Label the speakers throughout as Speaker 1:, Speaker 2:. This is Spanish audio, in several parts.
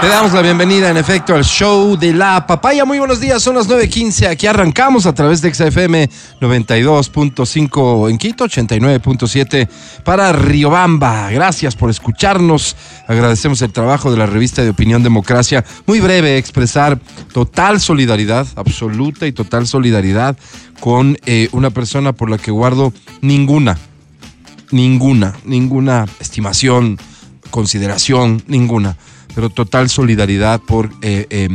Speaker 1: Te damos la bienvenida, en efecto, al show de la papaya. Muy buenos días, son las 9.15. Aquí arrancamos a través de XFM 92.5 en Quito, 89.7 para Riobamba. Gracias por escucharnos. Agradecemos el trabajo de la revista de Opinión Democracia. Muy breve, expresar total solidaridad, absoluta y total solidaridad con eh, una persona por la que guardo ninguna, ninguna, ninguna estimación, consideración, ninguna pero total solidaridad por eh, eh,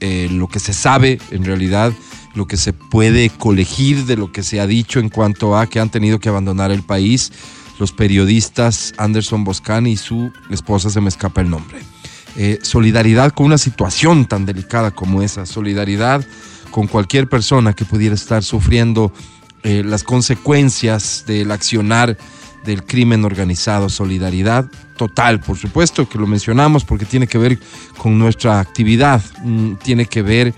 Speaker 1: eh, lo que se sabe en realidad, lo que se puede colegir de lo que se ha dicho en cuanto a que han tenido que abandonar el país los periodistas Anderson Boscan y su esposa, se me escapa el nombre. eh, solidaridad con una situación tan delicada como esa, solidaridad con cualquier persona que pudiera estar sufriendo eh, las consecuencias del accionar del crimen organizado, solidaridad total, por supuesto que lo mencionamos porque tiene que ver con nuestra actividad, mm, tiene que ver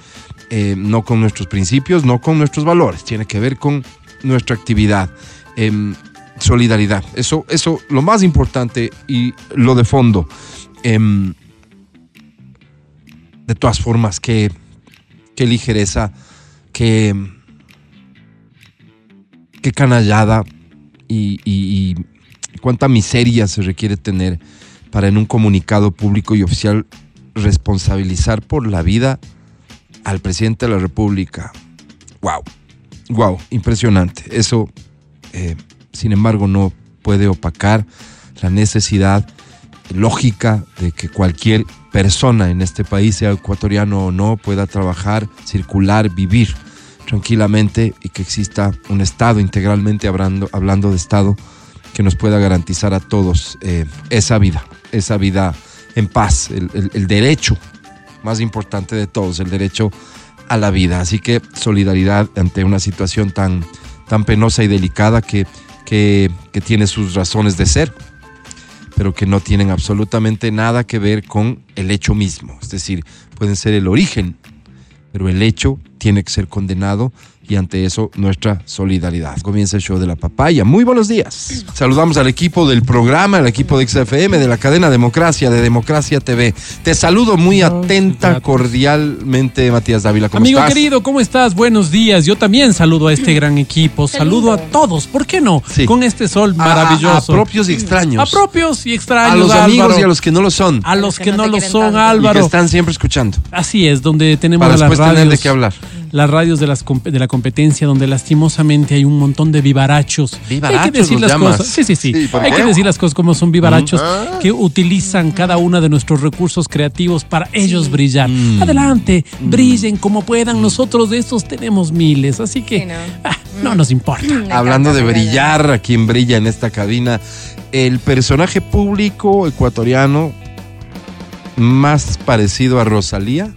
Speaker 1: eh, no con nuestros principios, no con nuestros valores, tiene que ver con nuestra actividad. Eh, solidaridad, eso, eso lo más importante y lo de fondo. Eh, de todas formas, qué, qué ligereza, qué, qué canallada y, y, y, cuánta miseria se requiere tener para en un comunicado público y oficial responsabilizar por la vida al presidente de la República. ¡Wow! ¡Wow! Impresionante. Eso, eh, sin embargo, no puede opacar la necesidad lógica de que cualquier persona en este país, sea ecuatoriano o no, pueda trabajar, circular, vivir tranquilamente y que exista un Estado integralmente hablando, hablando de Estado que nos pueda garantizar a todos eh, esa vida, esa vida en paz, el, el, el, derecho más importante de todos, el derecho a la vida. Así que solidaridad ante una situación tan, tan penosa y delicada que, que, que tiene sus razones de ser, pero que no tienen absolutamente nada que ver con el hecho mismo. Es decir, pueden ser el origen pero el hecho tiene que ser condenado y ante eso nuestra solidaridad. Comienza el show de la papaya. Muy buenos días. Saludamos al equipo del programa, al equipo de XFM, de la cadena Democracia, de Democracia TV. Te saludo muy atenta, cordialmente, Matías Dávila. ¿Cómo
Speaker 2: Amigo
Speaker 1: estás?
Speaker 2: querido, ¿cómo estás? Buenos días. Yo también saludo a este gran equipo, saludo a todos, ¿por qué no?
Speaker 1: Sí.
Speaker 2: Con este sol
Speaker 1: A- a- A,
Speaker 2: maravilloso.
Speaker 1: propios y extraños.
Speaker 2: A propios y extraños.
Speaker 1: A los amigos
Speaker 2: Álvaro.
Speaker 1: y a los que no lo son.
Speaker 2: A los que no
Speaker 3: te
Speaker 2: lo
Speaker 3: quieren
Speaker 2: son,
Speaker 3: tanto.
Speaker 1: Y que
Speaker 2: Álvaro.
Speaker 1: están siempre escuchando.
Speaker 2: Así es, donde tenemos
Speaker 1: Para
Speaker 2: las
Speaker 1: después
Speaker 2: radios,
Speaker 1: tener de qué hablar.
Speaker 2: Las radios de, las, comp- de la competencia, donde lastimosamente hay un montón de vivarachos.
Speaker 1: Vivarachos
Speaker 2: hay que decir
Speaker 1: los
Speaker 2: las
Speaker 1: llamas.
Speaker 2: cosas. Sí, sí, sí.
Speaker 1: Sí, ¿por
Speaker 2: hay
Speaker 1: qué? Mm. Ah.
Speaker 2: que decir las cosas como son vivarachos que utilizan cada uno de nuestros recursos creativos para ellos brillar.
Speaker 1: Mm.
Speaker 2: Adelante, brillen como puedan. Nosotros de estos tenemos miles, así que
Speaker 3: Sí, no.
Speaker 2: ah, no nos importa.
Speaker 3: Me
Speaker 1: Hablando
Speaker 3: encanta
Speaker 1: de
Speaker 3: esa idea.
Speaker 1: brillar, a quien brilla en esta cabina, el personaje público ecuatoriano más parecido a Rosalía,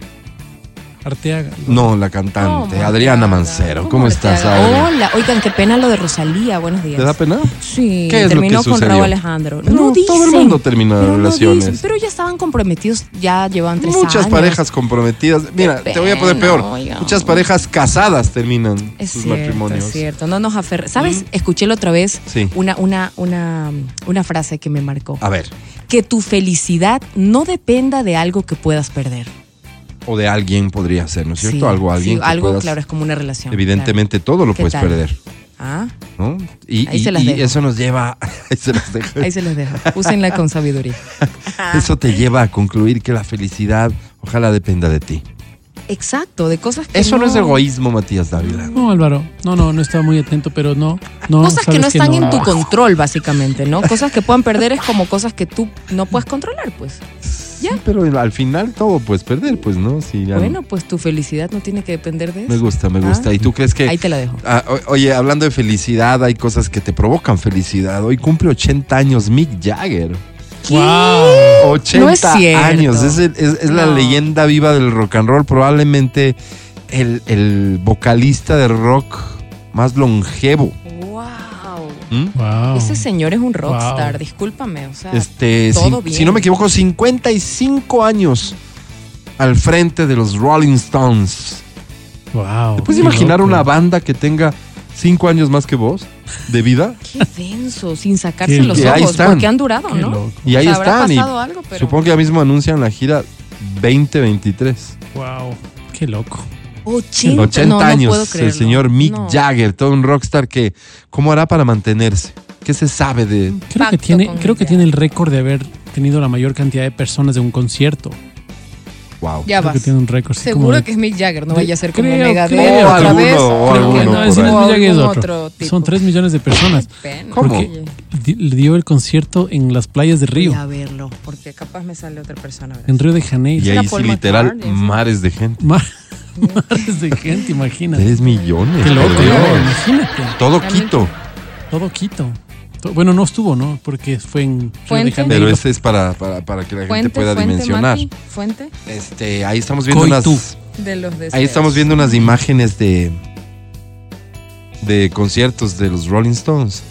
Speaker 2: Arteaga.
Speaker 1: no la cantante,
Speaker 3: ¿Cómo?
Speaker 1: Adriana Mancero. ¿Cómo,
Speaker 3: te
Speaker 1: estás,
Speaker 3: haga?
Speaker 1: Adri?
Speaker 3: Hola, oigan, qué pena lo de Rosalía, buenos días.
Speaker 1: ¿Te da pena?
Speaker 3: Sí,
Speaker 1: ¿Qué es lo
Speaker 3: terminó
Speaker 1: que
Speaker 3: con
Speaker 1: sucedió?
Speaker 3: Raúl Alejandro.
Speaker 1: Pero
Speaker 3: no dicen.
Speaker 1: todo el mundo termina
Speaker 3: pero no
Speaker 1: relaciones.
Speaker 3: dicen, pero ya estaban comprometidos, ya llevan tres años.
Speaker 1: Muchas parejas comprometidas. Mira, te voy a poner
Speaker 3: pena,
Speaker 1: peor.
Speaker 3: oiga.
Speaker 1: Muchas parejas casadas terminan
Speaker 3: Es
Speaker 1: sus
Speaker 3: cierto,
Speaker 1: matrimonios. Mm.
Speaker 3: es cierto. No nos aferramos. ¿Sabes? Escuché la otra vez
Speaker 1: Sí. Ah.
Speaker 3: una, una, una, una frase que me marcó.
Speaker 1: A ver,
Speaker 3: Que tu felicidad no dependa de algo que puedas perder.
Speaker 1: o de alguien podría ser, ¿no es cierto?
Speaker 3: Sí,
Speaker 1: algo, alguien.
Speaker 3: sí,
Speaker 1: que
Speaker 3: algo,
Speaker 1: puedas-
Speaker 3: claro, es como una relación.
Speaker 1: Evidentemente todo lo
Speaker 3: ¿Qué
Speaker 1: puedes
Speaker 3: tal?
Speaker 1: perder,
Speaker 3: claro. Ah,
Speaker 1: ¿no? Y,
Speaker 3: Ahí
Speaker 1: y-
Speaker 3: se las
Speaker 1: y
Speaker 3: dejo.
Speaker 1: eso nos lleva. ahí se las dejo.
Speaker 3: ahí se los dejo. Úsenla con sabiduría.
Speaker 1: Eso te lleva a concluir que la felicidad ojalá dependa de ti.
Speaker 3: Exacto, de cosas que
Speaker 1: Eso no, es egoísmo, Matías Dávila.
Speaker 2: No, Álvaro. No, no, no estaba muy atento, pero no. no
Speaker 3: Cosas
Speaker 2: sabes
Speaker 3: que no están en tu
Speaker 2: Ah.
Speaker 3: control, básicamente, ¿no? Cosas que puedan perder es como cosas que tú no puedes controlar, pues. Ya.
Speaker 1: Sí, pero al final todo puedes perder, pues, ¿no? Sí, ya no.
Speaker 3: Bueno, pues tu felicidad no tiene que depender de
Speaker 1: Me
Speaker 3: eso.
Speaker 1: gusta, me gusta. ¿Y tú crees que...
Speaker 3: Ahí te la dejo.
Speaker 1: Ah, o- oye, hablando de felicidad, hay cosas que te provocan felicidad. Hoy cumple 80 años Mick Jagger.
Speaker 2: Wow.
Speaker 1: 80
Speaker 3: No es cierto.
Speaker 1: años. Es, el- es- es la
Speaker 3: No.
Speaker 1: leyenda viva del rock and roll. Probablemente el, el vocalista de rock más longevo.
Speaker 3: ¡Wow!
Speaker 1: ¿m?
Speaker 2: Wow.
Speaker 3: Ese señor es un rockstar,
Speaker 2: Wow.
Speaker 3: discúlpame, o sea.
Speaker 1: Este,
Speaker 3: Todo
Speaker 1: cin-
Speaker 3: bien.
Speaker 1: si no me equivoco, 55 años al frente de los Rolling Stones.
Speaker 2: Wow.
Speaker 1: ¿Te puedes
Speaker 2: qué
Speaker 1: imaginar
Speaker 2: loco.
Speaker 1: una banda que tenga cinco años más que vos de vida?
Speaker 3: Qué denso, sin sacarse
Speaker 2: Qué
Speaker 3: los
Speaker 1: loco. Ahí
Speaker 3: ojos,
Speaker 1: están.
Speaker 3: porque han durado,
Speaker 2: Qué
Speaker 3: ¿no?
Speaker 2: loco.
Speaker 1: Y ahí
Speaker 3: O sea, Pues habrá
Speaker 1: están. y
Speaker 3: pasado algo, pero-
Speaker 1: Supongo que ya mismo anuncian la gira 2023.
Speaker 2: Wow. Qué loco.
Speaker 3: 80,
Speaker 1: 80
Speaker 3: no, no
Speaker 1: años,
Speaker 3: puedo
Speaker 1: el
Speaker 3: creerlo.
Speaker 1: señor Mick
Speaker 3: No.
Speaker 1: Jagger, todo un rockstar que, ¿cómo hará para mantenerse? ¿Qué se sabe de...?
Speaker 2: Creo que
Speaker 3: Pacto
Speaker 2: tiene,
Speaker 3: con
Speaker 2: creo
Speaker 3: el
Speaker 2: que tiene el récord de haber tenido la mayor cantidad de personas de un concierto.
Speaker 1: Wow.
Speaker 3: Ya
Speaker 2: Creo que
Speaker 3: vas.
Speaker 2: tiene un récord. sí, como
Speaker 3: Seguro
Speaker 2: de-
Speaker 3: que es Mick Jagger, no
Speaker 2: de-
Speaker 3: vaya a ser como
Speaker 2: creo,
Speaker 3: Megadeth
Speaker 2: creo.
Speaker 3: otra
Speaker 1: O
Speaker 3: vez.
Speaker 1: alguno, o
Speaker 3: Creo que
Speaker 1: alguno
Speaker 3: no,
Speaker 1: por
Speaker 3: ese
Speaker 1: ahí.
Speaker 3: es
Speaker 2: Mick
Speaker 3: Mick
Speaker 2: Jagger es
Speaker 3: otro.
Speaker 2: otro.
Speaker 3: tipo.
Speaker 2: Son 3 millones de personas.
Speaker 3: Pena.
Speaker 1: ¿Cómo?
Speaker 2: Porque di- le dio el concierto en las playas de
Speaker 3: Voy
Speaker 2: Río,
Speaker 3: a verlo, porque capaz me sale otra persona. ¿verdad?
Speaker 2: en Río de Janeiro.
Speaker 1: Y
Speaker 3: Era
Speaker 1: ahí sí,
Speaker 3: Paul
Speaker 1: literal,
Speaker 3: McCartney, sí.
Speaker 1: mares de gente.
Speaker 2: Ma- Mares de gente, imagínate.
Speaker 1: 3 millones.
Speaker 2: Qué loco,
Speaker 1: por Dios.
Speaker 2: ¿no? imagínate.
Speaker 1: Todo Quito,
Speaker 2: Todo Quito. To- Bueno, no estuvo, ¿no? Porque fue en Río de
Speaker 3: Fuente.
Speaker 2: Janeiro.
Speaker 1: pero este es para, para, para que la gente
Speaker 3: Fuente,
Speaker 1: pueda
Speaker 3: fuente,
Speaker 1: dimensionar.
Speaker 3: Mati, fuente
Speaker 1: Este, ahí estamos viendo
Speaker 2: Coitú.
Speaker 1: unas...
Speaker 3: de los deseos.
Speaker 1: Ahí estamos viendo unas imágenes de de conciertos de los Rolling Stones.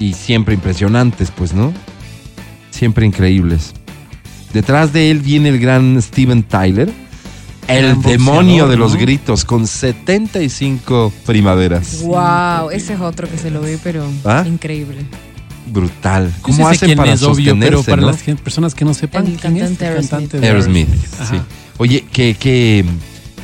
Speaker 1: Y siempre impresionantes, pues, ¿no? Siempre increíbles. Detrás de él viene el gran Steven Tyler, el
Speaker 2: Gran
Speaker 1: demonio
Speaker 2: boxeador,
Speaker 1: de los
Speaker 2: ¿no?
Speaker 1: gritos con 75 primaveras.
Speaker 3: Wow, ese es otro que se lo vi, pero
Speaker 1: ¿Ah?
Speaker 3: increíble.
Speaker 1: Brutal.
Speaker 2: Yo sí
Speaker 1: ¿Cómo
Speaker 2: sé
Speaker 1: hacen
Speaker 2: quién
Speaker 1: para
Speaker 2: es obvio, pero
Speaker 1: sostenerse,
Speaker 2: para
Speaker 1: no?
Speaker 2: las gen- personas que no sepan,
Speaker 3: El
Speaker 2: ¿quién es el
Speaker 3: cantante Aerosmith.
Speaker 2: cantante de
Speaker 1: Aerosmith, sí.
Speaker 2: Ajá.
Speaker 1: Oye, ¿qué, qué,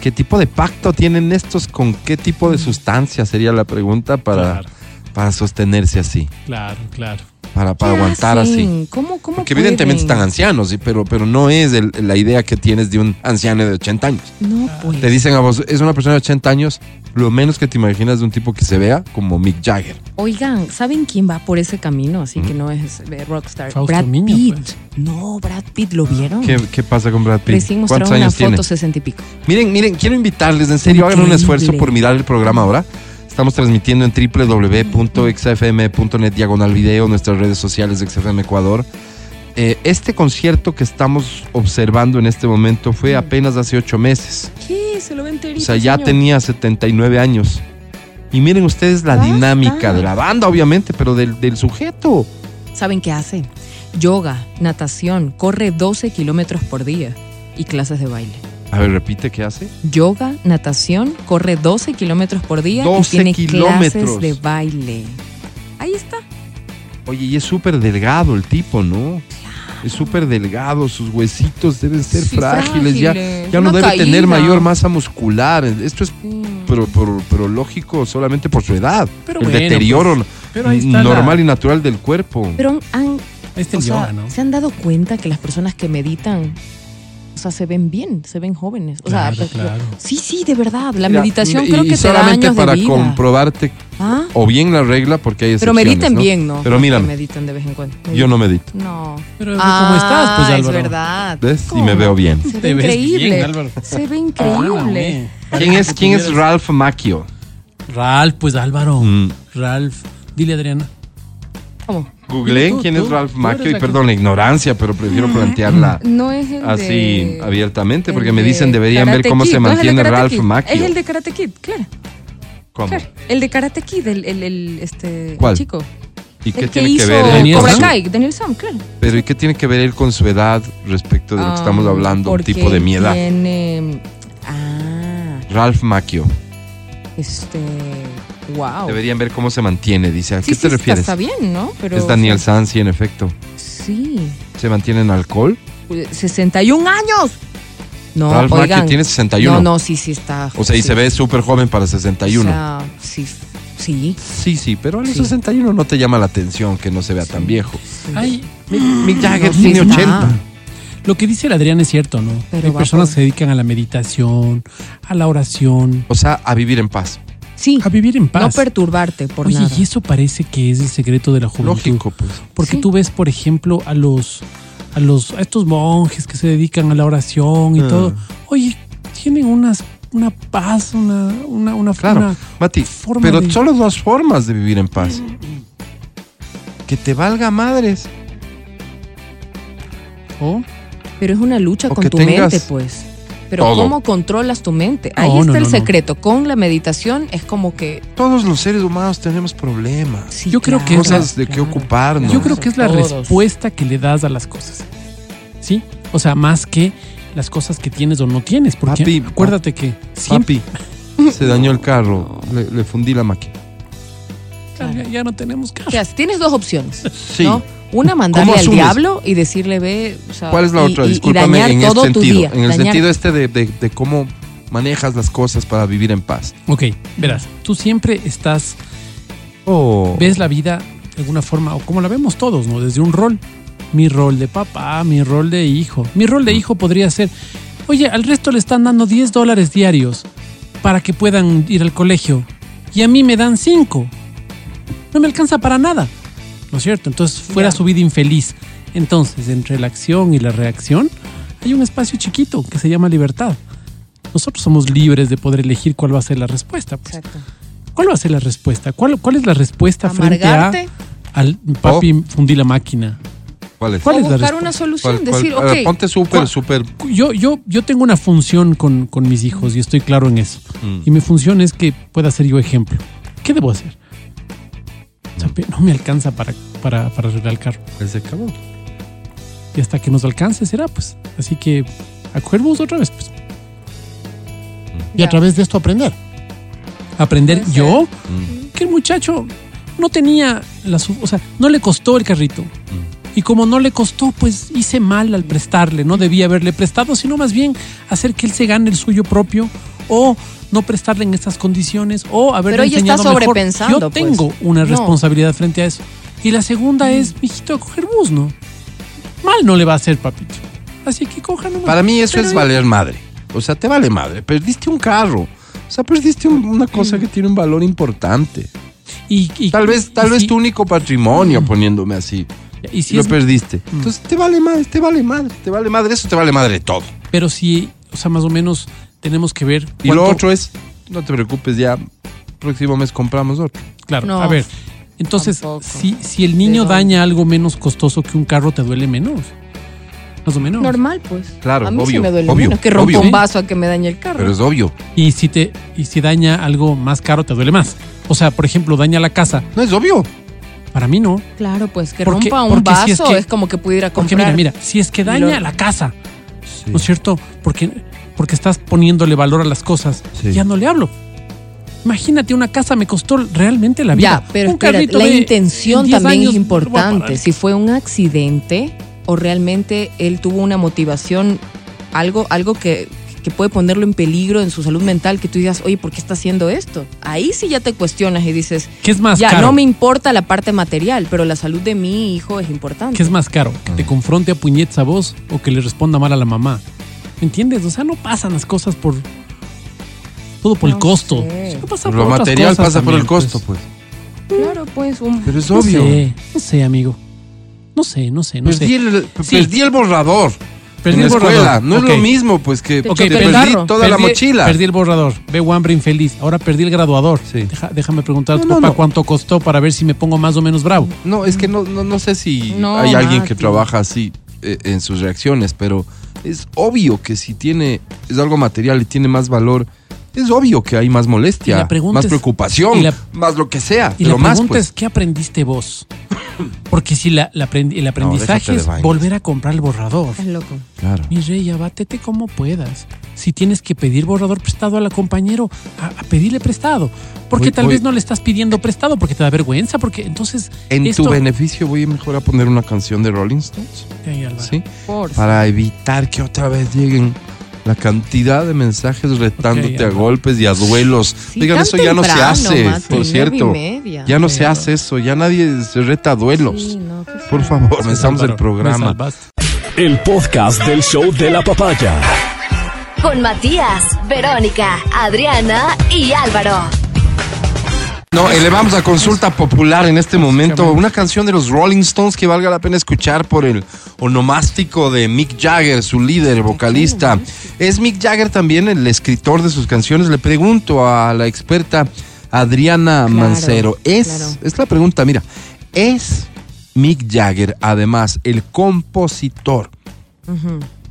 Speaker 1: qué tipo de pacto tienen estos? ¿Con qué tipo de sustancia sería la pregunta para,
Speaker 2: Claro,
Speaker 1: para sostenerse así?
Speaker 2: claro, claro.
Speaker 1: Para, para
Speaker 3: ¿Qué
Speaker 1: aguantar así.
Speaker 3: hacen? ¿Cómo, cómo
Speaker 1: Porque evidentemente
Speaker 3: pueden?
Speaker 1: están ancianos, sí, pero, pero no es el- la idea que tienes de un anciano de 80 años.
Speaker 3: No, pues.
Speaker 1: Te dicen a vos, es una persona de 80 años, lo menos que te imaginas de un tipo que se vea como Mick Jagger.
Speaker 3: Oigan, ¿saben quién va por ese camino? Así que
Speaker 1: ¿Mm?
Speaker 3: no es eh, rockstar.
Speaker 2: Fausto
Speaker 3: Brad
Speaker 2: Miño,
Speaker 3: Pitt.
Speaker 2: pues.
Speaker 3: No, Brad Pitt, ¿lo vieron?
Speaker 1: ¿Qué, qué pasa con Brad Pitt?
Speaker 3: Recién mostraron
Speaker 1: ¿Cuántos
Speaker 3: una
Speaker 1: años
Speaker 3: foto,
Speaker 1: tiene?
Speaker 3: 60 y pico.
Speaker 1: Miren, miren, quiero invitarles, en serio, hagan un
Speaker 3: Increíble.
Speaker 1: esfuerzo por mirar el programa ahora. Estamos transmitiendo en www.exafm.net diagonal video, nuestras redes sociales de XFM Ecuador. Eh, este concierto que estamos observando en este momento fue apenas hace ocho meses.
Speaker 3: ¿Qué? Se lo ven
Speaker 1: O sea, ya tenía 79 años. Y miren ustedes la
Speaker 3: Bastante.
Speaker 1: dinámica de la banda, obviamente, pero del, del sujeto.
Speaker 3: ¿Saben qué hace? Yoga, natación, corre 12 kilómetros por día y clases de baile.
Speaker 1: A ver, repite, ¿qué hace?
Speaker 3: Yoga, natación, corre 12 kilómetros por día
Speaker 1: 12
Speaker 3: y tiene
Speaker 1: kilómetros.
Speaker 3: clases de baile. Ahí está.
Speaker 1: Oye, y es súper delgado el tipo, ¿no? Es súper delgado, sus huesitos deben ser
Speaker 3: Sí,
Speaker 1: frágiles, ya,
Speaker 3: frágiles.
Speaker 1: ya no
Speaker 3: Una
Speaker 1: debe
Speaker 3: caída.
Speaker 1: tener mayor masa muscular. Esto es pero, pero- pero lógico solamente por su edad.
Speaker 2: Pero
Speaker 1: el
Speaker 2: bueno,
Speaker 3: pues,
Speaker 1: deterioro
Speaker 2: Pero ahí está
Speaker 1: normal
Speaker 2: la-
Speaker 1: y natural del cuerpo.
Speaker 3: Pero han,
Speaker 2: ahí está
Speaker 3: o
Speaker 2: el
Speaker 3: sea,
Speaker 2: yoga, ¿no?
Speaker 3: se han dado cuenta que las personas que meditan, o sea, se ven bien, se ven jóvenes. O sea,
Speaker 2: Claro,
Speaker 3: pues,
Speaker 2: claro.
Speaker 3: sí, sí, de verdad. La
Speaker 1: Mira,
Speaker 3: meditación
Speaker 1: y-
Speaker 3: creo que
Speaker 1: y
Speaker 3: te da
Speaker 1: solamente
Speaker 3: años
Speaker 1: para
Speaker 3: de vida.
Speaker 1: comprobarte
Speaker 3: ¿Ah?
Speaker 1: o bien la regla, porque hay
Speaker 3: Pero
Speaker 1: excepciones.
Speaker 3: mediten
Speaker 1: ¿no?
Speaker 3: bien, ¿no?
Speaker 1: Pero
Speaker 3: Que
Speaker 1: mírame,
Speaker 3: Mediten de vez en cuando.
Speaker 1: yo no medito.
Speaker 3: No.
Speaker 2: Pero ¿cómo estás, pues,
Speaker 3: Ah,
Speaker 2: Álvaro?
Speaker 3: Es verdad.
Speaker 1: ¿Ves? Y
Speaker 3: ¿Cómo?
Speaker 1: me veo bien.
Speaker 3: Se ve
Speaker 2: Te ves
Speaker 3: increíble.
Speaker 2: bien, Álvaro.
Speaker 3: se ve increíble.
Speaker 2: Ah,
Speaker 1: ¿Quién es, quién es Ralph Macchio?
Speaker 2: Ralph, pues Álvaro.
Speaker 1: Mm.
Speaker 2: Ralph. Dile, Adriana.
Speaker 3: ¿Cómo?
Speaker 1: Googleen
Speaker 2: Tú,
Speaker 1: quién
Speaker 2: tú,
Speaker 1: es Ralph
Speaker 2: tú
Speaker 1: Macchio
Speaker 2: eres
Speaker 1: y
Speaker 2: la que-
Speaker 1: perdón la ignorancia, pero prefiero plantearla
Speaker 3: No es el
Speaker 1: así
Speaker 3: de-
Speaker 1: Ah, abiertamente
Speaker 3: el
Speaker 1: porque me
Speaker 3: de
Speaker 1: dicen deberían ver
Speaker 3: Karate
Speaker 1: cómo
Speaker 3: Kid.
Speaker 1: se
Speaker 3: No es el de
Speaker 1: mantiene
Speaker 3: Karate
Speaker 1: Ralph
Speaker 3: Kid. Es
Speaker 1: Macchio.
Speaker 3: el de Karate Kid, claro.
Speaker 1: ¿Cómo?
Speaker 3: claro. El de Karate Kid, el, el, el, este,
Speaker 1: ¿Cuál?
Speaker 3: chico.
Speaker 1: ¿Y qué
Speaker 3: el
Speaker 1: tiene
Speaker 3: hizo
Speaker 1: que ver? él
Speaker 2: Daniel
Speaker 1: con
Speaker 3: Cobra
Speaker 1: su-
Speaker 2: Sam?
Speaker 3: Kai, Daniel Sam, claro.
Speaker 1: Pero ¿y qué tiene que ver él con su edad respecto de lo que estamos
Speaker 3: Ah,
Speaker 1: hablando? Un
Speaker 3: porque
Speaker 1: tipo de mi edad.
Speaker 3: Tiene. Ah,
Speaker 1: Ralph Macchio.
Speaker 3: este. Wow.
Speaker 1: Deberían ver cómo se mantiene, dice. ¿A
Speaker 3: Sí,
Speaker 1: qué
Speaker 3: sí,
Speaker 1: te
Speaker 3: está-
Speaker 1: refieres?
Speaker 3: Está bien, ¿no? Pero,
Speaker 1: Es Daniel Sanz, sí, en efecto.
Speaker 3: Sí.
Speaker 1: ¿Se mantiene en alcohol?
Speaker 3: Pues, 61 años. No,
Speaker 1: Ralph
Speaker 3: oigan.
Speaker 1: Macchio tiene 61.
Speaker 3: No, no, sí, sí está.
Speaker 1: O sea, y
Speaker 3: sí.
Speaker 1: se ve súper joven para 61.
Speaker 3: O sea, sí, sí.
Speaker 1: sí, sí, pero a los
Speaker 3: Sí.
Speaker 1: 61 no te llama la atención que no se vea tan viejo.
Speaker 2: Ay,
Speaker 1: Mick Jagger
Speaker 3: No, sí
Speaker 1: tiene
Speaker 3: está.
Speaker 1: 80.
Speaker 2: lo que dice el Adrián es cierto, ¿no?
Speaker 3: Pero
Speaker 2: Hay
Speaker 3: va
Speaker 2: personas que
Speaker 3: por-
Speaker 2: se dedican a la meditación, a la oración,
Speaker 1: O sea, a vivir en paz.
Speaker 3: Sí.
Speaker 2: a vivir en
Speaker 3: No
Speaker 2: paz.
Speaker 3: perturbarte por
Speaker 2: Oye,
Speaker 3: nada.
Speaker 2: y eso parece que es el secreto de la juventud.
Speaker 1: Lógico, pues.
Speaker 2: Porque
Speaker 3: Sí.
Speaker 2: tú ves, por ejemplo, a los a los a estos monjes que se dedican a la oración y
Speaker 1: Ah.
Speaker 2: todo. Oye, tienen unas una paz, una una una
Speaker 1: Claro.
Speaker 2: una-
Speaker 1: Mati,
Speaker 2: forma
Speaker 1: pero
Speaker 2: de-
Speaker 1: solo dos formas de vivir en paz. Que te valga madres. O
Speaker 3: Pero es una lucha
Speaker 1: O
Speaker 3: con
Speaker 1: que
Speaker 3: tu
Speaker 1: tengas
Speaker 3: mente, pues. Pero
Speaker 1: todo.
Speaker 3: ¿cómo controlas tu mente? Ahí
Speaker 2: No,
Speaker 3: está
Speaker 2: no,
Speaker 3: el
Speaker 2: no, no.
Speaker 3: secreto. Con la meditación es como que...
Speaker 1: todos los seres humanos tenemos problemas.
Speaker 3: sí,
Speaker 2: Yo creo que
Speaker 3: claro,
Speaker 1: Cosas de qué
Speaker 3: claro,
Speaker 1: ocuparnos.
Speaker 2: Yo creo que es la
Speaker 3: Todos.
Speaker 2: respuesta que le das a las cosas. ¿Sí? O sea, más que las cosas que tienes o no tienes. Porque
Speaker 1: Papi,
Speaker 2: acuérdate que siempre.
Speaker 1: Papi, se dañó el carro, le, le fundí la máquina.
Speaker 2: Ya, ya no tenemos carro.
Speaker 3: O sea, tienes dos opciones.
Speaker 1: Sí.
Speaker 3: ¿no? Una, mandarle al
Speaker 1: asumes?
Speaker 3: diablo y decirle, ve. o sea,
Speaker 1: ¿Cuál es la
Speaker 3: y-
Speaker 1: otra?
Speaker 3: y- y
Speaker 1: Discúlpame
Speaker 3: dañar
Speaker 1: en este
Speaker 3: todo tu
Speaker 1: sentido.
Speaker 3: día,
Speaker 1: en el
Speaker 3: dañar-
Speaker 1: sentido este de, de- de cómo manejas las cosas para vivir en paz.
Speaker 2: Ok, verás, tú siempre estás,
Speaker 1: Oh.
Speaker 2: ves la vida de alguna forma, o como la vemos todos, ¿no? Desde un rol. Mi rol de papá, mi rol de hijo. Mi rol de hijo podría ser, oye, al resto le están dando 10 dólares diarios para que puedan ir al colegio y a mí me dan 5. No me alcanza para nada, ¿no es cierto? Entonces fuera
Speaker 3: Ya.
Speaker 2: su vida infeliz. Entonces, entre la acción y la reacción, hay un espacio chiquito que se llama libertad. Nosotros somos libres de poder elegir cuál va a ser la respuesta. pues.
Speaker 3: Exacto.
Speaker 2: ¿Cuál va a ser la respuesta? ¿Cuál, cuál es la respuesta
Speaker 3: Amargarte.
Speaker 2: frente a al papi fundí la máquina?
Speaker 1: ¿Cuál es?
Speaker 2: ¿Cuál
Speaker 3: o
Speaker 2: es la
Speaker 3: buscar
Speaker 2: respuesta?
Speaker 3: una
Speaker 1: ¿Cuál-
Speaker 3: solución,
Speaker 1: cuál-
Speaker 3: decir,
Speaker 1: a ver,
Speaker 3: ok,
Speaker 1: ponte súper,
Speaker 2: ¿Cuál-
Speaker 1: súper.
Speaker 2: Yo, yo, yo tengo una función con, con mis hijos y estoy claro en eso.
Speaker 1: Mm.
Speaker 2: Y mi función es que pueda ser yo ejemplo. ¿Qué debo hacer? O sea, pe- no me alcanza para, para, para arreglar el carro.
Speaker 1: Se acabó.
Speaker 2: Y hasta que nos alcance será, pues. Así que a coger bus otra vez, pues.
Speaker 4: Y a través de esto aprender.
Speaker 2: Aprender
Speaker 3: Puede ser.
Speaker 2: yo
Speaker 1: Mm.
Speaker 2: que el muchacho no tenía la su- o sea, no le costó el carrito. Y como no le costó, pues hice mal al prestarle, no debía haberle prestado, sino más bien hacer que él se gane el suyo propio o no prestarle en estas condiciones o haberle
Speaker 3: Pero ella está
Speaker 2: enseñado mejor.
Speaker 3: sobrepensando,
Speaker 2: Yo
Speaker 3: pues.
Speaker 2: tengo una
Speaker 3: No. Mm.
Speaker 2: responsabilidad frente a eso. Y la segunda es, mijito, a coger bus, ¿no? Mal no le va a hacer, papito. Así que coja nomás.
Speaker 1: Para mí eso
Speaker 2: Pero
Speaker 1: es
Speaker 2: y-
Speaker 1: valer madre. O sea, te vale madre. Perdiste un carro. O sea, perdiste un- una cosa que tiene un valor importante.
Speaker 2: y- y-
Speaker 1: Tal vez, tal
Speaker 2: y
Speaker 1: vez
Speaker 2: si-
Speaker 1: tu único patrimonio, poniéndome así,
Speaker 2: y si
Speaker 1: lo
Speaker 2: es Mm.
Speaker 1: perdiste. Entonces te vale madre, te vale madre, te vale madre. Eso te vale madre todo.
Speaker 2: Pero sí, o sea, más o menos tenemos que ver.
Speaker 1: Y lo
Speaker 2: cuánto-
Speaker 1: otro es, no te preocupes, ya próximo mes compramos otro.
Speaker 2: Claro,
Speaker 3: No,
Speaker 2: a ver. Entonces,
Speaker 3: tampoco.
Speaker 2: si, si el niño
Speaker 3: ¿De dónde?
Speaker 2: daña algo menos costoso que un carro, te duele menos. Más o menos.
Speaker 3: normal, pues.
Speaker 1: Claro,
Speaker 3: a mí sí
Speaker 1: obvio,
Speaker 3: me duele
Speaker 1: obvio,
Speaker 3: menos que rompa
Speaker 1: obvio.
Speaker 3: un vaso a que me dañe el carro.
Speaker 1: Pero es obvio.
Speaker 2: Y si te y si daña algo más caro, te duele más. O sea, por ejemplo, daña la casa.
Speaker 1: No es obvio.
Speaker 2: Para mí no.
Speaker 3: claro, pues que
Speaker 2: Porque-
Speaker 3: rompa un
Speaker 2: porque
Speaker 3: vaso
Speaker 2: si es que-
Speaker 3: es como que pudiera
Speaker 2: Porque
Speaker 3: comprar.
Speaker 2: mira, mira, si es que
Speaker 3: Y
Speaker 2: daña
Speaker 3: lo-
Speaker 2: la casa, ¿no es cierto? Porque, porque estás poniéndole valor a las cosas.
Speaker 1: Sí.
Speaker 2: Ya no le hablo. Imagínate, una casa me costó realmente la vida.
Speaker 3: Ya, pero
Speaker 2: Un
Speaker 3: espérate,
Speaker 2: carrito
Speaker 3: la
Speaker 2: de- en
Speaker 3: intención
Speaker 2: 10
Speaker 3: también
Speaker 2: años
Speaker 3: es
Speaker 2: no lo voy a parar.
Speaker 3: importante. Si fue un accidente o realmente él tuvo una motivación, algo, algo que, que puede ponerlo en peligro en su salud mental, que tú digas, oye, ¿por qué está haciendo esto? Ahí sí ya te cuestionas y dices,
Speaker 2: ¿Qué es más
Speaker 3: ya,
Speaker 2: caro?
Speaker 3: no me importa la parte material, pero la salud de mi hijo es importante.
Speaker 2: ¿Qué es más caro? ¿Que
Speaker 1: Mm.
Speaker 2: te confronte a puñetes a vos o que le responda mal a la mamá? ¿Me entiendes? O sea, no pasan las cosas por. Todo por el
Speaker 3: No
Speaker 2: costo.
Speaker 3: sé.
Speaker 2: No pasa
Speaker 1: Lo
Speaker 2: otras
Speaker 1: material
Speaker 2: cosas
Speaker 1: pasa por
Speaker 2: también,
Speaker 1: el costo,
Speaker 2: pues.
Speaker 1: pues.
Speaker 3: Claro, pues, un-
Speaker 1: Pero es
Speaker 2: No
Speaker 1: obvio.
Speaker 2: sé, no sé, amigo. No sé, no sé, no
Speaker 1: perdí,
Speaker 2: sé.
Speaker 1: el,
Speaker 2: Sí.
Speaker 1: perdí el borrador. en
Speaker 2: Perdí
Speaker 1: la
Speaker 2: el borrador.
Speaker 1: escuela. No es
Speaker 2: Ok.
Speaker 1: lo mismo, pues que
Speaker 3: Te
Speaker 2: Ok,
Speaker 1: que
Speaker 3: choqué
Speaker 2: perdí-
Speaker 3: el
Speaker 1: perdí
Speaker 3: carro.
Speaker 1: toda la
Speaker 2: perdí-
Speaker 1: mochila.
Speaker 2: Perdí el borrador. Ve Wambra infeliz. Ahora perdí el graduador.
Speaker 1: Sí.
Speaker 2: Deja- déjame preguntar a tu
Speaker 1: No, no,
Speaker 2: papá
Speaker 1: no.
Speaker 2: cuánto costó para ver si me pongo más o menos bravo.
Speaker 1: No, es que no, no, no sé si
Speaker 3: No,
Speaker 1: hay alguien que
Speaker 3: Mati.
Speaker 1: trabaja así eh, en sus reacciones, pero es obvio que si tiene, es algo material y tiene más valor, es obvio que hay más
Speaker 2: Y
Speaker 1: molestia,
Speaker 2: la pregunta
Speaker 1: más
Speaker 2: es-
Speaker 1: preocupación,
Speaker 2: y la-
Speaker 1: más lo que sea,
Speaker 2: Y
Speaker 1: pero
Speaker 2: la
Speaker 1: más
Speaker 2: pregunta
Speaker 1: pues.
Speaker 2: es, ¿qué aprendiste vos? Porque si la, la aprendi- el aprendizaje
Speaker 1: déjate de
Speaker 2: es
Speaker 1: vainas.
Speaker 2: volver a comprar el borrador.
Speaker 3: Estás loco.
Speaker 1: Claro.
Speaker 2: Mi rey, abátete como puedas. Si tienes que pedir borrador prestado al compañero, a, a pedirle prestado. Porque
Speaker 1: Voy-
Speaker 2: tal
Speaker 1: voy-
Speaker 2: vez no le estás pidiendo prestado porque te da vergüenza, porque entonces...
Speaker 1: En
Speaker 2: esto-
Speaker 1: tu beneficio voy mejor a poner una canción de Rolling Stones,
Speaker 2: Ay, Álvaro.
Speaker 1: ¿sí?
Speaker 3: Por
Speaker 1: Para evitar que otra vez lleguen la cantidad de mensajes retándote
Speaker 2: ya.
Speaker 1: a golpes y a duelos.
Speaker 3: Sí,
Speaker 1: Digan,
Speaker 3: tan
Speaker 1: eso ya no se
Speaker 3: temprano,
Speaker 1: hace,
Speaker 3: Mati,
Speaker 1: por
Speaker 3: nueve y
Speaker 1: cierto.
Speaker 3: media.
Speaker 1: Ya no se
Speaker 3: Pero-
Speaker 1: hace eso, ya nadie se reta a duelos.
Speaker 3: Sí, no, pues, qué
Speaker 1: Por
Speaker 3: feo.
Speaker 1: favor, comenzamos el
Speaker 2: Álvaro, me
Speaker 1: programa.
Speaker 2: salvaste.
Speaker 5: El podcast del show de la papaya.
Speaker 6: Con Matías, Verónica, Adriana y Álvaro.
Speaker 1: No, elevamos a consulta popular en este momento una canción de los Rolling Stones que valga la pena escuchar por el onomástico de Mick Jagger, su líder, vocalista. Es Mick Jagger también el escritor de sus canciones. Le pregunto a la experta Adriana Mancero. ¿Es,
Speaker 3: claro.
Speaker 1: es la pregunta, mira, ¿es Mick Jagger además el compositor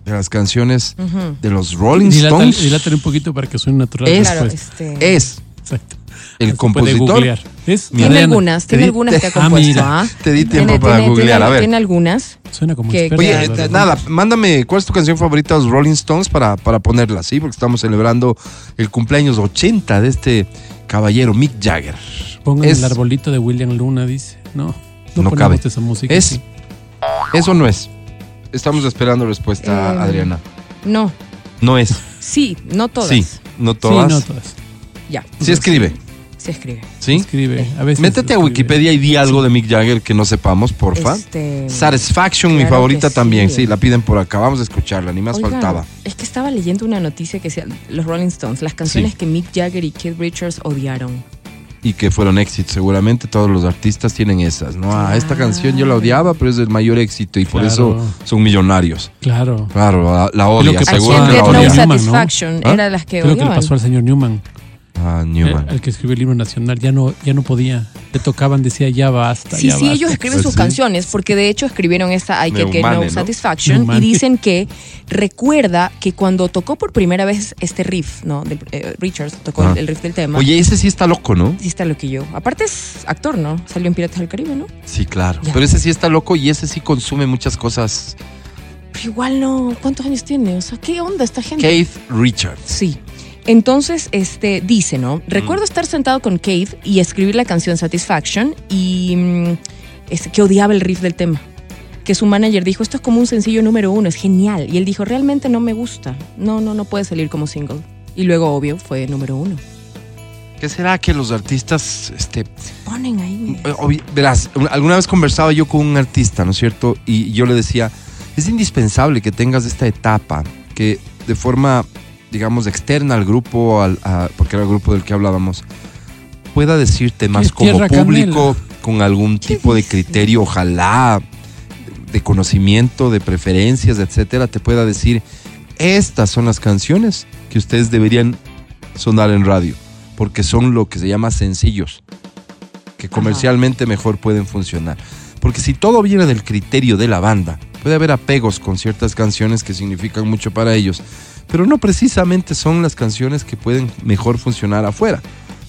Speaker 1: de las canciones de los Rolling
Speaker 2: Dilátale,
Speaker 1: Stones?
Speaker 2: dilátale un poquito para que suene natural.
Speaker 1: Es, Eh,
Speaker 2: la
Speaker 3: Claro,
Speaker 2: respuesta.
Speaker 3: este,
Speaker 1: es
Speaker 2: Exacto.
Speaker 1: El
Speaker 2: Así
Speaker 1: compositor.
Speaker 2: Puede googlear. Es
Speaker 3: Tiene
Speaker 2: Adriana.
Speaker 3: algunas, tiene
Speaker 1: Te di-
Speaker 3: algunas que ha
Speaker 2: Ah,
Speaker 3: compuesto.
Speaker 2: mira.
Speaker 3: ¿ah?
Speaker 1: Te di tiempo
Speaker 3: Tiene-
Speaker 1: para
Speaker 3: tiene-
Speaker 1: googlear,
Speaker 3: tiene-
Speaker 1: a ver.
Speaker 3: Tiene algunas.
Speaker 2: Suena como
Speaker 3: Que-
Speaker 2: experta,
Speaker 3: Oye,
Speaker 2: la
Speaker 1: Oye,
Speaker 2: verdad.
Speaker 1: eh, nada, mándame cuál es tu canción favorita de los Rolling Stones para, para ponerla, ¿sí? Porque estamos celebrando el cumpleaños 80 de este caballero Mick Jagger.
Speaker 2: Pongan
Speaker 1: es-
Speaker 2: el arbolito de William Luna, dice. No, no,
Speaker 1: No
Speaker 2: ponemos
Speaker 1: cabe.
Speaker 2: esa música.
Speaker 1: ¿Es?
Speaker 2: sí.
Speaker 1: ¿Eso no es? Estamos esperando respuesta,
Speaker 3: Eh,
Speaker 1: Adriana.
Speaker 3: No,
Speaker 1: No es.
Speaker 3: sí, no todas.
Speaker 1: Sí, no
Speaker 2: Sí,
Speaker 1: todas.
Speaker 2: no
Speaker 1: Sí,
Speaker 2: todas.
Speaker 3: Ya,
Speaker 1: escribe,
Speaker 3: se escribe.
Speaker 1: ¿sí?
Speaker 2: Escribe. A veces
Speaker 1: Métete a
Speaker 2: escribe.
Speaker 1: Wikipedia y di algo de Mick Jagger que no sepamos, porfa.
Speaker 3: Este,
Speaker 1: Satisfaction, mi
Speaker 3: claro
Speaker 1: favorita
Speaker 3: que sí.
Speaker 1: también. Sí, la piden por acá. Vamos a escucharla, ni más
Speaker 3: oigan,
Speaker 1: faltaba.
Speaker 3: Es que estaba leyendo una noticia que decía los Rolling Stones, las canciones
Speaker 1: Sí.
Speaker 3: que Mick Jagger y Keith Richards odiaron.
Speaker 1: Y que fueron éxitos. Seguramente todos los artistas tienen esas, ¿no? Ah, esta
Speaker 3: Claro.
Speaker 1: canción yo la odiaba, pero es el mayor éxito y por
Speaker 2: Claro.
Speaker 1: eso son millonarios.
Speaker 2: Claro.
Speaker 1: Claro, la, la odia,
Speaker 2: Lo que
Speaker 3: I
Speaker 2: pasó
Speaker 1: seguro
Speaker 3: can't
Speaker 1: que la
Speaker 3: get no
Speaker 2: Newman,
Speaker 1: odia.
Speaker 2: sat-
Speaker 3: satisfaction
Speaker 1: ¿Ah?
Speaker 3: era las que
Speaker 2: Creo que le
Speaker 3: odiaban.
Speaker 2: pasó al señor Newman,
Speaker 1: Ah,
Speaker 2: el,
Speaker 1: Newman.
Speaker 2: el que escribió el libro nacional. Ya no, ya no podía. Le tocaban, decía, ya basta.
Speaker 3: Sí,
Speaker 2: ya
Speaker 3: sí,
Speaker 2: basta.
Speaker 3: ellos escriben
Speaker 1: Pues
Speaker 3: sus
Speaker 1: sí.
Speaker 3: canciones, porque de hecho escribieron esta I Can Get
Speaker 1: Neumane,
Speaker 3: No
Speaker 1: ¿no?
Speaker 3: Satisfaction
Speaker 2: Neumane.
Speaker 3: y dicen que recuerda que cuando tocó por primera vez este riff, ¿no? Del, eh, Richards tocó
Speaker 1: Ah.
Speaker 3: el, el riff del
Speaker 2: eh,
Speaker 3: tema.
Speaker 1: Oye, ese sí está loco, ¿no?
Speaker 3: Sí está lo que yo. Aparte es actor, ¿no? Salió en Piratas del Caribe, ¿no?
Speaker 1: Sí, claro.
Speaker 3: Ya.
Speaker 1: Pero ese sí está loco y ese sí consume muchas cosas.
Speaker 3: Pero igual no. ¿Cuántos años tiene? O sea, ¿qué onda esta gente?
Speaker 1: Keith Richards.
Speaker 3: Sí. Entonces, este, dice, ¿no? Recuerdo estar sentado con Cave y escribir la canción Satisfaction y mm, este, que odiaba el riff del tema. Que su manager dijo, esto es como un sencillo número uno, es genial. Y él dijo, realmente no me gusta. No, no, no puede salir como single. Y luego, obvio, fue número uno.
Speaker 1: ¿Qué será que los artistas este,
Speaker 3: Ponen ahí.
Speaker 1: Eh, Obvi- Verás, una- alguna vez conversaba yo con un artista, ¿no es cierto? Y yo le decía, es indispensable que tengas esta etapa, que de forma, digamos, externa al grupo, al, a- porque era el grupo del que hablábamos, pueda decirte más
Speaker 2: es
Speaker 1: como
Speaker 2: tierra
Speaker 1: público, con algún tipo de criterio, ojalá, de conocimiento, de preferencias, etcétera, te pueda decir, estas son las canciones que ustedes deberían sonar en radio, porque son lo que se llama sencillos, que comercialmente mejor pueden funcionar. Porque si todo viene del criterio de la banda, puede haber apegos con ciertas canciones que significan mucho para ellos, pero no precisamente son las canciones que pueden mejor funcionar afuera.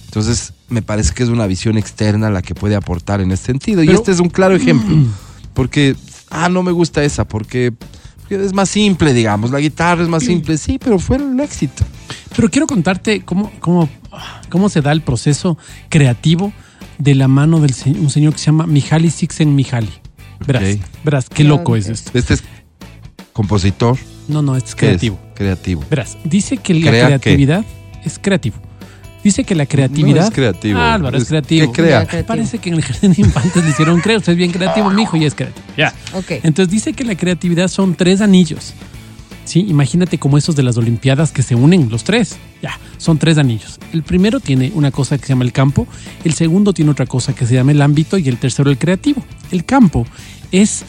Speaker 1: Entonces, me parece que es una visión externa la que puede aportar en este sentido. y
Speaker 2: Pero- Mm.
Speaker 1: este es un claro ejemplo. Porque, ah, no me gusta esa, porque es más simple, digamos. La guitarra es
Speaker 2: Mm.
Speaker 1: más simple, sí, pero fue un éxito.
Speaker 2: Pero quiero contarte cómo, cómo, cómo se da el proceso creativo de la mano de un señor que se llama Mihaly Csikszentmihalyi. Verás,
Speaker 1: Ok.
Speaker 2: verás, qué loco es esto.
Speaker 1: Este es compositor.
Speaker 2: No, no, este es
Speaker 1: ¿qué es?
Speaker 2: creativo.
Speaker 1: Creativo.
Speaker 2: Verás, dice que la
Speaker 1: Crea qué.
Speaker 2: creatividad es creativo. Dice que la creatividad...
Speaker 1: No, es creativo.
Speaker 2: Álvaro, es,
Speaker 1: Es-
Speaker 2: creativo.
Speaker 1: ¿qué crea?
Speaker 3: Creativo.
Speaker 2: Parece que en el jardín de infantes le hicieron, creo, usted es bien creativo, mi hijo, y es creativo. Ya.
Speaker 1: oh.
Speaker 3: Ok.
Speaker 2: Entonces dice que la creatividad son tres anillos. Sí, imagínate como esos de las Olimpiadas que se unen, los tres. Ya, son tres anillos. El primero tiene una cosa que se llama el campo, el segundo tiene otra cosa que se llama el ámbito y el tercero el creativo. El campo es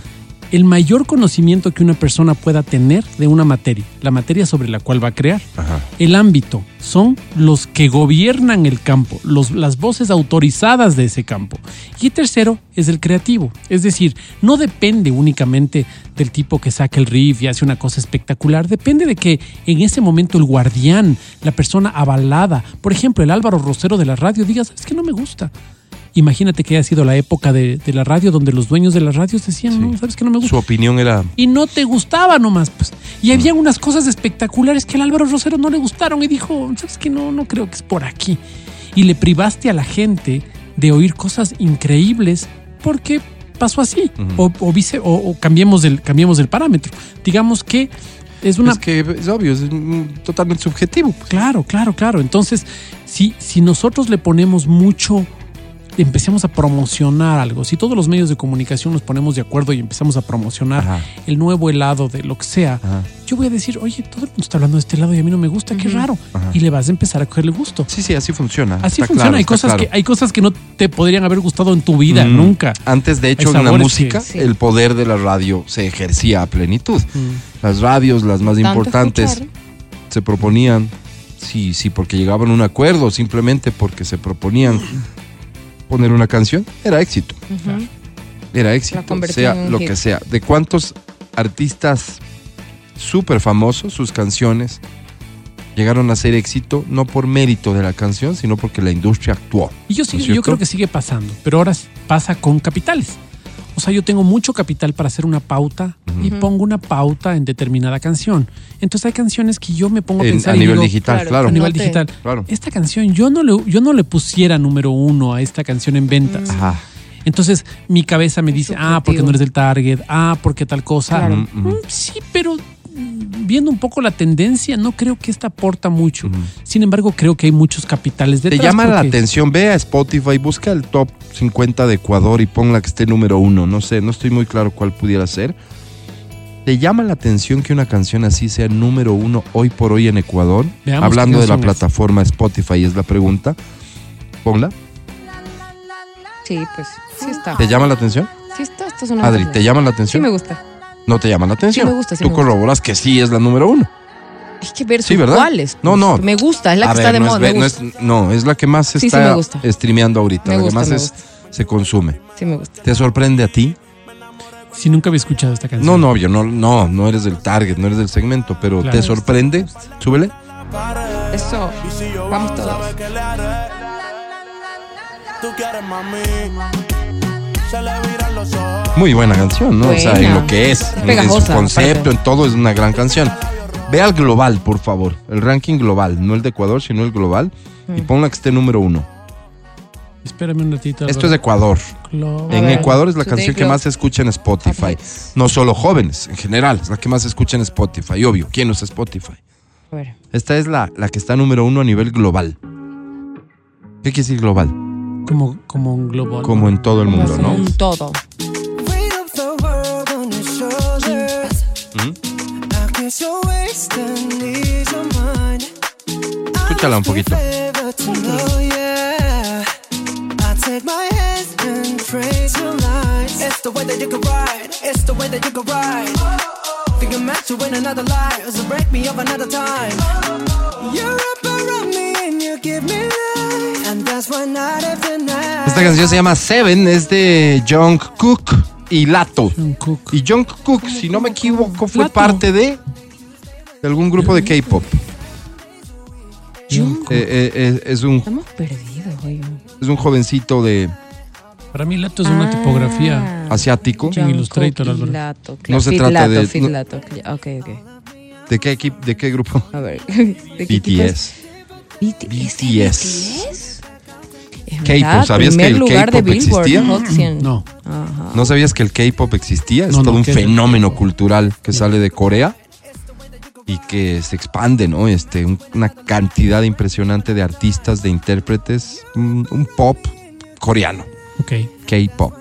Speaker 2: el mayor conocimiento que una persona pueda tener de una materia, la materia sobre la cual va a crear.
Speaker 1: Ajá.
Speaker 2: El ámbito son los que gobiernan el campo, los- las voces autorizadas de ese campo. Y tercero es el creativo, es decir, no depende únicamente del tipo que saca el riff y hace una cosa espectacular, depende de que en ese momento el guardián, la persona avalada, por ejemplo, el Álvaro Rosero de la radio, digas, es que no me gusta. Imagínate que haya sido la época de, de la radio donde los dueños de las radios decían,
Speaker 1: Sí.
Speaker 2: no, sabes que no me gusta
Speaker 1: Su opinión era.
Speaker 2: y no te gustaba nomás. Pues. Y
Speaker 1: Mm.
Speaker 2: había unas cosas espectaculares que al Álvaro Rosero no le gustaron y dijo, sabes que no, no creo que es por aquí. Y le privaste a la gente de oír cosas increíbles porque pasó así. o, o vice- o- o cambiemos, el, cambiemos el parámetro. Digamos que es una...
Speaker 1: Es que es obvio, es mm, totalmente subjetivo.
Speaker 2: Claro, claro, claro. Entonces, si, si nosotros le ponemos mucho, empecemos a promocionar algo, si todos los medios de comunicación nos ponemos de acuerdo y empezamos a promocionar
Speaker 1: Ajá.
Speaker 2: el nuevo helado de lo que sea,
Speaker 1: Ajá.
Speaker 2: yo voy a decir, oye, todo el mundo está hablando de este helado y a mí no me gusta, qué raro. Y le vas a empezar a coger el gusto.
Speaker 1: Sí, sí, así funciona.
Speaker 2: Así
Speaker 1: Está
Speaker 2: funciona.
Speaker 1: claro,
Speaker 2: hay,
Speaker 1: está
Speaker 2: cosas
Speaker 1: claro.
Speaker 2: que, hay cosas que no te podrían haber gustado en tu vida,
Speaker 1: Mm.
Speaker 2: nunca.
Speaker 1: Antes, de hecho,
Speaker 2: Hay
Speaker 1: en la
Speaker 2: sabores
Speaker 1: música,
Speaker 3: que- Sí.
Speaker 1: el poder de la radio se ejercía a plenitud.
Speaker 2: Mm.
Speaker 1: Las radios, las más
Speaker 3: Tanto
Speaker 1: importantes,
Speaker 3: escuchar.
Speaker 1: se proponían, sí, sí, porque llegaban a un acuerdo, simplemente porque se proponían poner una canción, era éxito.
Speaker 3: Ujú.
Speaker 1: Era
Speaker 3: La
Speaker 1: éxito,
Speaker 3: convertí
Speaker 1: sea
Speaker 3: en un
Speaker 1: lo
Speaker 3: hit.
Speaker 1: que sea. ¿De cuántos artistas súper famosos sus canciones llegaron a ser éxito no por mérito de la canción, sino porque la industria actuó.
Speaker 2: Y yo,
Speaker 1: ¿no
Speaker 2: sigo-
Speaker 1: es
Speaker 2: yo
Speaker 1: cierto?
Speaker 2: creo que sigue pasando, pero ahora s- pasa con capitales. O sea, yo tengo mucho capital para hacer una pauta y pongo una pauta en determinada canción. Entonces hay canciones que yo me pongo a
Speaker 1: En-
Speaker 2: pensar
Speaker 1: a
Speaker 2: y
Speaker 1: nivel
Speaker 2: digo,
Speaker 1: digital,
Speaker 3: claro,
Speaker 1: claro.
Speaker 2: a nivel
Speaker 3: No te-
Speaker 2: digital.
Speaker 1: Claro.
Speaker 2: Esta canción yo no, le, yo no le pusiera número uno a esta canción en ventas.
Speaker 1: Ajá.
Speaker 2: Entonces mi cabeza me
Speaker 3: Es
Speaker 2: dice, ah,
Speaker 3: subjetivo.
Speaker 2: porque no eres del target, ah, porque tal cosa.
Speaker 3: Claro.
Speaker 2: Mm, mm. Sí, pero mm, viendo un poco la tendencia, no creo que esta aporta mucho. Sin embargo, creo que hay muchos capitales
Speaker 1: Te
Speaker 2: detrás.
Speaker 1: llama la
Speaker 2: porque-
Speaker 1: atención, ve a Spotify, busca el top 50 de Ecuador y pon la que esté número uno. No sé, no estoy muy claro cuál pudiera ser. Te llama la atención que una canción así sea número uno hoy por hoy en Ecuador.
Speaker 2: Veamos
Speaker 1: Hablando
Speaker 2: qué
Speaker 1: de la
Speaker 2: canción es.
Speaker 1: plataforma Spotify es la pregunta. Ponla.
Speaker 3: Sí, pues sí está.
Speaker 1: Ah. ¿Te llama la atención?
Speaker 3: Sí está, esto es una.
Speaker 1: Adri, ¿te llama la atención?
Speaker 3: Sí me gusta.
Speaker 1: No te llama la atención.
Speaker 3: Sí me gusta, sí
Speaker 1: Tú
Speaker 3: me gusta.
Speaker 1: corroboras que sí es la número uno.
Speaker 3: Es que ver
Speaker 1: Sí,
Speaker 3: sus
Speaker 1: ¿verdad?
Speaker 3: cuáles.
Speaker 1: No, no.
Speaker 3: Me gusta, es la
Speaker 1: A
Speaker 3: que
Speaker 1: ver,
Speaker 3: está de
Speaker 1: no es
Speaker 3: moda.
Speaker 1: ve-
Speaker 3: me
Speaker 1: no
Speaker 3: gusta.
Speaker 1: es- no, es la que más se
Speaker 3: Sí, sí
Speaker 1: está
Speaker 3: me gusta.
Speaker 1: streameando ahorita,
Speaker 3: Me
Speaker 1: la que
Speaker 3: gusta,
Speaker 1: más
Speaker 3: me
Speaker 1: es-
Speaker 3: gusta.
Speaker 1: se consume.
Speaker 3: Sí me gusta.
Speaker 1: ¿Te sorprende a ti?
Speaker 2: Si nunca había escuchado esta canción.
Speaker 1: No, no, obvio, no, no, no eres del target, no eres del segmento, pero
Speaker 2: Claro.
Speaker 1: ¿te sorprende? Súbele.
Speaker 3: Eso. Vamos todos.
Speaker 7: eh. Tú quieres mami. Se le viran los ojos.
Speaker 1: Muy buena canción, ¿no? O sea,
Speaker 3: Buena.
Speaker 1: en lo que es,
Speaker 3: Es
Speaker 1: en- en su
Speaker 3: pegajosa,
Speaker 1: concepto,
Speaker 3: aparte.
Speaker 1: en todo, es una gran canción. Ve al global, por favor, el ranking global, no el de Ecuador, sino el global, y ponla que esté número uno.
Speaker 2: Espérame un ratito.
Speaker 1: Esto es de Ecuador.
Speaker 2: Clo-
Speaker 1: En
Speaker 3: ver,
Speaker 1: Ecuador es la
Speaker 3: Today
Speaker 1: canción que
Speaker 3: Club.
Speaker 1: más se escucha en Spotify.
Speaker 3: Updates.
Speaker 1: No solo jóvenes, en general, es la que más se escucha en Spotify. Obvio, ¿quién usa Spotify?
Speaker 3: A ver.
Speaker 1: Esta es la, la que está número uno a nivel global. ¿Qué quiere decir global?
Speaker 2: Como, como un global.
Speaker 1: Como en todo el mundo, ¿no?
Speaker 3: Un todo.
Speaker 8: Weight of the world on your shoulders. I guess your waist and knees are mine.
Speaker 1: Escúchala un poquito.
Speaker 8: Favor to know, yeah. I take my hands and praise your lines.
Speaker 7: It's the way that you can ride. It's the way that you can ride. Think I'm meant to win another life. So break me up another time.
Speaker 8: You're up around me and you give me life. And that's why night after night.
Speaker 1: Esta canción se llama Seven, es de John Cook y Lato.
Speaker 2: Un cook.
Speaker 1: Y John Cook, si no me equivoco, fue
Speaker 2: Lato.
Speaker 1: parte de, de algún grupo de K-pop.
Speaker 3: Jung.
Speaker 1: Eh, eh, eh, es, un,
Speaker 3: Estamos perdidos, oye.
Speaker 1: es un jovencito de
Speaker 2: Para mí, Lato es
Speaker 3: Ah,
Speaker 2: una tipografía.
Speaker 1: asiático.
Speaker 2: En Illustrator, Álvaro.
Speaker 3: Lato,
Speaker 1: No se trata de-
Speaker 3: Fitlato, Ok, ok.
Speaker 1: ¿De qué, equi- ¿De qué grupo?
Speaker 3: A ver. ¿de qué equipo es?
Speaker 1: BTS. BTS.
Speaker 3: BTS. Es
Speaker 1: K-pop,
Speaker 3: verdad,
Speaker 1: ¿sabías que
Speaker 3: primer
Speaker 1: el
Speaker 3: lugar de
Speaker 1: K-pop
Speaker 3: Billboard
Speaker 1: existía? Mm,
Speaker 3: Hot 100.
Speaker 2: No.
Speaker 3: Ajá.
Speaker 1: ¿No sabías que el K-pop existía? Es
Speaker 2: No, no,
Speaker 1: todo un
Speaker 2: ¿qué es el
Speaker 1: fenómeno cultural que sale de Corea y que se expande, ¿no? Este, un- una cantidad impresionante de artistas, de intérpretes, un, un pop coreano,
Speaker 2: Ok. Y,
Speaker 1: K-pop.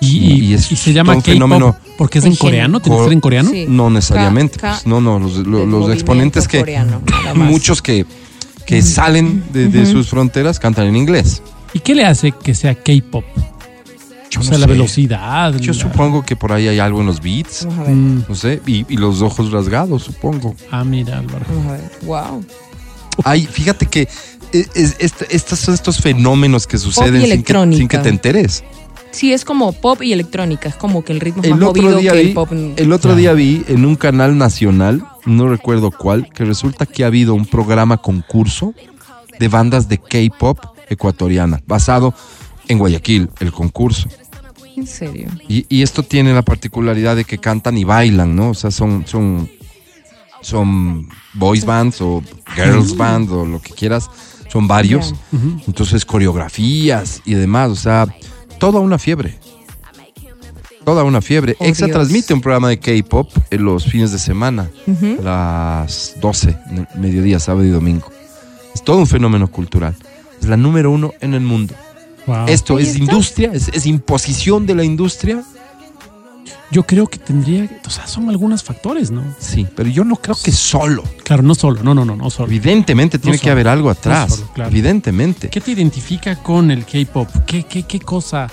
Speaker 2: y,
Speaker 1: Y es
Speaker 2: y se llama
Speaker 1: todo un fenómeno.
Speaker 2: K-pop porque es en
Speaker 3: En gen-
Speaker 2: coreano. ¿Tiene que
Speaker 1: Cor-
Speaker 2: ser en coreano?
Speaker 3: Sí.
Speaker 1: No necesariamente,
Speaker 3: K-
Speaker 1: pues, no, no, los, lo-
Speaker 3: del
Speaker 1: los
Speaker 3: movimiento
Speaker 1: exponentes que
Speaker 3: coreano, nada más.
Speaker 1: muchos que,
Speaker 2: Mm.
Speaker 1: que salen de, de sus fronteras cantan en inglés.
Speaker 2: ¿Y qué le hace que sea K-pop?
Speaker 1: Yo
Speaker 2: O
Speaker 1: no
Speaker 2: sea, la
Speaker 1: sé.
Speaker 2: velocidad.
Speaker 1: Yo
Speaker 2: la-
Speaker 1: supongo que por ahí hay algo en los beats,
Speaker 3: Vamos a ver.
Speaker 2: Mm.
Speaker 1: no sé, y- y los ojos rasgados, supongo.
Speaker 2: Ah, mira, Álvaro.
Speaker 3: Vamos a ver. Wow.
Speaker 1: Ay, fíjate que es- es- est- estos son estos fenómenos que suceden sin que,
Speaker 3: electrónica.
Speaker 1: sin que te enteres.
Speaker 3: Sí, es como pop y electrónica. Es como que el ritmo es
Speaker 1: El
Speaker 3: más
Speaker 1: otro,
Speaker 3: movido
Speaker 1: día
Speaker 3: que
Speaker 1: vi,
Speaker 3: el pop.
Speaker 1: el otro día vi en un canal nacional, no recuerdo cuál, que resulta que ha habido un programa concurso de bandas de K-pop ecuatoriana, basado en Guayaquil, el concurso.
Speaker 3: En serio.
Speaker 1: Y, y esto tiene la particularidad de que cantan y bailan, ¿no? O sea, son, son, son boys bands o girls bands o lo que quieras. Son varios. Entonces, coreografías y demás. O sea, toda una fiebre. Toda una fiebre.
Speaker 3: Oh,
Speaker 1: Exa
Speaker 3: Dios.
Speaker 1: transmite un programa de K-pop en los fines de semana, a las 12, en el mediodía, sábado y domingo. Es todo un fenómeno cultural. Es la número uno en el mundo.
Speaker 2: Wow.
Speaker 1: Esto
Speaker 3: Ahí
Speaker 1: es
Speaker 3: está.
Speaker 1: industria, es, es imposición de la industria.
Speaker 2: Yo creo que tendría. O sea, son algunos factores, ¿no?
Speaker 1: Sí, pero yo no creo que solo.
Speaker 2: Claro, no solo. No, no, no, no solo.
Speaker 1: Evidentemente tiene que
Speaker 2: solo.
Speaker 1: haber algo atrás.
Speaker 2: solo, claro.
Speaker 1: Evidentemente.
Speaker 2: ¿Qué te identifica con el K-pop? ¿Qué, qué, qué cosa?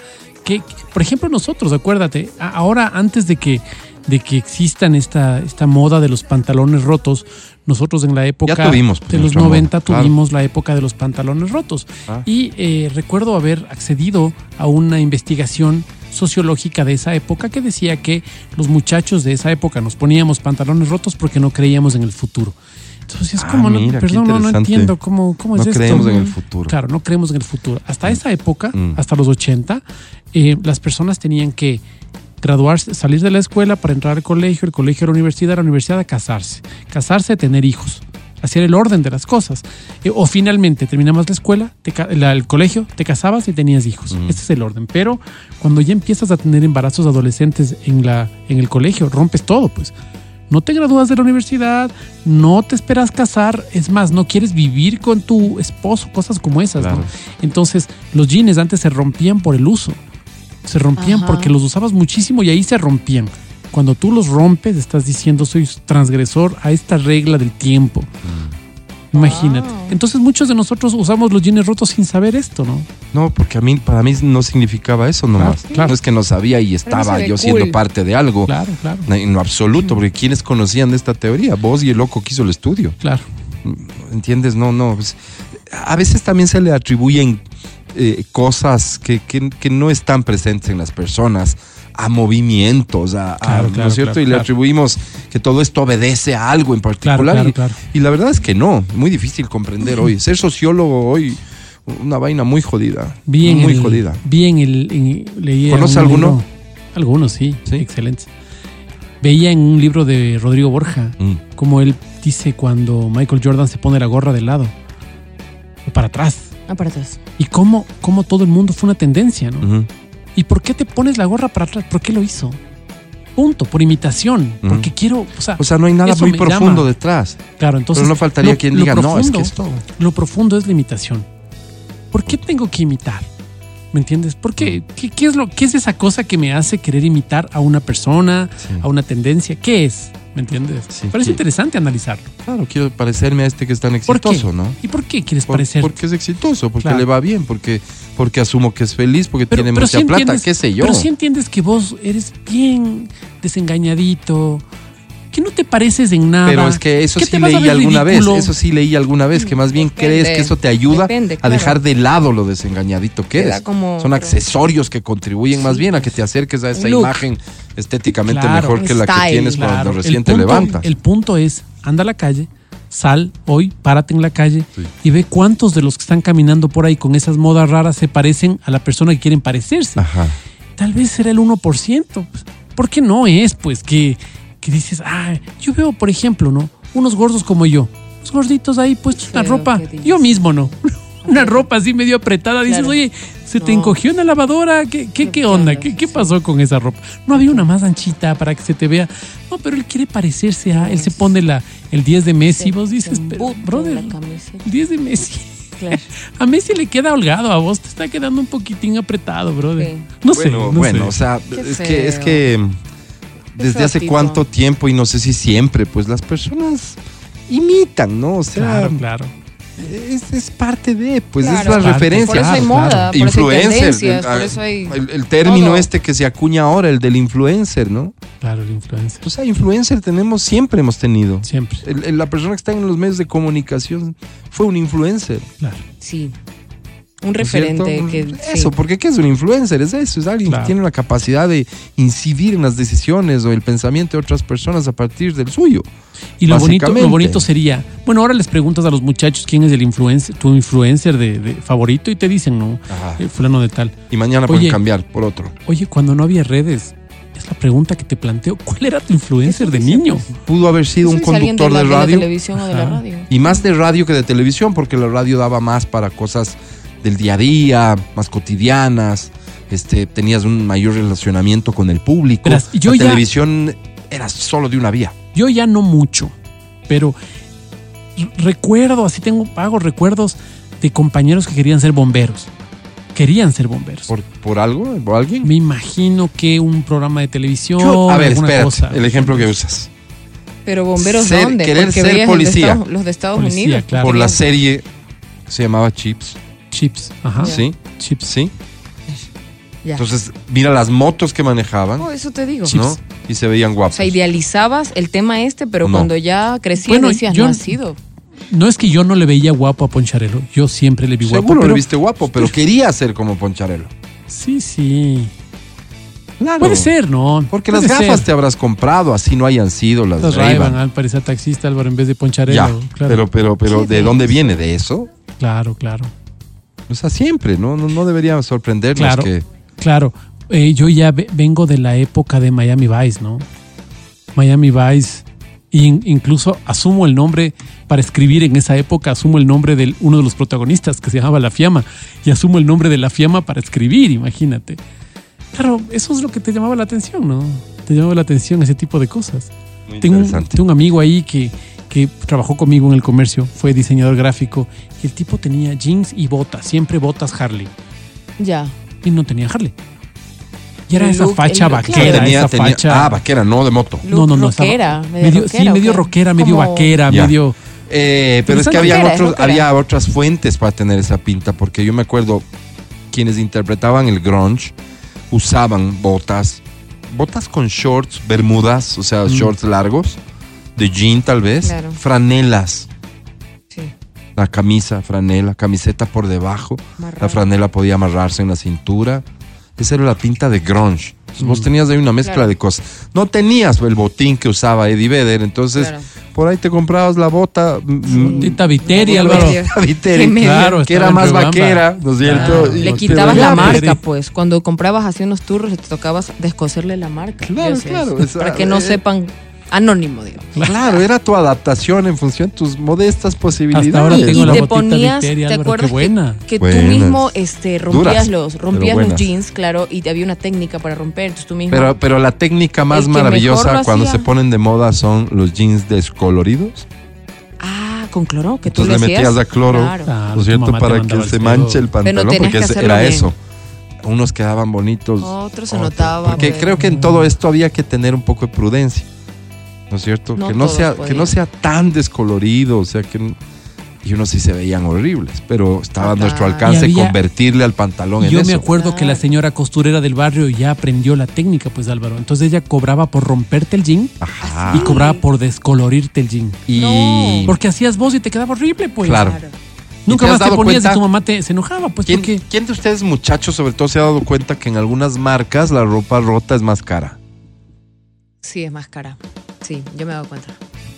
Speaker 2: ¿Qué, qué- Por ejemplo, nosotros, acuérdate, a- ahora antes de que, de que existan esta, esta moda de los pantalones rotos, nosotros en la época
Speaker 1: tuvimos, pues,
Speaker 2: de los
Speaker 1: nuestra moda,
Speaker 2: 90
Speaker 1: claro.
Speaker 2: tuvimos la época de los pantalones rotos.
Speaker 1: Ah.
Speaker 2: Y eh, recuerdo haber accedido a una investigación sociológica de esa época que decía que los muchachos de esa época nos poníamos pantalones rotos porque no creíamos en el futuro. Entonces,
Speaker 1: Ah,
Speaker 2: como
Speaker 1: mira,
Speaker 2: no,
Speaker 1: qué
Speaker 2: perdón, no, no
Speaker 1: interesante.
Speaker 2: entiendo cómo, cómo es
Speaker 1: No
Speaker 2: esto.
Speaker 1: creemos en el futuro.
Speaker 2: Claro, no creemos en el futuro. Hasta esa época,
Speaker 1: Mm.
Speaker 2: hasta los 80, eh, las personas tenían que graduarse, salir de la escuela para entrar al colegio, el colegio a la universidad, a la universidad a casarse, casarse, tener hijos. Así era el orden de las cosas. Eh, o finalmente terminabas la escuela, te ca- la- el colegio, te casabas y tenías hijos.
Speaker 1: Mm.
Speaker 2: Ese es el orden. Pero cuando ya empiezas a tener embarazos adolescentes en, la, en el colegio, rompes todo, pues. No te gradúas de la universidad, no te esperas casar, es más, no quieres vivir con tu esposo, cosas como esas. ¿no?
Speaker 1: Claro.
Speaker 2: Entonces, los jeans antes se rompían por el uso, se rompían
Speaker 3: Ajá.
Speaker 2: porque los usabas muchísimo y ahí se rompían. Cuando tú los rompes, estás diciendo soy transgresor a esta regla del tiempo. Imagínate.
Speaker 3: Mm. Wow.
Speaker 2: Entonces muchos de nosotros usamos los jeans rotos sin saber esto, ¿no?
Speaker 1: No, porque a mí, para mí no significaba eso nomás.
Speaker 2: Claro, claro.
Speaker 1: No es que no sabía y
Speaker 3: no
Speaker 1: estaba
Speaker 3: se ve
Speaker 1: yo
Speaker 3: cool.
Speaker 1: siendo parte de algo.
Speaker 2: Claro, claro,
Speaker 1: En lo absoluto, porque ¿quiénes conocían de esta teoría? Vos y el loco que hizo el estudio.
Speaker 2: claro.
Speaker 1: ¿Entiendes? No, no. pues, a veces también se le atribuyen eh, cosas que, que- que no están presentes en las personas, a movimientos, a, a-
Speaker 2: Claro,
Speaker 1: ¿no
Speaker 2: claro,
Speaker 1: es cierto?
Speaker 2: claro,
Speaker 1: y le
Speaker 2: claro.
Speaker 1: atribuimos que todo esto obedece a algo en particular.
Speaker 2: claro,
Speaker 1: y,
Speaker 2: claro.
Speaker 1: y la verdad es que no, muy difícil comprender hoy. Ser sociólogo hoy, una vaina muy jodida.
Speaker 2: Bien,
Speaker 1: muy
Speaker 2: el-
Speaker 1: jodida.
Speaker 2: Bien, el, en- leía
Speaker 1: ¿Conoce
Speaker 2: un
Speaker 1: alguno?
Speaker 2: libro- algunos, sí,
Speaker 1: ¿Sí?
Speaker 2: excelentes. Veía en un libro de Rodrigo Borja
Speaker 1: Mm.
Speaker 2: como él dice cuando Michael Jordan se pone la gorra de lado o para atrás
Speaker 3: Ah, para atrás.
Speaker 2: y cómo, cómo todo el mundo fue una tendencia, ¿no?
Speaker 1: Ujú.
Speaker 2: ¿Y por qué te pones la gorra para atrás? ¿Por qué lo hizo? Punto, por imitación,
Speaker 1: Ujú.
Speaker 2: porque quiero, o sea,
Speaker 1: O sea, no hay nada
Speaker 2: Eso
Speaker 1: muy
Speaker 2: me
Speaker 1: profundo
Speaker 2: llama.
Speaker 1: detrás.
Speaker 2: claro, entonces
Speaker 1: pero no faltaría
Speaker 2: lo-
Speaker 1: quien
Speaker 2: lo
Speaker 1: diga, no, es que
Speaker 2: profundo-
Speaker 1: esto.
Speaker 2: lo profundo es la imitación. ¿Por qué tengo que imitar? ¿Me entiendes? ¿Por qué? ¿Qué, qué es, lo, ¿Qué es esa cosa que me hace querer imitar a una persona,
Speaker 1: Sí.
Speaker 2: a una tendencia? ¿Qué es? ¿Me entiendes?
Speaker 1: Sí,
Speaker 2: Parece
Speaker 1: que-
Speaker 2: interesante analizarlo.
Speaker 1: Claro, quiero parecerme a este que es tan
Speaker 2: ¿Por
Speaker 1: exitoso,
Speaker 2: qué?
Speaker 1: ¿no?
Speaker 2: ¿Y por qué quieres
Speaker 1: Por-
Speaker 2: parecer?
Speaker 1: Porque es exitoso, porque
Speaker 2: Claro.
Speaker 1: le va bien, porque, porque asumo que es feliz, porque tiene mucha
Speaker 2: sí
Speaker 1: plata,
Speaker 2: entiendes-
Speaker 1: qué sé yo.
Speaker 2: Pero sí entiendes que vos eres bien desengañadito, que no te pareces en nada.
Speaker 1: Pero es que eso
Speaker 2: te
Speaker 1: sí
Speaker 2: vas a
Speaker 1: leí
Speaker 2: ver
Speaker 1: alguna
Speaker 2: ridículo.
Speaker 1: vez, eso sí leí alguna vez, que más bien
Speaker 3: Depende,
Speaker 1: crees que eso te ayuda
Speaker 3: depende,
Speaker 1: a
Speaker 3: claro.
Speaker 1: dejar de lado lo desengañadito que
Speaker 3: Te da
Speaker 1: eres.
Speaker 3: como-
Speaker 1: Son accesorios que contribuyen más bien a que te acerques a esa
Speaker 3: Un look.
Speaker 1: imagen estéticamente
Speaker 2: Claro.
Speaker 1: mejor que la que
Speaker 3: Style,
Speaker 1: tienes
Speaker 3: claro.
Speaker 1: cuando
Speaker 2: El
Speaker 1: recién te
Speaker 2: punto-
Speaker 1: levantas.
Speaker 2: El punto es, anda a la calle, sal hoy, párate en la calle
Speaker 1: Sí.
Speaker 2: y ve cuántos de los que están caminando por ahí con esas modas raras se parecen a la persona que quieren parecerse.
Speaker 1: Ajá.
Speaker 2: Tal vez será el 1%. pues. ¿Por qué no es? Pues que, que dices, ah, yo veo, por ejemplo, ¿no? Unos gordos como yo. Los gorditos ahí puestos una
Speaker 3: Feo,
Speaker 2: ropa.
Speaker 3: ¿qué dices?
Speaker 2: Yo mismo no. Una ropa así medio apretada. Dices,
Speaker 3: Claro.
Speaker 2: oye, se te
Speaker 3: No.
Speaker 2: encogió en la lavadora. ¿Qué, qué, qué onda? ¿Qué, qué pasó con esa ropa? No había una más anchita para que se te vea. No, pero él quiere parecerse a. Él
Speaker 3: Pues,
Speaker 2: se pone la, el 10 de Messi. Vos dices, pero, brother,
Speaker 3: La camiseta.
Speaker 2: el 10 de Messi.
Speaker 3: Claro.
Speaker 2: A Messi le queda holgado, a vos te está quedando un poquitín apretado, brother.
Speaker 3: Sí.
Speaker 2: No sé.
Speaker 1: Bueno,
Speaker 2: no
Speaker 1: bueno,
Speaker 2: sé.
Speaker 1: o sea,
Speaker 3: Qué
Speaker 1: es que, es
Speaker 3: feo.
Speaker 1: que mm,
Speaker 3: Qué
Speaker 1: desde
Speaker 3: feo
Speaker 1: hace
Speaker 3: tipo.
Speaker 1: cuánto tiempo y no sé si siempre, pues las personas imitan, ¿no? O sea,
Speaker 2: Claro, claro.
Speaker 1: Es, es parte de, pues es
Speaker 3: Claro.
Speaker 1: la
Speaker 2: Parte.
Speaker 1: referencia.
Speaker 3: Por eso hay
Speaker 2: Claro,
Speaker 3: moda, por eso hay
Speaker 1: influencer.
Speaker 3: tendencias,
Speaker 1: ah,
Speaker 3: por eso hay...
Speaker 1: el, el término
Speaker 3: todo.
Speaker 1: este que se acuña ahora, el del influencer, ¿no?
Speaker 2: Claro, el influencer.
Speaker 1: O sea, influencer tenemos, siempre hemos tenido.
Speaker 2: Siempre.
Speaker 1: El- el- la persona que está en los medios de comunicación fue un influencer. ¿no
Speaker 2: Claro.
Speaker 3: Sí. Un
Speaker 1: es cierto?
Speaker 3: referente que...
Speaker 1: Eso,
Speaker 3: sí.
Speaker 1: porque ¿qué es un influencer? Es eso, es alguien
Speaker 2: Claro.
Speaker 1: que tiene la capacidad de incidir en las decisiones o el pensamiento de otras personas a partir del suyo.
Speaker 2: Y lo bonito, lo
Speaker 1: Básicamente.
Speaker 2: bonito sería. Bueno, ahora les preguntas a los muchachos quién es el influencer, tu influencer de, de favorito y te dicen, no,
Speaker 1: Ajá.
Speaker 2: eh, fulano de tal.
Speaker 1: Y mañana
Speaker 2: Oye.
Speaker 1: pueden cambiar por otro.
Speaker 2: Oye, cuando no había redes, es la pregunta que te planteo. ¿Cuál era tu influencer
Speaker 3: Eso
Speaker 2: de
Speaker 3: dice,
Speaker 2: niño?
Speaker 1: Pudo haber sido
Speaker 3: Eso
Speaker 1: un
Speaker 3: es alguien
Speaker 1: conductor
Speaker 3: la-
Speaker 1: de
Speaker 3: la
Speaker 1: radio.
Speaker 3: televisión o de la
Speaker 2: Ajá.
Speaker 3: radio.
Speaker 1: Y más de radio que de televisión, porque la radio daba más para cosas del día a día, más cotidianas. Este, tenías un mayor relacionamiento con el público.
Speaker 2: Verás, yo
Speaker 1: la
Speaker 2: ya-
Speaker 1: televisión era solo de una vía.
Speaker 2: Yo ya no mucho, pero r- recuerdo, así tengo vagos recuerdos de compañeros que querían ser bomberos. Querían ser bomberos.
Speaker 1: ¿Por, por algo? ¿Por alguien?
Speaker 2: Me imagino que un programa de televisión.
Speaker 1: Yo- a ver,
Speaker 2: alguna
Speaker 1: espérate,
Speaker 2: cosa.
Speaker 1: el ejemplo que usas.
Speaker 3: Pero bomberos
Speaker 1: Ser-
Speaker 3: dónde?
Speaker 1: querer
Speaker 3: Porque
Speaker 1: ser
Speaker 3: veías el de
Speaker 1: policía.
Speaker 3: Estados- los de Estados
Speaker 2: Policía,
Speaker 3: Unidos.
Speaker 2: claro.
Speaker 1: Por la serie que se llamaba Chips.
Speaker 2: Chips. Ajá.
Speaker 3: Ya.
Speaker 1: ¿Sí?
Speaker 2: Chips.
Speaker 1: ¿Sí?
Speaker 3: Ya.
Speaker 1: Entonces, mira las motos que manejaban,
Speaker 2: Oh,
Speaker 3: No, eso te digo.
Speaker 1: ¿no? Y se veían
Speaker 3: O
Speaker 1: guapos.
Speaker 3: sea, idealizabas el tema este, pero
Speaker 1: No.
Speaker 3: cuando ya crecías
Speaker 2: Bueno,
Speaker 3: decías,
Speaker 2: yo-
Speaker 3: no ha sido.
Speaker 2: No es que yo no le veía guapo a Poncharelo, yo siempre le vi
Speaker 1: Seguro
Speaker 2: guapo.
Speaker 1: lo
Speaker 2: pero-
Speaker 1: viste guapo, pero quería ser como Poncharelo.
Speaker 2: Sí, sí.
Speaker 1: Claro.
Speaker 2: Puede ser, ¿no?
Speaker 1: Porque
Speaker 2: Puede
Speaker 1: las gafas
Speaker 2: ser.
Speaker 1: te habrás comprado, así no hayan sido las
Speaker 2: Las
Speaker 1: Ray-Ban.
Speaker 2: Ray-Ban, al parecer taxista, Álvaro, en vez de poncharelo.
Speaker 1: Ya,
Speaker 2: claro,
Speaker 1: pero, pero, pero
Speaker 3: Qué
Speaker 1: ¿de dónde viene? ¿De eso?
Speaker 2: claro, claro.
Speaker 1: O sea, siempre, ¿no? No, no debería sorprendernos
Speaker 2: Claro.
Speaker 1: que...
Speaker 2: Claro, Eh, yo ya ve- vengo de la época de Miami Vice, ¿no? Miami Vice, in- incluso asumo el nombre, para escribir en esa época, asumo el nombre de uno de los protagonistas que se llamaba La Fiamma, y asumo el nombre de La Fiamma para escribir, imagínate. Claro, eso es lo que te llamaba la atención, ¿no? Te llamaba la atención ese tipo de cosas.
Speaker 1: Muy
Speaker 2: Tengo un,
Speaker 1: interesante.
Speaker 2: tengo un amigo ahí que, que trabajó conmigo en el comercio, fue diseñador gráfico, y el tipo tenía jeans y botas, siempre botas Harley
Speaker 3: Ya.
Speaker 2: y no tenía Harley. Y era
Speaker 3: El
Speaker 2: esa
Speaker 3: look,
Speaker 2: facha
Speaker 3: el look,
Speaker 2: vaquera,
Speaker 3: claro.
Speaker 2: esa facha.
Speaker 1: Ah, vaquera, no de moto.
Speaker 2: no, no, no. estaba-
Speaker 3: Rockera, medio
Speaker 2: medio-
Speaker 3: rockera,
Speaker 2: sí,
Speaker 3: ¿o
Speaker 2: medio
Speaker 3: qué?
Speaker 2: rockera, medio
Speaker 3: Como-
Speaker 2: vaquera,
Speaker 1: Ya.
Speaker 2: medio.
Speaker 1: Eh, pero
Speaker 3: Pero
Speaker 1: es
Speaker 3: esa
Speaker 1: que
Speaker 3: no
Speaker 1: había,
Speaker 3: era, esa
Speaker 1: otros,
Speaker 3: no era.
Speaker 1: había otras fuentes para tener esa pinta, porque yo me acuerdo quienes interpretaban el grunge usaban botas, botas con shorts, bermudas, o sea,
Speaker 2: Mm.
Speaker 1: shorts largos, de jean tal vez,
Speaker 3: Claro.
Speaker 1: franelas,
Speaker 3: Sí,
Speaker 1: la camisa, franela, camiseta por debajo, la
Speaker 3: amarrado.
Speaker 1: franela podía amarrarse en la cintura. Esa era la pinta de grunge. Entonces, Vos
Speaker 2: Mm.
Speaker 1: tenías ahí una mezcla
Speaker 3: Claro.
Speaker 1: de cosas. No tenías el botín que usaba Eddie Vedder, entonces
Speaker 3: Claro.
Speaker 1: por ahí te comprabas la bota. mm,
Speaker 2: Tita Viteri,
Speaker 3: Medio
Speaker 2: Álvaro.
Speaker 3: vaquera.
Speaker 1: Viteri,
Speaker 3: Qué medio.
Speaker 2: Claro,
Speaker 1: que era
Speaker 2: estaba en
Speaker 1: más
Speaker 2: Riobamba.
Speaker 1: vaquera, ¿no es cierto?
Speaker 2: Claro.
Speaker 1: Y-
Speaker 3: Le
Speaker 2: Los
Speaker 3: quitabas
Speaker 1: pero
Speaker 3: la
Speaker 1: ya,
Speaker 3: marca,
Speaker 2: Jerry.
Speaker 3: pues. Cuando comprabas así unos turros, te tocabas descoserle la marca.
Speaker 1: Claro,
Speaker 3: Yo hacía
Speaker 1: claro,
Speaker 3: eso,
Speaker 1: esa-
Speaker 3: para que no
Speaker 1: eh.
Speaker 3: sepan anónimo, digo.
Speaker 1: pues, Claro, era tu adaptación en función de tus modestas posibilidades.
Speaker 2: Hasta ahora
Speaker 3: Y,
Speaker 2: tengo
Speaker 3: y
Speaker 2: la
Speaker 3: te
Speaker 2: botita
Speaker 3: ponías,
Speaker 2: Viteri,
Speaker 3: ¿te
Speaker 2: Álvaro,
Speaker 3: acuerdas
Speaker 2: qué buena.
Speaker 3: que, que tú
Speaker 1: Buenas.
Speaker 3: mismo este, rompías
Speaker 1: Duras,
Speaker 3: los,
Speaker 1: pero
Speaker 3: rompías los
Speaker 1: buenas.
Speaker 3: jeans, claro, y había una técnica para romper, entonces tú mismo.
Speaker 1: Pero, pero la técnica más
Speaker 3: El que mejor
Speaker 1: maravillosa
Speaker 3: lo
Speaker 1: cuando
Speaker 3: hacía.
Speaker 1: se ponen de moda son los jeans descoloridos.
Speaker 3: ah, con cloro, que tú
Speaker 1: Entonces le
Speaker 3: hacías.
Speaker 1: metías a cloro,
Speaker 3: Claro.
Speaker 2: Ah,
Speaker 1: ¿no
Speaker 2: tu
Speaker 1: es cierto?
Speaker 2: mamá te
Speaker 1: Para que
Speaker 2: mandaba
Speaker 1: se
Speaker 2: pedo.
Speaker 1: manche el
Speaker 3: Pero
Speaker 1: pantalón,
Speaker 3: tenías
Speaker 1: porque
Speaker 3: que
Speaker 1: ese-
Speaker 3: hacerlo
Speaker 1: era
Speaker 3: bien.
Speaker 1: eso. Unos quedaban bonitos.
Speaker 3: Otro se notaba,
Speaker 1: Porque
Speaker 3: pues.
Speaker 1: creo que en todo esto había que tener un poco de prudencia. ¿No es cierto?
Speaker 3: No
Speaker 1: que, no
Speaker 3: todos
Speaker 1: sea, que
Speaker 3: podían.
Speaker 1: no sea tan descolorido, o sea que. n- Y unos sí se veían horribles, pero estaba a nuestro
Speaker 3: Total.
Speaker 1: alcance
Speaker 2: Y había-
Speaker 1: convertirle al pantalón en
Speaker 2: Yo me
Speaker 1: eso.
Speaker 2: acuerdo que la
Speaker 3: Claro.
Speaker 2: señora costurera del barrio ya aprendió la técnica, pues Álvaro. Entonces ella cobraba por romperte el jean
Speaker 1: Ajá.
Speaker 2: y cobraba por descolorirte el jean.
Speaker 1: Y.
Speaker 3: No.
Speaker 2: Porque hacías vos y te quedaba horrible, pues.
Speaker 1: Claro. ¿Y te
Speaker 2: Nunca más
Speaker 1: has
Speaker 2: te
Speaker 1: dado
Speaker 2: ponías
Speaker 1: cuenta?
Speaker 2: y tu mamá te, se enojaba, pues,
Speaker 1: ¿Quién,
Speaker 2: porque.
Speaker 1: quién de ustedes, muchachos, sobre todo, se ha dado cuenta que en algunas marcas la ropa rota es más cara?
Speaker 3: Sí, es más cara. Sí, yo me he dado cuenta.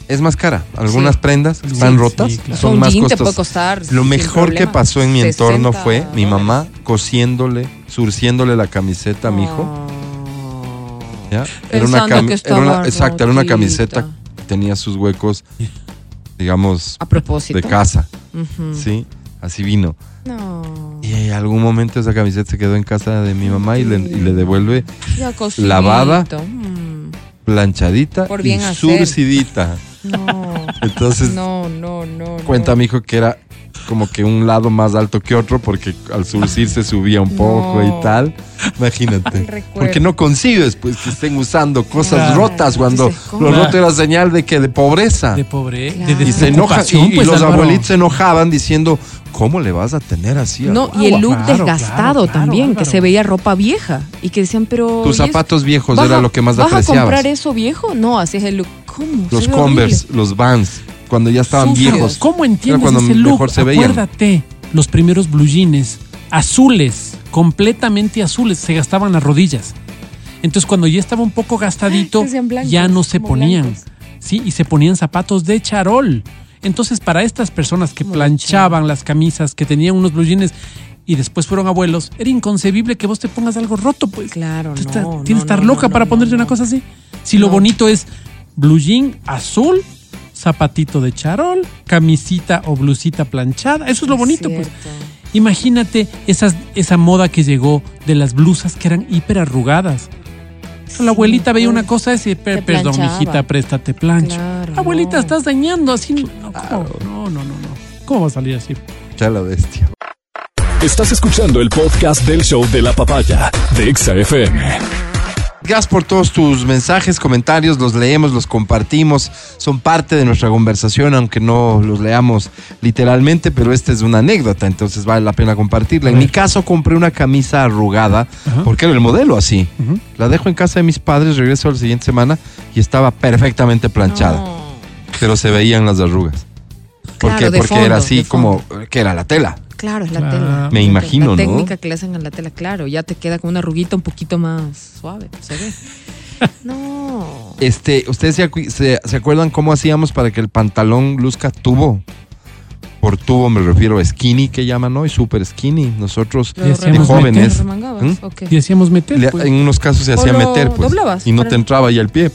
Speaker 1: Es más cara. Algunas
Speaker 3: Sí.
Speaker 1: prendas que están
Speaker 2: Sí,
Speaker 1: rotas,
Speaker 2: sí, claro.
Speaker 1: son
Speaker 3: un
Speaker 1: más
Speaker 3: jean te
Speaker 1: costosas.
Speaker 3: puede costar.
Speaker 1: Lo
Speaker 3: sin
Speaker 1: mejor que
Speaker 3: problema,
Speaker 1: pasó en mi
Speaker 3: 60
Speaker 1: entorno fue mi mamá
Speaker 3: dólares.
Speaker 1: cosiéndole, surciéndole la camiseta a mi hijo.
Speaker 3: Oh.
Speaker 1: ¿ya? Era una
Speaker 3: Pensando
Speaker 1: cami-
Speaker 3: que
Speaker 1: era una-
Speaker 3: estaba
Speaker 1: exacto, era una
Speaker 3: rotita.
Speaker 1: camiseta que tenía sus huecos, digamos,
Speaker 3: A propósito.
Speaker 1: de casa,
Speaker 3: Ujú.
Speaker 1: ¿sí? Así vino.
Speaker 3: No.
Speaker 1: Y en algún momento esa camiseta se quedó en casa de mi mamá y le, y le devuelve
Speaker 3: Ya cocidito.
Speaker 1: Lavada.
Speaker 3: Mm.
Speaker 1: planchadita
Speaker 3: Por
Speaker 1: y
Speaker 3: bien hacer.
Speaker 1: surcidita.
Speaker 3: No.
Speaker 1: Entonces,
Speaker 3: No, no, no. no.
Speaker 1: cuenta mi hijo que era como que un lado más alto que otro porque al surcir se subía un poco
Speaker 3: No.
Speaker 1: y tal. Imagínate. Porque no consigues pues que estén usando cosas
Speaker 2: Claro.
Speaker 1: rotas cuando
Speaker 3: Dices, ¿cómo?
Speaker 1: lo roto
Speaker 2: Claro.
Speaker 1: era señal de que de pobreza.
Speaker 2: De pobre, eh,
Speaker 3: Claro.
Speaker 2: de
Speaker 1: Ah. y se enoja y,
Speaker 2: desocupación,
Speaker 1: y
Speaker 2: pues,
Speaker 1: los
Speaker 2: Álvaro.
Speaker 1: abuelitos se enojaban diciendo, "¿Cómo le vas a tener así?" a-
Speaker 3: No, y el look
Speaker 2: Claro,
Speaker 3: desgastado
Speaker 2: claro, claro,
Speaker 3: también, que
Speaker 2: Álvaro.
Speaker 3: se veía ropa vieja y que decían, pero.
Speaker 1: Tus
Speaker 3: ¿y es-
Speaker 1: zapatos viejos
Speaker 3: vas
Speaker 1: era
Speaker 3: a-
Speaker 1: lo que más
Speaker 3: ¿Vas a
Speaker 1: apreciabas.
Speaker 3: comprar eso viejo? No, así es el look. ¿Cómo? Se
Speaker 1: Los
Speaker 3: ve
Speaker 1: Converse, los Vans, cuando ya estaban
Speaker 2: Súper.
Speaker 1: viejos.
Speaker 2: ¿Cómo
Speaker 1: Era
Speaker 2: entiendes
Speaker 1: cuando
Speaker 2: ese look?
Speaker 1: mejor se veían.
Speaker 2: Acuérdate, los primeros blue jeans azules, completamente azules, se gastaban las rodillas. Entonces cuando ya estaba un poco gastadito,
Speaker 3: Que sean blancos,
Speaker 2: ya no se
Speaker 3: como
Speaker 2: ponían.
Speaker 3: blancos.
Speaker 2: Sí, y se ponían zapatos de charol. Entonces para estas personas que
Speaker 3: Como de
Speaker 2: planchaban las camisas, que tenían unos blue jeans y después fueron abuelos, era inconcebible que vos te pongas algo roto, pues.
Speaker 3: Claro,
Speaker 2: Tú
Speaker 3: no,
Speaker 2: estás-
Speaker 3: no,
Speaker 2: tienes que estar
Speaker 3: no,
Speaker 2: loca
Speaker 3: no,
Speaker 2: para
Speaker 3: no,
Speaker 2: ponerte una
Speaker 3: no.
Speaker 2: cosa así. Si lo
Speaker 3: No.
Speaker 2: bonito es blue jean azul, zapatito de charol, camisita o blusita planchada, eso es lo bonito, pues.
Speaker 3: Cierto.
Speaker 2: Imagínate esas, esa moda que llegó de las blusas que eran hiper arrugadas.
Speaker 3: Sí,
Speaker 2: la abuelita veía
Speaker 3: pues,
Speaker 2: una cosa y decía, "Per-
Speaker 3: te
Speaker 2: perdón,
Speaker 3: planchaba.
Speaker 2: hijita, préstate plancha.
Speaker 3: Claro,
Speaker 2: abuelita,
Speaker 3: no.
Speaker 2: estás dañando así. No, ¿cómo? no, no, no, no. ¿Cómo va a salir así?
Speaker 1: Ya la bestia.
Speaker 5: Estás escuchando el podcast del show de la papaya de Exa FM.
Speaker 1: Gracias por todos tus mensajes, comentarios, los leemos, los compartimos, son parte de nuestra conversación, aunque no los leamos literalmente, pero esta es una anécdota, entonces vale la pena compartirla. En mi caso compré una camisa arrugada,
Speaker 2: Ajá.
Speaker 1: porque era el modelo así.
Speaker 2: Ujú.
Speaker 1: La dejo en casa de mis padres, regreso la siguiente semana y estaba perfectamente planchada, pero se veían las arrugas. ¿Por
Speaker 3: Claro,
Speaker 1: qué?
Speaker 3: de
Speaker 1: Porque
Speaker 3: fondo,
Speaker 1: era así
Speaker 3: de
Speaker 1: como, que era la tela.
Speaker 3: claro, es la
Speaker 2: Claro.
Speaker 3: tela.
Speaker 1: Me imagino,
Speaker 3: La
Speaker 1: ¿no?
Speaker 3: técnica que le hacen a la tela, claro. Ya te queda con una ruguita un poquito más suave. Se ve. no.
Speaker 1: Este, ¿ustedes se, acu- se- se acuerdan cómo hacíamos para que el pantalón luzca tubo? Por tubo me refiero a skinny que llaman hoy, super skinny. Nosotros
Speaker 3: Lo
Speaker 2: hacíamos
Speaker 3: remangabas,
Speaker 1: jóvenes.
Speaker 3: lo remangabas,
Speaker 1: ¿Mm?
Speaker 3: ok.
Speaker 2: Y hacíamos meter.
Speaker 1: le-
Speaker 2: pues.
Speaker 1: en unos casos se
Speaker 3: O
Speaker 1: hacía
Speaker 3: lo
Speaker 1: meter, pues,
Speaker 3: doblabas
Speaker 1: y no
Speaker 3: para-
Speaker 1: te entraba ya el pie.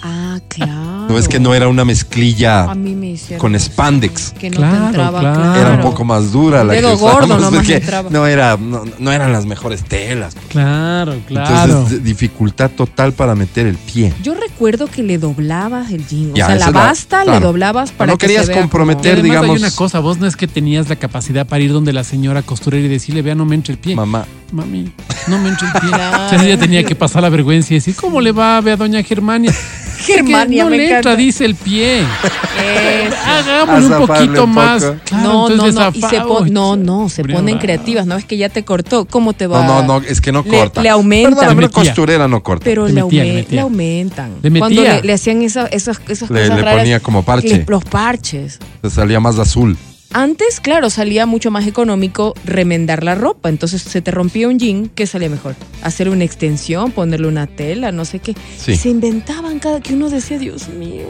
Speaker 3: Ah, claro. Ah,
Speaker 1: No es que no era una
Speaker 3: A
Speaker 1: mezclilla
Speaker 3: mí me hicieron
Speaker 1: con
Speaker 3: eso,
Speaker 1: spandex.
Speaker 3: Que no
Speaker 2: Claro,
Speaker 3: te entraba,
Speaker 2: claro.
Speaker 3: claro.
Speaker 1: Era un poco más dura la
Speaker 3: Dedo
Speaker 1: que
Speaker 3: gordo
Speaker 1: usábamos,
Speaker 3: nomás
Speaker 1: porque
Speaker 3: entraba.
Speaker 1: no era no, no eran las mejores telas.
Speaker 2: Claro, claro.
Speaker 1: Entonces, d- dificultad total para meter el pie.
Speaker 3: Yo recuerdo que le doblabas el jean. O
Speaker 1: Ya,
Speaker 3: sea,
Speaker 1: esa
Speaker 3: la
Speaker 1: es la-
Speaker 3: basta le
Speaker 1: claro.
Speaker 3: doblabas para
Speaker 1: No
Speaker 3: que
Speaker 1: querías
Speaker 3: se vea como-
Speaker 1: comprometer,
Speaker 2: Además,
Speaker 1: digamos-
Speaker 2: hay una cosa, vos no es que tenías la capacidad para ir donde la señora costurera y decirle, vea, no me entre el pie.
Speaker 1: Mamá,
Speaker 2: Mami, no me entre el pie. O sea, ella tenía que pasar la vergüenza y decir, ¿cómo le va a doña Germania?
Speaker 3: Germania,
Speaker 2: no
Speaker 3: me
Speaker 2: le
Speaker 3: encanta.
Speaker 2: entra, dice el pie.
Speaker 3: Eso.
Speaker 2: Hagámosle un
Speaker 1: Azafarle
Speaker 2: poquito
Speaker 1: un poco.
Speaker 2: más. Claro,
Speaker 3: no, no,
Speaker 2: entonces
Speaker 3: no. Y se
Speaker 2: zafaba.
Speaker 3: pon- no, no, se
Speaker 2: Hombre,
Speaker 3: ponen
Speaker 2: va.
Speaker 3: creativas. No, es que ya te cortó. ¿Cómo te va?
Speaker 1: no, no, no, es que no
Speaker 3: Le-
Speaker 1: corta.
Speaker 3: le aumenta.
Speaker 1: Perdóname,
Speaker 2: Le
Speaker 1: una
Speaker 2: metía.
Speaker 1: costurera no corta.
Speaker 3: Pero
Speaker 2: Le
Speaker 3: le,
Speaker 2: metía, le
Speaker 3: aume-
Speaker 2: metía.
Speaker 3: le aumentan.
Speaker 2: Le metía.
Speaker 3: Cuando le, le hacían esa- esas, esas
Speaker 1: Le-
Speaker 3: cosas
Speaker 1: le
Speaker 3: raras,
Speaker 1: ponía como parche.
Speaker 3: le- los parches.
Speaker 1: Te salía más azul.
Speaker 3: Antes, claro, salía mucho más económico remendar la ropa. Entonces se te rompía un jean, ¿qué salía mejor? Hacer una extensión, ponerle una tela, no sé qué.
Speaker 1: Sí.
Speaker 3: Se inventaban cada que uno decía, Dios mío.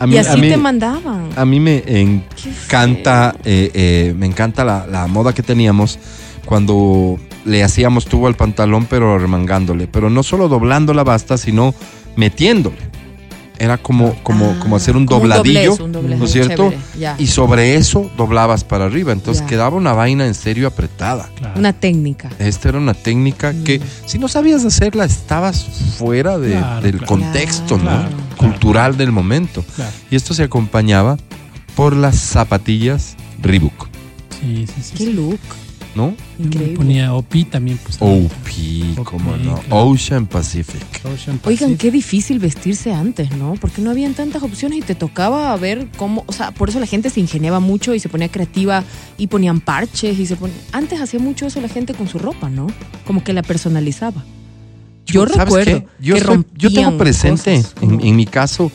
Speaker 1: A
Speaker 3: y así
Speaker 1: a mí- Ah.
Speaker 3: te mandaban.
Speaker 1: A mí me
Speaker 3: Qué
Speaker 1: encanta, eh, eh, me encanta la, la moda que teníamos cuando le hacíamos tubo al pantalón, pero remangándole. Pero no solo doblando la basta, sino metiéndole. Era como, como,
Speaker 3: Ah,
Speaker 1: como hacer un
Speaker 3: como
Speaker 1: dobladillo,
Speaker 3: doblez, un doblez,
Speaker 1: ¿no es cierto?
Speaker 3: chévere, ya.
Speaker 1: Y sobre eso doblabas para arriba. Entonces
Speaker 3: Ya.
Speaker 1: quedaba una vaina en serio apretada.
Speaker 2: Claro.
Speaker 3: Una técnica.
Speaker 1: Esta era una técnica
Speaker 3: Mm.
Speaker 1: que, si no sabías hacerla, estabas fuera de-
Speaker 2: Claro,
Speaker 1: del
Speaker 2: claro.
Speaker 1: contexto ¿no?
Speaker 2: Claro, claro.
Speaker 1: cultural del momento.
Speaker 2: Claro.
Speaker 1: Y esto se acompañaba por las zapatillas Reebok,
Speaker 2: Sí, sí, sí.
Speaker 3: Qué
Speaker 2: sí.
Speaker 3: look.
Speaker 1: ¿no?
Speaker 3: Ah.
Speaker 2: Yo me
Speaker 3: Increíble.
Speaker 2: ponía OP también. Pues,
Speaker 1: Oh. OP, como no.
Speaker 2: claro.
Speaker 1: Ocean Pacific.
Speaker 2: Ocean
Speaker 3: Oigan,
Speaker 2: Pacific.
Speaker 3: qué difícil vestirse antes, ¿no? Porque no habían tantas opciones y te tocaba ver cómo, o sea, por eso la gente se ingeniaba mucho y se ponía creativa y ponían parches y se ponía... Antes hacía mucho eso la gente con su ropa, ¿no? Como que la personalizaba. Yo
Speaker 1: ¿Sabes
Speaker 3: recuerdo
Speaker 1: qué? Yo,
Speaker 3: que
Speaker 1: soy- yo tengo
Speaker 3: rompían
Speaker 1: presente,
Speaker 3: cosas
Speaker 1: en,
Speaker 3: como-
Speaker 1: en mi caso,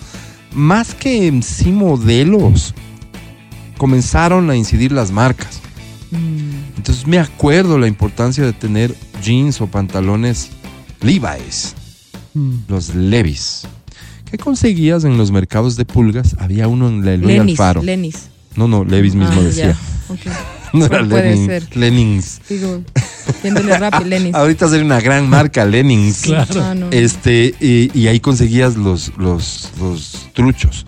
Speaker 1: más que en sí modelos, comenzaron a incidir las marcas.
Speaker 3: Mm,
Speaker 1: Entonces me acuerdo la importancia de tener jeans o pantalones Levi's,
Speaker 2: Mm.
Speaker 1: los Levi's. ¿Qué conseguías en los mercados de pulgas? Había uno en la Eloy
Speaker 3: Lenis,
Speaker 1: Alfaro.
Speaker 3: Lenis.
Speaker 1: No, no, Levis mismo
Speaker 3: Ah,
Speaker 1: decía.
Speaker 3: ya. Ok.
Speaker 1: No
Speaker 3: Pero
Speaker 1: era
Speaker 3: puede
Speaker 1: Lenin,
Speaker 3: ser.
Speaker 1: Lenins.
Speaker 3: Digo, viéndole rápido, Lenis.
Speaker 1: Ahorita sería una gran marca, Lenins.
Speaker 3: Ah, no.
Speaker 1: Este, y, y ahí conseguías los, los, los truchos.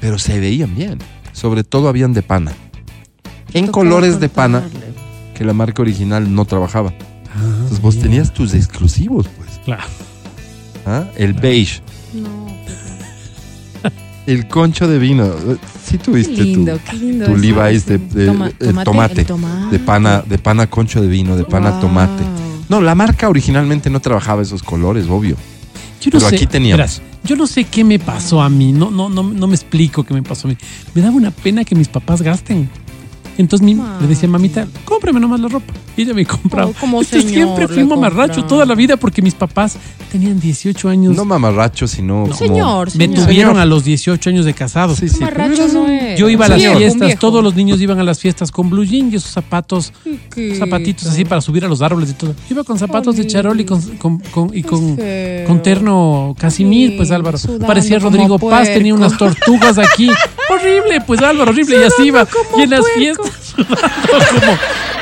Speaker 1: Pero se veían bien. Sobre todo habían de pana. En
Speaker 3: Tocaba
Speaker 1: colores de pana
Speaker 3: cortarle.
Speaker 1: que la marca original no trabajaba.
Speaker 2: Ah,
Speaker 1: Entonces vos
Speaker 2: mira.
Speaker 1: tenías tus exclusivos, pues.
Speaker 2: Claro.
Speaker 1: ¿ah? El beige,
Speaker 3: No, pero
Speaker 1: el concho de vino. Sí
Speaker 3: qué
Speaker 1: tuviste tú.
Speaker 3: lindo, qué lindo.
Speaker 1: tu
Speaker 3: eso.
Speaker 1: Levi's de- de-
Speaker 3: Toma-
Speaker 1: eh, tomate,
Speaker 3: el tomate.
Speaker 1: De pana, de pana concho de vino, de pana
Speaker 3: Wow.
Speaker 1: tomate. No, la marca originalmente no trabajaba esos colores, obvio.
Speaker 2: Yo
Speaker 1: Pero aquí teníamos.
Speaker 2: verás, yo no sé qué me pasó a mí. No, no, no, no me explico qué me pasó a mí. Me daba una pena que mis papás gasten. Entonces mi- le decía mamita, cómprame nomás la ropa. Y ella me compraba.
Speaker 3: Oh, como
Speaker 2: Entonces
Speaker 3: señor,
Speaker 2: siempre fui
Speaker 3: le
Speaker 2: mamarracho
Speaker 3: compra.
Speaker 2: toda la vida porque mis papás tenían 18 años.
Speaker 1: No mamarracho, sino. como-
Speaker 3: Señor,
Speaker 2: me
Speaker 3: señor.
Speaker 2: tuvieron
Speaker 1: Señor.
Speaker 2: a los 18 años de casados.
Speaker 1: Sí, sí, pero
Speaker 3: Mamarracho
Speaker 1: eras
Speaker 3: no
Speaker 1: un-
Speaker 3: es.
Speaker 2: Yo iba a las
Speaker 3: Señor. Un
Speaker 2: fiestas,
Speaker 3: viejo.
Speaker 2: todos los niños iban a las fiestas con blue jean y esos zapatos, zapatitos así para subir a los árboles y todo. Yo iba con zapatos de charol y con, con- con- y con,
Speaker 3: feo.
Speaker 2: con terno casimir, pues
Speaker 3: Sí,
Speaker 2: Álvaro.
Speaker 3: sudando
Speaker 2: Parecía
Speaker 3: como
Speaker 2: Rodrigo Paz,
Speaker 3: puerco.
Speaker 2: tenía unas tortugas aquí. horrible, pues Álvaro, horrible. Y así iba. Y en las fiestas sudando como...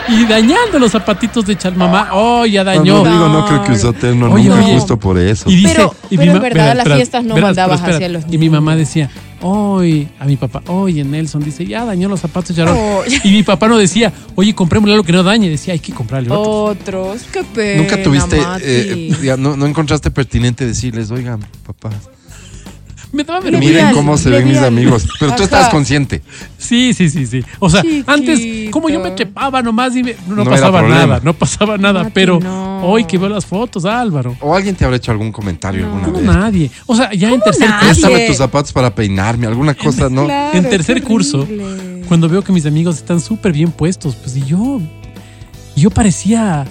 Speaker 2: Y dañando los zapatitos de chal mamá.
Speaker 1: Ah.
Speaker 2: Oh, ya
Speaker 1: No,
Speaker 2: dañó.
Speaker 1: no, digo, no creo que usó terno
Speaker 2: Oye,
Speaker 1: nunca
Speaker 2: oye.
Speaker 1: justo por eso.
Speaker 2: Y dice,
Speaker 3: Pero-
Speaker 2: y
Speaker 3: pero en
Speaker 2: ma-
Speaker 3: verdad las
Speaker 2: espera,
Speaker 3: fiestas no
Speaker 2: verás,
Speaker 3: mandabas
Speaker 2: pero espera,
Speaker 3: hacia los
Speaker 2: Y mi
Speaker 3: niños.
Speaker 2: mamá decía, hoy, a mi papá, oye Nelson, dice, ya dañó los zapatos, ya no".
Speaker 3: Oh.
Speaker 2: Y mi papá no decía, oye, comprémosle algo que no dañe. Decía, hay que comprarle otro.
Speaker 3: Otros, qué pena.
Speaker 1: Nunca tuviste.
Speaker 3: Mati.
Speaker 1: eh, ya no, no encontraste pertinente decirles, oigan, papá,
Speaker 3: Oh.
Speaker 2: Me daba
Speaker 3: Le
Speaker 2: vergüenza.
Speaker 3: vi
Speaker 1: miren
Speaker 3: al-
Speaker 1: cómo se
Speaker 3: le
Speaker 1: ven
Speaker 3: vi
Speaker 1: mis
Speaker 3: al-
Speaker 1: amigos. Pero tú
Speaker 3: Ajá.
Speaker 1: estás consciente.
Speaker 2: Sí, sí, sí, sí. O sea,
Speaker 3: Chiquito.
Speaker 2: antes, como yo me trepaba nomás y me- no,
Speaker 1: No
Speaker 2: pasaba
Speaker 1: era problema.
Speaker 2: nada, no pasaba nada.
Speaker 3: Mati,
Speaker 2: pero
Speaker 3: no.
Speaker 2: hoy que veo las fotos, Álvaro.
Speaker 1: O alguien te habrá hecho algún comentario alguna
Speaker 2: No,
Speaker 1: vez.
Speaker 2: nadie. O sea, ya en tercer
Speaker 3: nadie?
Speaker 2: curso.
Speaker 1: Préstame tus zapatos para peinarme, alguna cosa, ¿no?
Speaker 3: Claro,
Speaker 2: en tercer
Speaker 3: qué
Speaker 2: curso,
Speaker 3: horrible.
Speaker 2: cuando veo que mis amigos están súper bien puestos, pues y yo, y yo parecía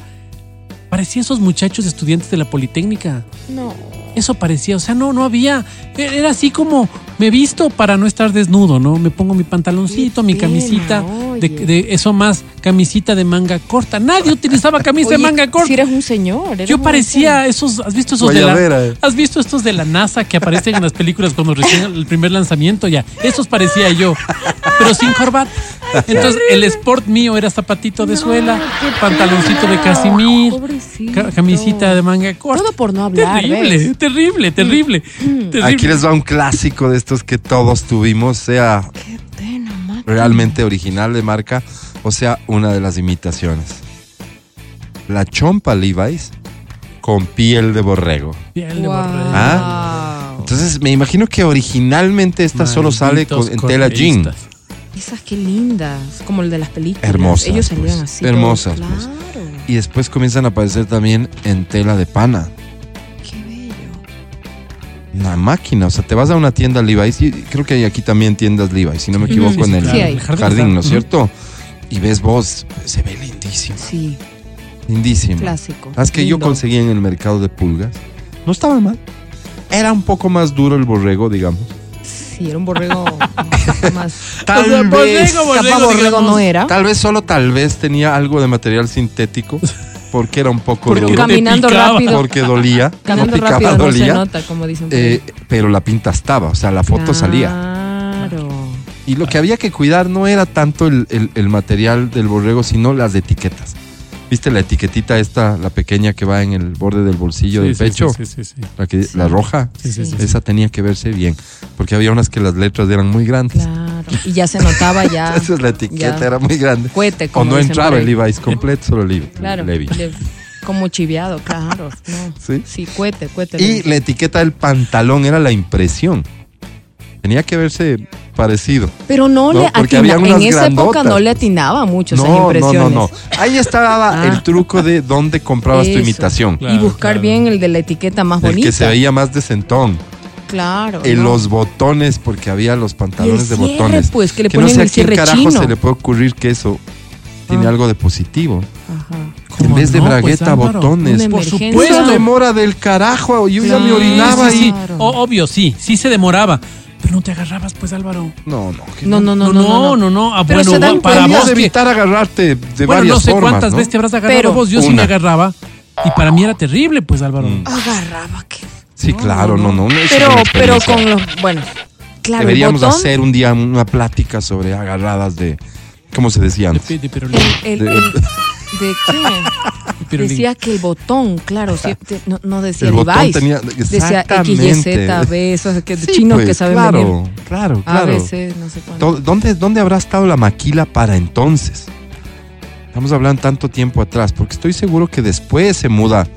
Speaker 2: Parecía esos muchachos estudiantes de la Politécnica.
Speaker 9: No.
Speaker 2: Eso parecía, o sea, no, no había. E- Era así como me visto para no estar desnudo, ¿no? Me pongo mi pantaloncito,
Speaker 9: Qué
Speaker 2: mi
Speaker 9: pena,
Speaker 2: camisita, de,
Speaker 9: oye.
Speaker 2: de eso más, camisita de manga corta. Nadie utilizaba camisa de
Speaker 3: Oye,
Speaker 2: manga corta.
Speaker 3: Si eres un señor. eres
Speaker 2: Yo
Speaker 3: un
Speaker 2: parecía
Speaker 3: anciano.
Speaker 2: esos, ¿has visto esos de
Speaker 1: Guayabera,
Speaker 2: la,
Speaker 1: eh.
Speaker 2: ¿Has visto estos de la NASA que aparecen en las películas cuando recién el primer lanzamiento ya? Esos parecía yo, pero sin corbata. Entonces, el sport mío era zapatito de suela,
Speaker 9: qué
Speaker 2: pantaloncito de
Speaker 9: pena.
Speaker 2: casimir,
Speaker 9: Pobrecito.
Speaker 2: ca- camisita de manga corta.
Speaker 9: Todo por no hablar,
Speaker 2: Terrible,
Speaker 9: ¿ves? Mm.
Speaker 2: terrible, terrible, terrible.
Speaker 1: Aquí les va un clásico de estos que todos tuvimos, sea
Speaker 9: Qué pena, Max.
Speaker 1: realmente original de marca o sea una de las imitaciones. La chompa Levi's con piel de borrego.
Speaker 2: Piel de
Speaker 3: Wow.
Speaker 2: borrego.
Speaker 1: Entonces me imagino que originalmente Ah, esta solo sale
Speaker 2: Malditos
Speaker 1: con- en tela jean.
Speaker 2: correístas.
Speaker 3: Esas qué lindas, como el de las películas.
Speaker 1: Hermosas,
Speaker 3: Ellos salían
Speaker 1: pues.
Speaker 3: así.
Speaker 1: Hermosas,
Speaker 3: Claro.
Speaker 1: pues. Y después comienzan a aparecer también en tela de pana.
Speaker 3: Qué bello.
Speaker 1: Una máquina, o sea, te vas a una tienda Levi's, y creo que hay aquí también tiendas Levi's, si no me
Speaker 2: Sí,
Speaker 1: equivoco,
Speaker 2: sí, sí,
Speaker 1: en el
Speaker 2: claro.
Speaker 3: Sí hay.
Speaker 1: jardín, ¿no es
Speaker 2: Ujú.
Speaker 1: cierto? Y ves vos, se ve lindísimo,
Speaker 3: Sí,
Speaker 1: lindísimo.
Speaker 3: clásico.
Speaker 1: Las Mm. Ah, que yo
Speaker 3: Lindo.
Speaker 1: conseguí en el mercado de pulgas no estaba mal. Era un poco más duro el borrego, digamos.
Speaker 3: Sí, era un borrego más.
Speaker 1: Tal
Speaker 2: O sea,
Speaker 1: vez,
Speaker 2: borrego,
Speaker 3: Capaz
Speaker 2: borrego,
Speaker 3: borrego
Speaker 2: digamos.
Speaker 3: no era.
Speaker 1: tal vez solo tal vez tenía algo de material sintético porque era un poco
Speaker 2: Porque
Speaker 1: duro,
Speaker 2: cami-
Speaker 3: Caminando
Speaker 2: Te picaba.
Speaker 3: rápido.
Speaker 1: porque dolía,
Speaker 3: Caminando
Speaker 1: no picaba,
Speaker 3: rápido no se
Speaker 1: dolía,
Speaker 3: nota, Ah. como dicen. por ahí.
Speaker 1: eh, pero la pinta estaba, o sea, la foto salía.
Speaker 3: Claro.
Speaker 1: Y lo que había que cuidar no era tanto el, el- el material del borrego, sino las etiquetas. ¿Viste la etiquetita esta, la pequeña que va en el borde del bolsillo del
Speaker 2: Sí, sí,
Speaker 1: pecho?
Speaker 2: Sí, sí, sí, sí.
Speaker 1: La, que- la roja.
Speaker 2: Sí, sí, sí, sí.
Speaker 1: Esa tenía que verse bien, porque había unas que las letras eran muy grandes.
Speaker 3: Claro. Y ya se notaba ya.
Speaker 1: Esa es la etiqueta,
Speaker 3: ya.
Speaker 1: era muy grande.
Speaker 3: Cohete,
Speaker 1: O
Speaker 3: como
Speaker 1: no
Speaker 3: dicen
Speaker 1: entraba
Speaker 3: por
Speaker 1: el
Speaker 3: ahí.
Speaker 1: Levi's completo, solo Levi.
Speaker 3: Claro.
Speaker 1: Levi.
Speaker 3: le- como chiviado, claro. no.
Speaker 1: Sí.
Speaker 3: Sí, cuete, cuete.
Speaker 1: Y la etiqueta del pantalón era la impresión. Tenía que verse parecido.
Speaker 3: Pero no,
Speaker 1: No,
Speaker 3: le
Speaker 1: porque había
Speaker 3: atinaba. En
Speaker 1: unas
Speaker 3: esa época
Speaker 1: grandotas.
Speaker 3: no le atinaba mucho esas
Speaker 1: No, no,
Speaker 3: impresiones.
Speaker 1: no, no. Ahí estaba
Speaker 3: Ah.
Speaker 1: el truco de dónde comprabas tu
Speaker 3: Eso.
Speaker 1: imitación.
Speaker 2: Claro,
Speaker 3: y buscar
Speaker 2: claro.
Speaker 3: bien el de la etiqueta más
Speaker 1: El
Speaker 3: bonita.
Speaker 1: que se veía más de centón.
Speaker 3: Claro.
Speaker 1: En
Speaker 3: ¿no?
Speaker 1: los botones, porque había los
Speaker 3: Y el
Speaker 1: pantalones de
Speaker 3: cierre,
Speaker 1: botones.
Speaker 3: pues, que le
Speaker 1: que no
Speaker 3: ponen
Speaker 1: sé a
Speaker 3: el
Speaker 1: quién
Speaker 3: cierre
Speaker 1: carajo
Speaker 3: chino.
Speaker 1: se le puede ocurrir que eso tiene
Speaker 3: Ah.
Speaker 1: algo de positivo.
Speaker 3: Ajá.
Speaker 2: ¿Cómo
Speaker 1: En vez de
Speaker 2: no? Pues,
Speaker 1: bragueta,
Speaker 2: Álvaro.
Speaker 1: botones.
Speaker 3: Una
Speaker 1: Por
Speaker 3: emergencia.
Speaker 1: supuesto,
Speaker 3: Claro.
Speaker 1: demora Pues, del carajo. Yo ya me
Speaker 3: Claro.
Speaker 1: orinaba
Speaker 2: sí,
Speaker 1: y.
Speaker 2: sí, sí.
Speaker 3: Claro.
Speaker 2: O- obvio, sí, sí se demoraba. Pero no te agarrabas, pues, Álvaro.
Speaker 1: No, no. que
Speaker 3: No, no, no, no. no, no.
Speaker 2: Ah,
Speaker 3: Pero
Speaker 2: bueno,
Speaker 3: se dan
Speaker 2: bueno, para
Speaker 3: cuenta
Speaker 2: vos
Speaker 1: Podías
Speaker 2: que-
Speaker 1: evitar agarrarte de
Speaker 2: bueno,
Speaker 1: varias
Speaker 2: no sé
Speaker 1: formas,
Speaker 2: cuántas
Speaker 1: ¿no?
Speaker 2: veces te habrás agarrado
Speaker 3: Pero-
Speaker 2: vos. Yo sí
Speaker 1: Una. Mm,
Speaker 2: me agarraba. Y para mí era terrible, pues, Álvaro.
Speaker 3: Agarraba que.
Speaker 1: Sí, claro, no, no. no, es
Speaker 3: Pero,
Speaker 1: una
Speaker 3: pero
Speaker 1: experiencia.
Speaker 3: con los. Bueno, claro,
Speaker 1: Deberíamos
Speaker 3: el botón.
Speaker 1: hacer un día una plática sobre agarradas de... ¿Cómo se decía
Speaker 2: De,
Speaker 1: antes?
Speaker 2: pe- de pirulín,
Speaker 3: El, el-
Speaker 1: De-
Speaker 3: el- ¿De qué?
Speaker 2: de pirulín.
Speaker 3: Decía que el botón, claro, sí, te- no, no decía
Speaker 1: El botón
Speaker 3: device.
Speaker 1: tenía-
Speaker 3: Decía X, Y, Z,
Speaker 1: exactamente.
Speaker 3: B, esos que,
Speaker 1: Sí,
Speaker 3: chinos
Speaker 1: pues,
Speaker 3: que saben
Speaker 1: claro,
Speaker 3: venir.
Speaker 1: Claro,
Speaker 3: A
Speaker 1: claro.
Speaker 3: veces, no sé cuánto.
Speaker 1: Do- ¿Dónde, ¿Dónde habrá estado la maquila para entonces? Estamos hablando tanto tiempo atrás, porque estoy seguro que después se muda.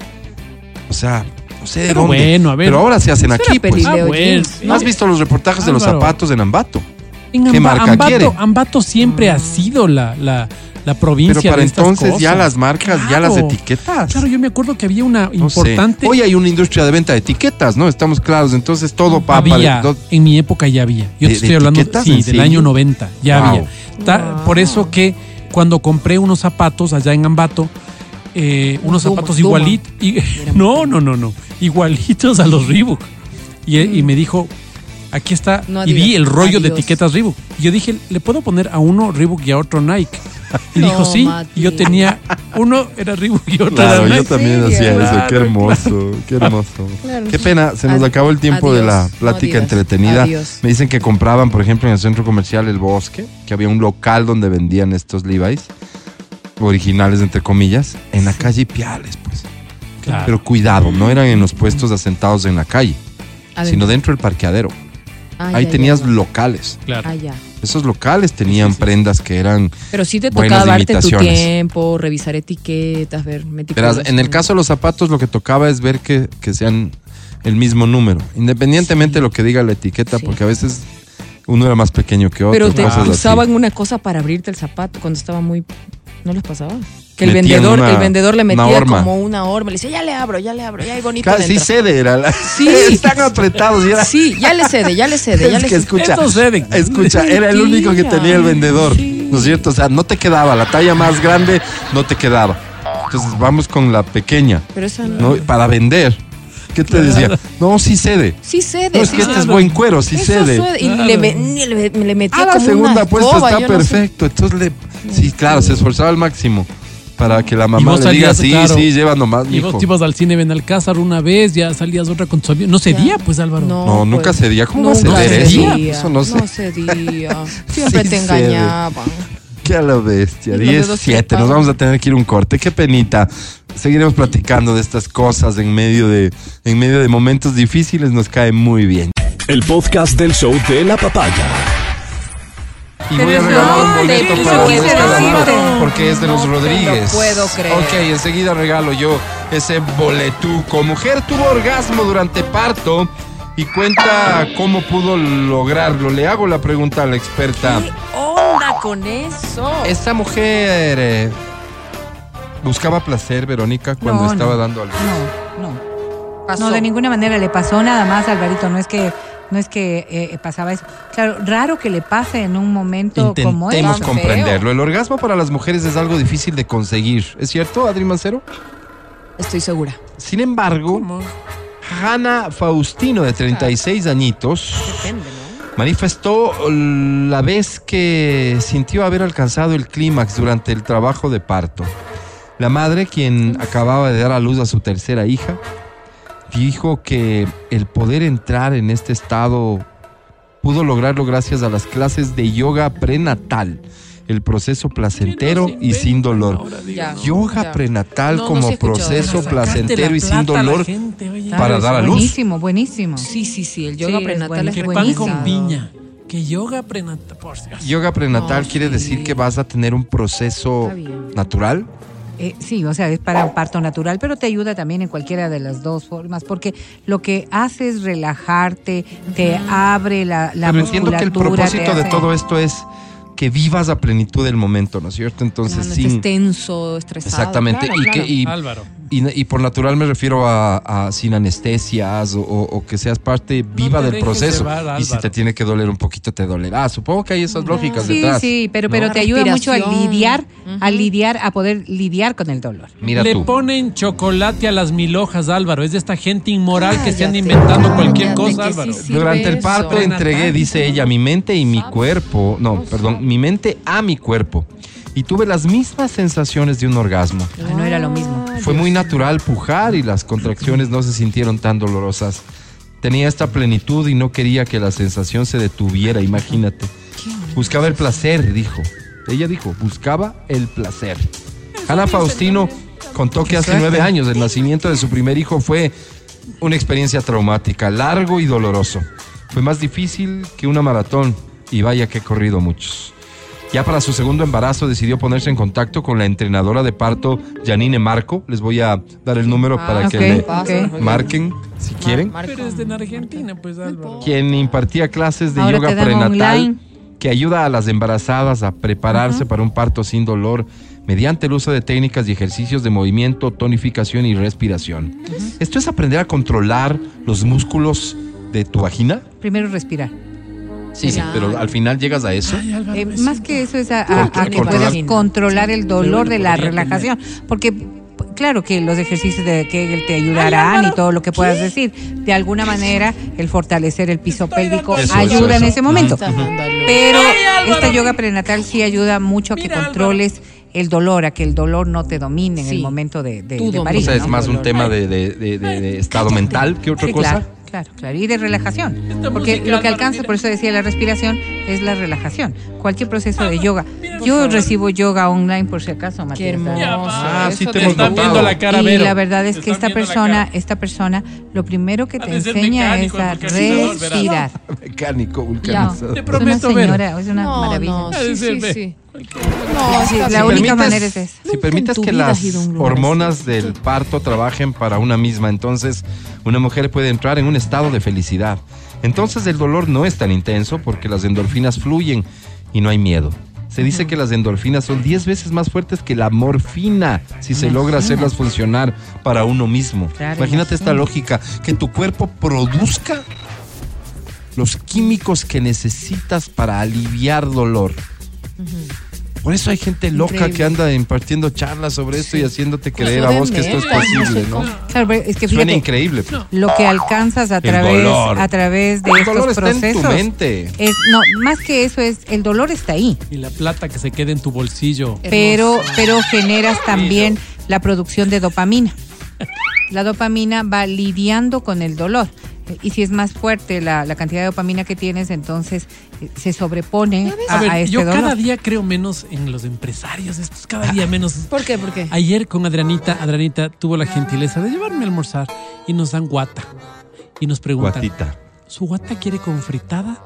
Speaker 1: O sea, no sé de
Speaker 2: Pero
Speaker 1: dónde.
Speaker 2: bueno, a ver.
Speaker 1: Pero ahora se hacen
Speaker 3: Eso era
Speaker 1: aquí, pues.
Speaker 3: pelileo,
Speaker 2: Ah, bueno,
Speaker 3: jeans.
Speaker 2: sí.
Speaker 1: ¿No ¿Has visto los reportajes de los
Speaker 2: Álvaro.
Speaker 1: zapatos en Ambato?
Speaker 2: En
Speaker 1: ¿Qué
Speaker 2: Amba-
Speaker 1: marca
Speaker 2: Ambato,
Speaker 1: quiere? Mm.
Speaker 2: Ambato siempre ha sido la, la, la provincia
Speaker 1: Pero para
Speaker 2: de estas
Speaker 1: entonces ya
Speaker 2: cosas.
Speaker 1: las marcas, ya las
Speaker 2: Claro.
Speaker 1: etiquetas.
Speaker 2: Claro, yo me acuerdo que había una
Speaker 1: No sé.
Speaker 2: importante...
Speaker 1: Hoy hay una industria de venta de etiquetas, ¿no? Estamos claros. Entonces todo para.
Speaker 2: había,
Speaker 1: para-
Speaker 2: en mi época ya había.
Speaker 1: ¿De-
Speaker 2: Yo te
Speaker 1: de
Speaker 2: estoy hablando
Speaker 1: etiquetas
Speaker 2: sí,
Speaker 1: en
Speaker 2: del
Speaker 1: sí?
Speaker 2: año 90, ya
Speaker 1: Wow.
Speaker 2: había. Ta-
Speaker 3: Wow.
Speaker 2: Por eso que cuando compré unos zapatos allá en Ambato, eh, unos
Speaker 3: Duma,
Speaker 2: zapatos
Speaker 3: Duma.
Speaker 2: igualitos,
Speaker 3: Eran
Speaker 2: no, no, no, no, igualitos a los Reebok. Y, eh, y me dijo, aquí está,
Speaker 3: Mm. No,
Speaker 2: y vi
Speaker 3: adidas,
Speaker 2: el rollo de
Speaker 3: adiós.
Speaker 2: etiquetas Reebok. Y yo dije, ¿le puedo poner a uno Reebok y a otro Nike? Y
Speaker 3: No,
Speaker 2: dijo, sí,
Speaker 3: Mati.
Speaker 2: y yo tenía, uno era Reebok y otro
Speaker 1: Claro,
Speaker 2: era
Speaker 1: yo
Speaker 2: Nike.
Speaker 1: también hacía
Speaker 3: serio?
Speaker 1: eso. Qué hermoso, qué hermoso.
Speaker 3: Claro.
Speaker 1: Qué pena, se nos
Speaker 3: Ad-
Speaker 1: acabó el tiempo de la
Speaker 3: adiós, no
Speaker 1: plática
Speaker 3: digas,
Speaker 1: entretenida.
Speaker 3: adiós.
Speaker 1: Me dicen que compraban, por ejemplo, en el centro comercial El Bosque, que había un local donde vendían estos Levi's, originales entre comillas, en la calle Piales, pues.
Speaker 2: Claro.
Speaker 1: Pero cuidado, no eran en los puestos asentados en la calle,
Speaker 3: Adentro.
Speaker 1: sino dentro del parqueadero.
Speaker 3: Ah,
Speaker 1: Ahí
Speaker 3: ya,
Speaker 1: tenías
Speaker 3: ya, ya.
Speaker 1: locales.
Speaker 2: Claro.
Speaker 3: Ah, ya.
Speaker 1: Esos locales tenían
Speaker 2: Sí, sí, sí.
Speaker 1: prendas que eran
Speaker 3: Pero sí te
Speaker 1: Buenas
Speaker 3: tocaba darte tu
Speaker 1: imitaciones.
Speaker 3: tiempo, revisar etiquetas, ver meticuloso.
Speaker 1: Verás, en el caso de los zapatos lo que tocaba es ver que, que sean el mismo número, independientemente de lo que diga la etiqueta,
Speaker 3: Sí.
Speaker 1: porque a veces uno era más pequeño que otro.
Speaker 3: Pero te
Speaker 1: cosas así.
Speaker 3: usaban una cosa para abrirte el zapato cuando estaba muy. ¿No les pasaba? Que el
Speaker 1: Metían
Speaker 3: vendedor,
Speaker 1: una-
Speaker 3: el vendedor le
Speaker 1: una
Speaker 3: metía
Speaker 1: horma.
Speaker 3: como una horma. Le decía, ya le abro, ya le abro, ya hay bonito.
Speaker 1: Casi
Speaker 3: dentro".
Speaker 1: cede era la-
Speaker 3: Sí.
Speaker 1: Están apretados y era...
Speaker 3: Sí, ya le cede, ya le cede, ya
Speaker 1: es
Speaker 3: le
Speaker 1: que
Speaker 3: cede.
Speaker 1: escucha,
Speaker 2: Eso cede.
Speaker 1: escucha, era el único que
Speaker 3: Mentira.
Speaker 1: tenía el vendedor,
Speaker 3: Sí.
Speaker 1: ¿no es cierto? O sea, no te quedaba, la talla más grande no te quedaba. Entonces vamos con la pequeña,
Speaker 3: Pero esa no.
Speaker 1: ¿no? Para vender. ¿Qué te decía? No, sí cede.
Speaker 3: Sí cede.
Speaker 1: No, es
Speaker 3: sí
Speaker 1: que este es
Speaker 3: cede.
Speaker 1: buen cuero, sí
Speaker 3: Eso
Speaker 1: cede.
Speaker 3: suede- Y le, me- ni le, le metió
Speaker 1: Ah, la
Speaker 3: como una
Speaker 1: segunda apuesta
Speaker 3: escoba,
Speaker 1: está
Speaker 3: yo no sé.
Speaker 1: perfecto. Entonces le. Sí, claro, se esforzaba al máximo para que la
Speaker 2: Y
Speaker 1: mamá
Speaker 2: vos
Speaker 1: le diga,
Speaker 2: salías,
Speaker 1: sí,
Speaker 2: claro.
Speaker 1: sí, lleva nomás,
Speaker 2: Y vos
Speaker 1: mijo.
Speaker 2: te ibas al cine Benalcázar una vez, ya salías otra con tu avión. No cedía, pues Álvaro.
Speaker 3: No,
Speaker 1: No, nunca
Speaker 3: pues,
Speaker 1: cedía. ¿Cómo va a
Speaker 3: nunca
Speaker 1: ceder eso?
Speaker 3: cedía,
Speaker 1: Eso no sé.
Speaker 3: cedía. Siempre
Speaker 1: Sí
Speaker 3: te
Speaker 1: cede.
Speaker 3: engañaban.
Speaker 1: Qué a la bestia.
Speaker 3: Y los dedos
Speaker 1: 17. Nos
Speaker 3: trepados.
Speaker 1: vamos a tener que ir a un corte. Qué penita. Seguiremos platicando de estas cosas en medio de, en medio de momentos difíciles. Nos cae muy bien.
Speaker 5: El podcast del show de la papaya.
Speaker 1: Y voy a
Speaker 3: Pero
Speaker 1: regalar
Speaker 3: no,
Speaker 1: un boleto
Speaker 3: de-
Speaker 1: para
Speaker 3: no
Speaker 1: Luis
Speaker 3: quise
Speaker 1: Calamaro,
Speaker 3: decirte.
Speaker 1: porque es de los
Speaker 3: No te lo
Speaker 1: Rodríguez.
Speaker 3: puedo creer.
Speaker 1: Ok, enseguida regalo yo ese boletuco. Mujer tuvo orgasmo durante parto y cuenta cómo pudo lograrlo. Le hago la pregunta a la experta.
Speaker 3: ¿Qué onda con eso?
Speaker 1: Esta mujer eh, buscaba placer, Verónica, cuando
Speaker 10: No,
Speaker 1: estaba
Speaker 10: no.
Speaker 1: dando algo.
Speaker 10: No, no. No, de ninguna manera le pasó nada más, Alvarito. No es que, no es que eh, pasaba eso. Claro, raro que le pase en un momento como este.
Speaker 1: Intentemos
Speaker 3: Tan
Speaker 1: comprenderlo. El orgasmo para las mujeres es algo difícil de conseguir. ¿Es cierto, Adri Mancero?
Speaker 3: Estoy segura.
Speaker 1: Sin embargo, Hanna Faustino, de 36 añitos,
Speaker 3: Depende, ¿no?
Speaker 1: manifestó la vez que sintió haber alcanzado el clímax durante el trabajo de parto. La madre, quien acababa de dar a luz a su tercera hija, dijo que el poder entrar en este estado pudo lograrlo gracias a las clases de yoga prenatal, el proceso placentero y sin dolor.
Speaker 3: Ya.
Speaker 1: Yoga
Speaker 3: Ya.
Speaker 1: prenatal
Speaker 3: No, no
Speaker 1: como
Speaker 3: se escuchó.
Speaker 1: proceso
Speaker 3: Sacarte
Speaker 1: placentero y sin dolor.
Speaker 10: Claro,
Speaker 1: para
Speaker 10: es
Speaker 1: dar a luz.
Speaker 10: Buenísimo, buenísimo.
Speaker 3: Sí, sí, sí. El yoga
Speaker 10: Sí, es
Speaker 3: prenatal
Speaker 10: bueno.
Speaker 3: es
Speaker 10: Qué
Speaker 2: Que
Speaker 10: pan
Speaker 2: pan
Speaker 3: buenísimo.
Speaker 2: con
Speaker 10: Buenísimo.
Speaker 2: piña. Que yoga prenatal. Por Dios.
Speaker 1: Yoga prenatal
Speaker 3: No,
Speaker 1: quiere
Speaker 3: sí.
Speaker 1: decir que vas a tener un proceso
Speaker 3: Está bien.
Speaker 1: natural.
Speaker 10: Eh, sí, o sea, es para un parto natural, pero te ayuda también en cualquiera de las dos formas, porque lo que hace es relajarte, te abre la, la
Speaker 1: pero entiendo que el
Speaker 10: musculatura, te
Speaker 1: propósito de
Speaker 10: hace-
Speaker 1: todo esto es que vivas a plenitud el momento, ¿no es cierto? Entonces,
Speaker 3: no, no
Speaker 1: sin...
Speaker 3: estés tenso, estresado.
Speaker 1: Exactamente.
Speaker 3: Claro,
Speaker 1: y,
Speaker 3: claro.
Speaker 1: Que, y,
Speaker 2: Álvaro.
Speaker 1: y- y por natural me refiero a, a sin anestesias o, o- o que seas parte viva
Speaker 2: te
Speaker 1: del
Speaker 2: dejes
Speaker 1: proceso.
Speaker 2: llevar,
Speaker 1: y si
Speaker 2: Álvaro.
Speaker 1: te tiene que doler un poquito, te dolerá. Supongo que hay esas lógicas
Speaker 10: Sí,
Speaker 1: detrás.
Speaker 10: sí, pero, pero
Speaker 3: ¿no?
Speaker 10: te ayuda mucho a
Speaker 3: Respiración.
Speaker 10: lidiar, a
Speaker 3: Ujú.
Speaker 10: lidiar, a poder lidiar con el dolor.
Speaker 1: Mira
Speaker 2: Le
Speaker 1: tú.
Speaker 2: ponen chocolate a las mil hojas, Álvaro. Es de esta gente inmoral que se
Speaker 3: Cállate,
Speaker 2: anda inventando cualquier
Speaker 3: cállate,
Speaker 2: cosa,
Speaker 3: que
Speaker 2: Álvaro.
Speaker 3: sí, sí. sirve
Speaker 1: Durante el parto
Speaker 3: eso?
Speaker 1: entregué, dice ella, mi mente y mi cuerpo. No, perdón, mi mente a mi cuerpo. Y tuve las mismas sensaciones de un orgasmo.
Speaker 10: Ah, no era lo mismo.
Speaker 3: Oh,
Speaker 1: Fue muy natural pujar y las contracciones no se sintieron tan dolorosas. Tenía esta plenitud y no quería que la sensación se detuviera, imagínate. Buscaba el placer, dijo. Ella dijo, buscaba el placer. Ana Faustino contó que hace nueve años el nacimiento de su primer hijo fue una experiencia traumática, largo y doloroso. Fue más difícil que una maratón y vaya que he corrido muchos. Ya para su segundo embarazo decidió ponerse en contacto con la entrenadora de parto Janine Marco. Les voy a dar el número para
Speaker 10: Ah,
Speaker 1: que
Speaker 10: ok,
Speaker 1: le
Speaker 10: ok.
Speaker 1: marquen si quieren.
Speaker 2: Pero es de en Argentina, pues, Álvaro.
Speaker 1: Quien impartía clases de
Speaker 10: Ahora
Speaker 1: yoga
Speaker 10: te dan
Speaker 1: prenatal
Speaker 10: online.
Speaker 1: que ayuda a las embarazadas a prepararse para un parto sin dolor mediante el uso de técnicas y ejercicios de movimiento, tonificación y respiración. ¿Esto es aprender a controlar los músculos de tu vagina?
Speaker 10: Primero respirar.
Speaker 1: Sí, sí, pero al final llegas a eso.
Speaker 10: Eh, más que eso es a, a-
Speaker 1: Porque
Speaker 10: a que
Speaker 1: controlar-
Speaker 10: puedas controlar el dolor de la
Speaker 2: podría
Speaker 10: relajación. Porque, p- claro, que los ejercicios de, que te ayudarán y todo lo que puedas decir. De alguna manera, el fortalecer el piso pélvico
Speaker 1: Eso,
Speaker 10: ayuda
Speaker 1: eso,
Speaker 10: en
Speaker 1: eso.
Speaker 10: ese momento.
Speaker 3: Está dándole-
Speaker 10: Pero esta yoga prenatal sí ayuda mucho a que controles el dolor, a que el dolor no te domine en
Speaker 3: Sí.
Speaker 10: el momento de, de,
Speaker 3: Tú
Speaker 10: de
Speaker 3: dominas.
Speaker 10: parir.
Speaker 1: O sea, es
Speaker 10: ¿no?
Speaker 1: más un tema de, de- de- de- de estado mental que otra
Speaker 10: Sí,
Speaker 1: cosa.
Speaker 10: Claro, claro, claro. Y de relajación.
Speaker 2: Esta
Speaker 10: Porque
Speaker 2: música,
Speaker 10: lo que
Speaker 2: Álvaro,
Speaker 10: alcanza,
Speaker 2: mira.
Speaker 10: por eso decía la respiración, es la relajación. Cualquier proceso
Speaker 2: Ah,
Speaker 10: de yoga. Yo recibo yoga online por si acaso,
Speaker 3: Qué
Speaker 10: Matías.
Speaker 3: hermoso.
Speaker 1: Ah, sí
Speaker 3: Eso
Speaker 1: te
Speaker 2: Te
Speaker 1: hemos
Speaker 2: están
Speaker 1: notado.
Speaker 2: viendo la cara,
Speaker 10: Y
Speaker 2: Vero.
Speaker 10: la verdad es
Speaker 2: Te
Speaker 10: que esta
Speaker 2: están viendo la
Speaker 10: persona,
Speaker 2: cara.
Speaker 10: esta persona, lo primero que
Speaker 2: Ha
Speaker 10: te
Speaker 2: de ser
Speaker 10: enseña es
Speaker 2: mecánico,
Speaker 10: a
Speaker 2: el vulcanizador, verás.
Speaker 10: respirar.
Speaker 1: Mecánico,
Speaker 2: Te
Speaker 1: vulcanizador.
Speaker 10: Es una
Speaker 2: prometo, Vero.
Speaker 10: señora, es una
Speaker 3: No,
Speaker 10: maravilla.
Speaker 3: no, sí, sí,
Speaker 2: Ve.
Speaker 3: sí.
Speaker 10: Sí,
Speaker 3: está
Speaker 10: la
Speaker 3: bien.
Speaker 10: única manera es esa.
Speaker 1: Si
Speaker 3: Nunca
Speaker 1: permites
Speaker 3: en tu
Speaker 1: que
Speaker 3: vida
Speaker 1: las
Speaker 3: has ido a un lugar
Speaker 1: hormonas del parto trabajen para una misma, entonces una mujer puede entrar en un estado de felicidad. Entonces el dolor no es tan intenso porque las endorfinas fluyen y no hay miedo. Se dice que las endorfinas son 10 veces más fuertes que la morfina si se logra hacerlas funcionar para uno mismo.
Speaker 10: Claro,
Speaker 1: Imagínate esta lógica, que tu cuerpo produzca los químicos que necesitas para aliviar dolor. Por eso hay gente loca
Speaker 10: Increíble.
Speaker 1: que anda impartiendo charlas sobre esto y haciéndote
Speaker 10: Cosa
Speaker 1: creer a
Speaker 10: de
Speaker 1: vos que esto es
Speaker 10: neta, no
Speaker 1: posible,
Speaker 10: sé
Speaker 1: ¿no?
Speaker 10: cómo. Claro, pero es que
Speaker 1: Suena
Speaker 10: fíjate,
Speaker 1: increíble.
Speaker 10: lo que alcanzas a
Speaker 1: El
Speaker 10: través,
Speaker 1: dolor.
Speaker 10: a través de
Speaker 1: El
Speaker 10: estos
Speaker 1: dolor está en tu
Speaker 10: procesos.
Speaker 1: mente.
Speaker 10: Es, no, más que eso es, el dolor está ahí.
Speaker 2: Y la plata que se quede en tu bolsillo.
Speaker 10: pero, pero generas también la producción de dopamina. La dopamina va lidiando con el dolor. Y si es más fuerte la, la cantidad de dopamina que tienes, entonces eh, se sobrepone a,
Speaker 2: A ver,
Speaker 10: a este
Speaker 2: yo
Speaker 10: dolor.
Speaker 2: cada día creo menos en los empresarios, estos cada día menos.
Speaker 3: ¿Por qué? ¿Por qué?
Speaker 2: Ayer con Adrianita, Adrianita tuvo la gentileza de llevarme a almorzar y nos dan guata. Y nos preguntan,
Speaker 1: Guatita.
Speaker 2: ¿su guata quiere con fritada?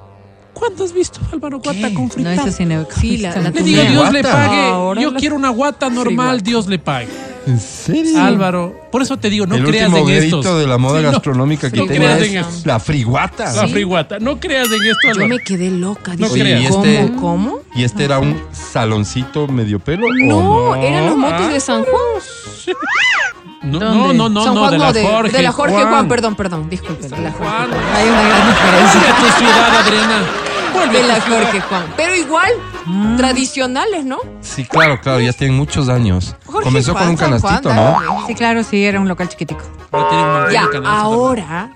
Speaker 2: ¿Cuándo has visto, Álvaro, guata con
Speaker 10: No,
Speaker 2: fritada?
Speaker 10: eso sí, no
Speaker 3: Sí, la-
Speaker 10: existe.
Speaker 3: la
Speaker 2: Le digo,
Speaker 3: Sí,
Speaker 2: Dios le
Speaker 1: guata.
Speaker 2: pague.
Speaker 3: Ahora
Speaker 2: Yo
Speaker 3: la-
Speaker 2: quiero una guata normal, Dios le pague.
Speaker 1: ¿En serio?
Speaker 2: Álvaro, por eso te digo, no
Speaker 1: el
Speaker 2: creas
Speaker 1: último
Speaker 2: en
Speaker 1: grito
Speaker 2: estos.
Speaker 1: de la moda
Speaker 2: Sí, no.
Speaker 1: gastronómica que
Speaker 2: no
Speaker 1: tenía
Speaker 2: creas
Speaker 1: es
Speaker 2: en eso.
Speaker 1: la friguata.
Speaker 2: La friguata. No creas en esto,
Speaker 3: Yo
Speaker 2: Álvaro.
Speaker 3: me quedé loca.
Speaker 2: No
Speaker 3: Dije,
Speaker 2: creas.
Speaker 3: ¿Cómo?
Speaker 1: Y este-
Speaker 3: ¿Cómo?
Speaker 1: ¿Y este era un saloncito medio pelo? o
Speaker 3: No, eran los motos
Speaker 2: Ah.
Speaker 3: de San Juan.
Speaker 2: No, no,
Speaker 3: ¿Dónde?
Speaker 2: no, no,
Speaker 3: San
Speaker 2: no,
Speaker 3: Juan,
Speaker 2: de la Jorge.
Speaker 3: de la Jorge Juan.
Speaker 2: Juan.
Speaker 3: perdón, perdón, disculpen, de la Jorge.
Speaker 2: Juan.
Speaker 3: Hay una gran diferencia.
Speaker 2: Vuelve a tu ciudad, Adriana. Vuelve Mm.
Speaker 3: De
Speaker 2: a
Speaker 3: la
Speaker 2: tu ciudad.
Speaker 3: Jorge Juan. Pero igual, tradicionales, ¿no?
Speaker 1: Sí, claro, claro, ya tienen muchos años.
Speaker 3: Jorge
Speaker 1: Comenzó
Speaker 3: Juan,
Speaker 1: con un
Speaker 3: San Juan,
Speaker 1: canastito, ¿no?
Speaker 3: dale.
Speaker 10: Sí, claro, sí, era un local chiquitico.
Speaker 2: Ahora tiene un montón de
Speaker 3: Ya,
Speaker 2: canales, Álvaro.
Speaker 3: ahora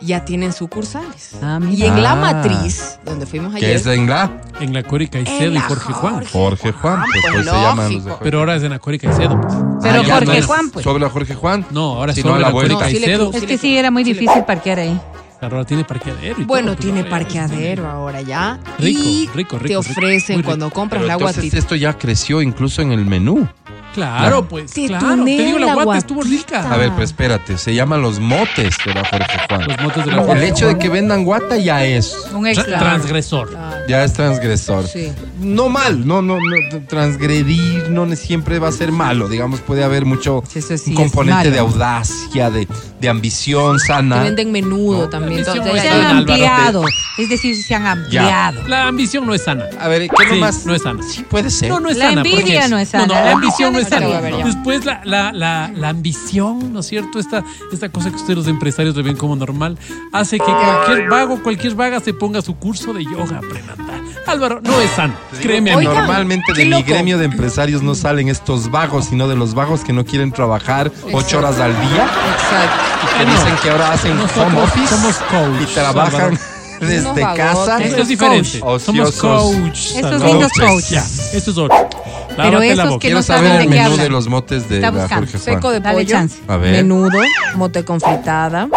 Speaker 3: ya tienen sucursales.
Speaker 10: Ah,
Speaker 3: y
Speaker 10: mira.
Speaker 3: en la
Speaker 1: Ah.
Speaker 3: matriz, donde fuimos
Speaker 1: Que
Speaker 3: ayer.
Speaker 1: es de Engla.
Speaker 2: En la Cori Caicedo
Speaker 3: en
Speaker 2: y
Speaker 3: la
Speaker 2: Jorge Juan.
Speaker 1: Jorge Juan, pues,
Speaker 3: pues,
Speaker 1: pues, se llaman los de
Speaker 3: lógico.
Speaker 1: Jorge.
Speaker 2: Pero ahora es en la Cori Caicedo. pues.
Speaker 10: Pero
Speaker 1: Ah, ya
Speaker 10: Jorge
Speaker 1: no es
Speaker 10: Juan, pues.
Speaker 1: Sobre la Jorge Juan.
Speaker 2: No, ahora
Speaker 1: Si
Speaker 2: solo
Speaker 1: no, a
Speaker 2: en
Speaker 1: la
Speaker 2: la Cori
Speaker 1: vuelta.
Speaker 2: Caicedo.
Speaker 3: Sí
Speaker 10: Es
Speaker 3: le
Speaker 10: que
Speaker 3: creo,
Speaker 10: sí, era muy
Speaker 3: sí le
Speaker 10: difícil parquear ahí.
Speaker 2: Ahora tiene parqueadero. y
Speaker 3: Bueno,
Speaker 2: todo, pues,
Speaker 3: tiene
Speaker 2: no, ya,
Speaker 3: parqueadero ahora ya.
Speaker 2: Rico,
Speaker 3: y
Speaker 2: rico, rico,
Speaker 3: te
Speaker 2: rico,
Speaker 3: ofrecen
Speaker 2: muy rico.
Speaker 3: cuando compras
Speaker 1: Pero
Speaker 3: la
Speaker 1: entonces
Speaker 3: guatita.
Speaker 1: esto ya creció incluso en el menú.
Speaker 2: Claro, pues.
Speaker 3: Te
Speaker 2: claro.
Speaker 3: tuneé
Speaker 2: Te digo, la
Speaker 3: la
Speaker 2: guata estuvo
Speaker 3: guatita.
Speaker 2: rica.
Speaker 1: A
Speaker 10: Ah.
Speaker 1: ver, pero espérate, se llaman los motes de la Jorge Juan.
Speaker 2: Los motes de la
Speaker 1: El
Speaker 2: Jorge.
Speaker 1: hecho de que vendan guata ya es,
Speaker 10: Un
Speaker 2: Tra-
Speaker 10: extra.
Speaker 2: Transgresor.
Speaker 1: ya es transgresor.
Speaker 10: Sí.
Speaker 1: No mal, no, no, no, transgredir no ne- siempre va a ser malo, digamos, puede haber mucho
Speaker 10: Sí, eso
Speaker 1: un
Speaker 10: sí es
Speaker 1: componente
Speaker 10: malo.
Speaker 1: de audacia, de, de ambición
Speaker 3: Te
Speaker 1: sana.
Speaker 3: venden menudo también.
Speaker 2: Bendición,
Speaker 3: entonces,
Speaker 10: Pues Se
Speaker 2: Álvaro,
Speaker 10: han
Speaker 2: te-
Speaker 10: ampliado. Es decir, se han ampliado.
Speaker 2: La ambición no es sana.
Speaker 1: A ver, ¿qué
Speaker 2: Sí,
Speaker 1: nomás?
Speaker 2: no es sana.
Speaker 1: Sí puede ser.
Speaker 2: No, no es
Speaker 10: La
Speaker 2: sana. ¿por qué?
Speaker 10: envidia no es sana,
Speaker 2: No, la
Speaker 10: la
Speaker 2: ambición no es
Speaker 10: ambición
Speaker 2: sana.
Speaker 10: es sana.
Speaker 2: Después la, la, la, la ambición, ¿no es cierto? Esta, esta cosa que ustedes los empresarios le ven como normal hace que cualquier vago, cualquier vaga se ponga su curso de yoga prenatal. Álvaro, no es sano. Créeme.
Speaker 3: Oigan,
Speaker 2: amigo.
Speaker 1: Eh, Normalmente
Speaker 3: qué
Speaker 1: de mi
Speaker 3: loco.
Speaker 1: gremio de empresarios no salen estos vagos, sino de los vagos que no quieren trabajar ocho horas al día.
Speaker 3: Exacto.
Speaker 1: que
Speaker 2: Ah, no.
Speaker 1: dicen que ahora hacen
Speaker 2: Nosotros
Speaker 1: home office
Speaker 2: somos coach,
Speaker 1: y trabajan
Speaker 2: Álvaro.
Speaker 1: desde
Speaker 3: Unos
Speaker 1: casa.
Speaker 3: vagotes.
Speaker 2: Eso es diferente.
Speaker 1: Coach.
Speaker 2: Somos
Speaker 1: Ociosos.
Speaker 2: coach.
Speaker 10: Estos
Speaker 2: Álvaro.
Speaker 10: lindos
Speaker 2: Coaches.
Speaker 10: coach.
Speaker 2: Ya, esto es otro. Lávate la
Speaker 10: esos
Speaker 2: boca.
Speaker 10: que
Speaker 1: Quiero
Speaker 10: no
Speaker 1: saber
Speaker 10: saben
Speaker 1: el
Speaker 10: de qué
Speaker 1: menú
Speaker 10: hablan.
Speaker 1: de los motes de
Speaker 10: Está
Speaker 1: la
Speaker 10: buscando.
Speaker 1: Jorge
Speaker 3: Seco
Speaker 1: Juan.
Speaker 3: de
Speaker 10: Dale
Speaker 3: pollo.
Speaker 10: chance.
Speaker 1: A ver.
Speaker 3: Menudo, mote con fritada,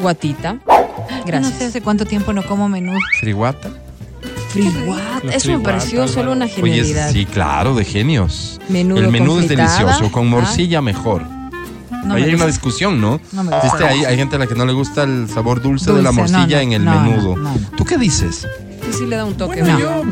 Speaker 3: guatita.
Speaker 10: Yo No sé
Speaker 3: Gracias.
Speaker 10: hace cuánto tiempo no como menú.
Speaker 1: Friguata.
Speaker 3: Friguat.
Speaker 2: La
Speaker 3: Eso me
Speaker 2: friguata,
Speaker 3: pareció solo una
Speaker 1: Oye,
Speaker 3: genialidad.
Speaker 1: sí, claro, de genios.
Speaker 3: Menudo
Speaker 1: el menú
Speaker 3: con
Speaker 1: es
Speaker 3: fritada.
Speaker 1: delicioso, con
Speaker 3: Ah.
Speaker 1: morcilla mejor.
Speaker 10: No
Speaker 1: Ahí
Speaker 10: me
Speaker 1: hay una
Speaker 10: gusta.
Speaker 1: discusión, ¿no?
Speaker 10: No me gusta.
Speaker 1: Viste, hay, hay gente a la que no le gusta el sabor dulce, de
Speaker 10: Dulce,
Speaker 1: la
Speaker 10: no,
Speaker 1: morcilla
Speaker 10: no,
Speaker 1: en el
Speaker 10: no,
Speaker 1: menudo.
Speaker 10: no, no.
Speaker 1: ¿Tú qué dices?
Speaker 3: Sí, sí le da un toque. ¿no?
Speaker 10: Bueno, yo-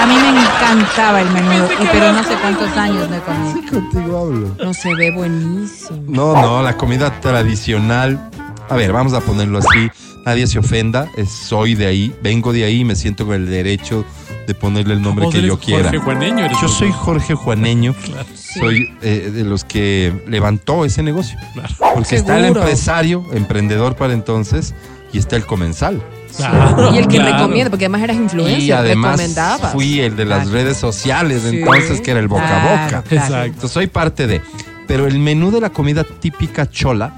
Speaker 10: A mí me encantaba el menú,
Speaker 2: Pensé que
Speaker 10: eh, pero no
Speaker 2: hablas
Speaker 10: sé cuántos años no he comido.
Speaker 1: Contigo hablo.
Speaker 3: No se ve buenísimo.
Speaker 1: No, no, la comida tradicional. A ver, vamos a ponerlo así. Nadie se ofenda. eh, Soy de ahí, vengo de ahí y me siento con el derecho de ponerle el nombre
Speaker 2: Vos
Speaker 1: que
Speaker 2: eres
Speaker 1: yo quiera.
Speaker 2: Jorge Juaneño, eres
Speaker 1: Yo
Speaker 2: tú.
Speaker 1: soy Jorge Juaneño. Soy eh, de los que levantó ese negocio.
Speaker 2: Claro.
Speaker 1: Porque está el
Speaker 3: Seguro.
Speaker 1: empresario, emprendedor para entonces, y está el comensal.
Speaker 2: Claro,
Speaker 3: Y el que
Speaker 2: claro.
Speaker 3: recomienda, porque además eras influencer,
Speaker 1: y además
Speaker 3: recomendabas.
Speaker 1: fui el de las
Speaker 10: Claro.
Speaker 1: redes sociales,
Speaker 3: Sí.
Speaker 1: entonces que era el boca a boca.
Speaker 10: Claro, claro.
Speaker 2: Exacto.
Speaker 1: Entonces, soy parte de. Pero el menú de la comida típica chola,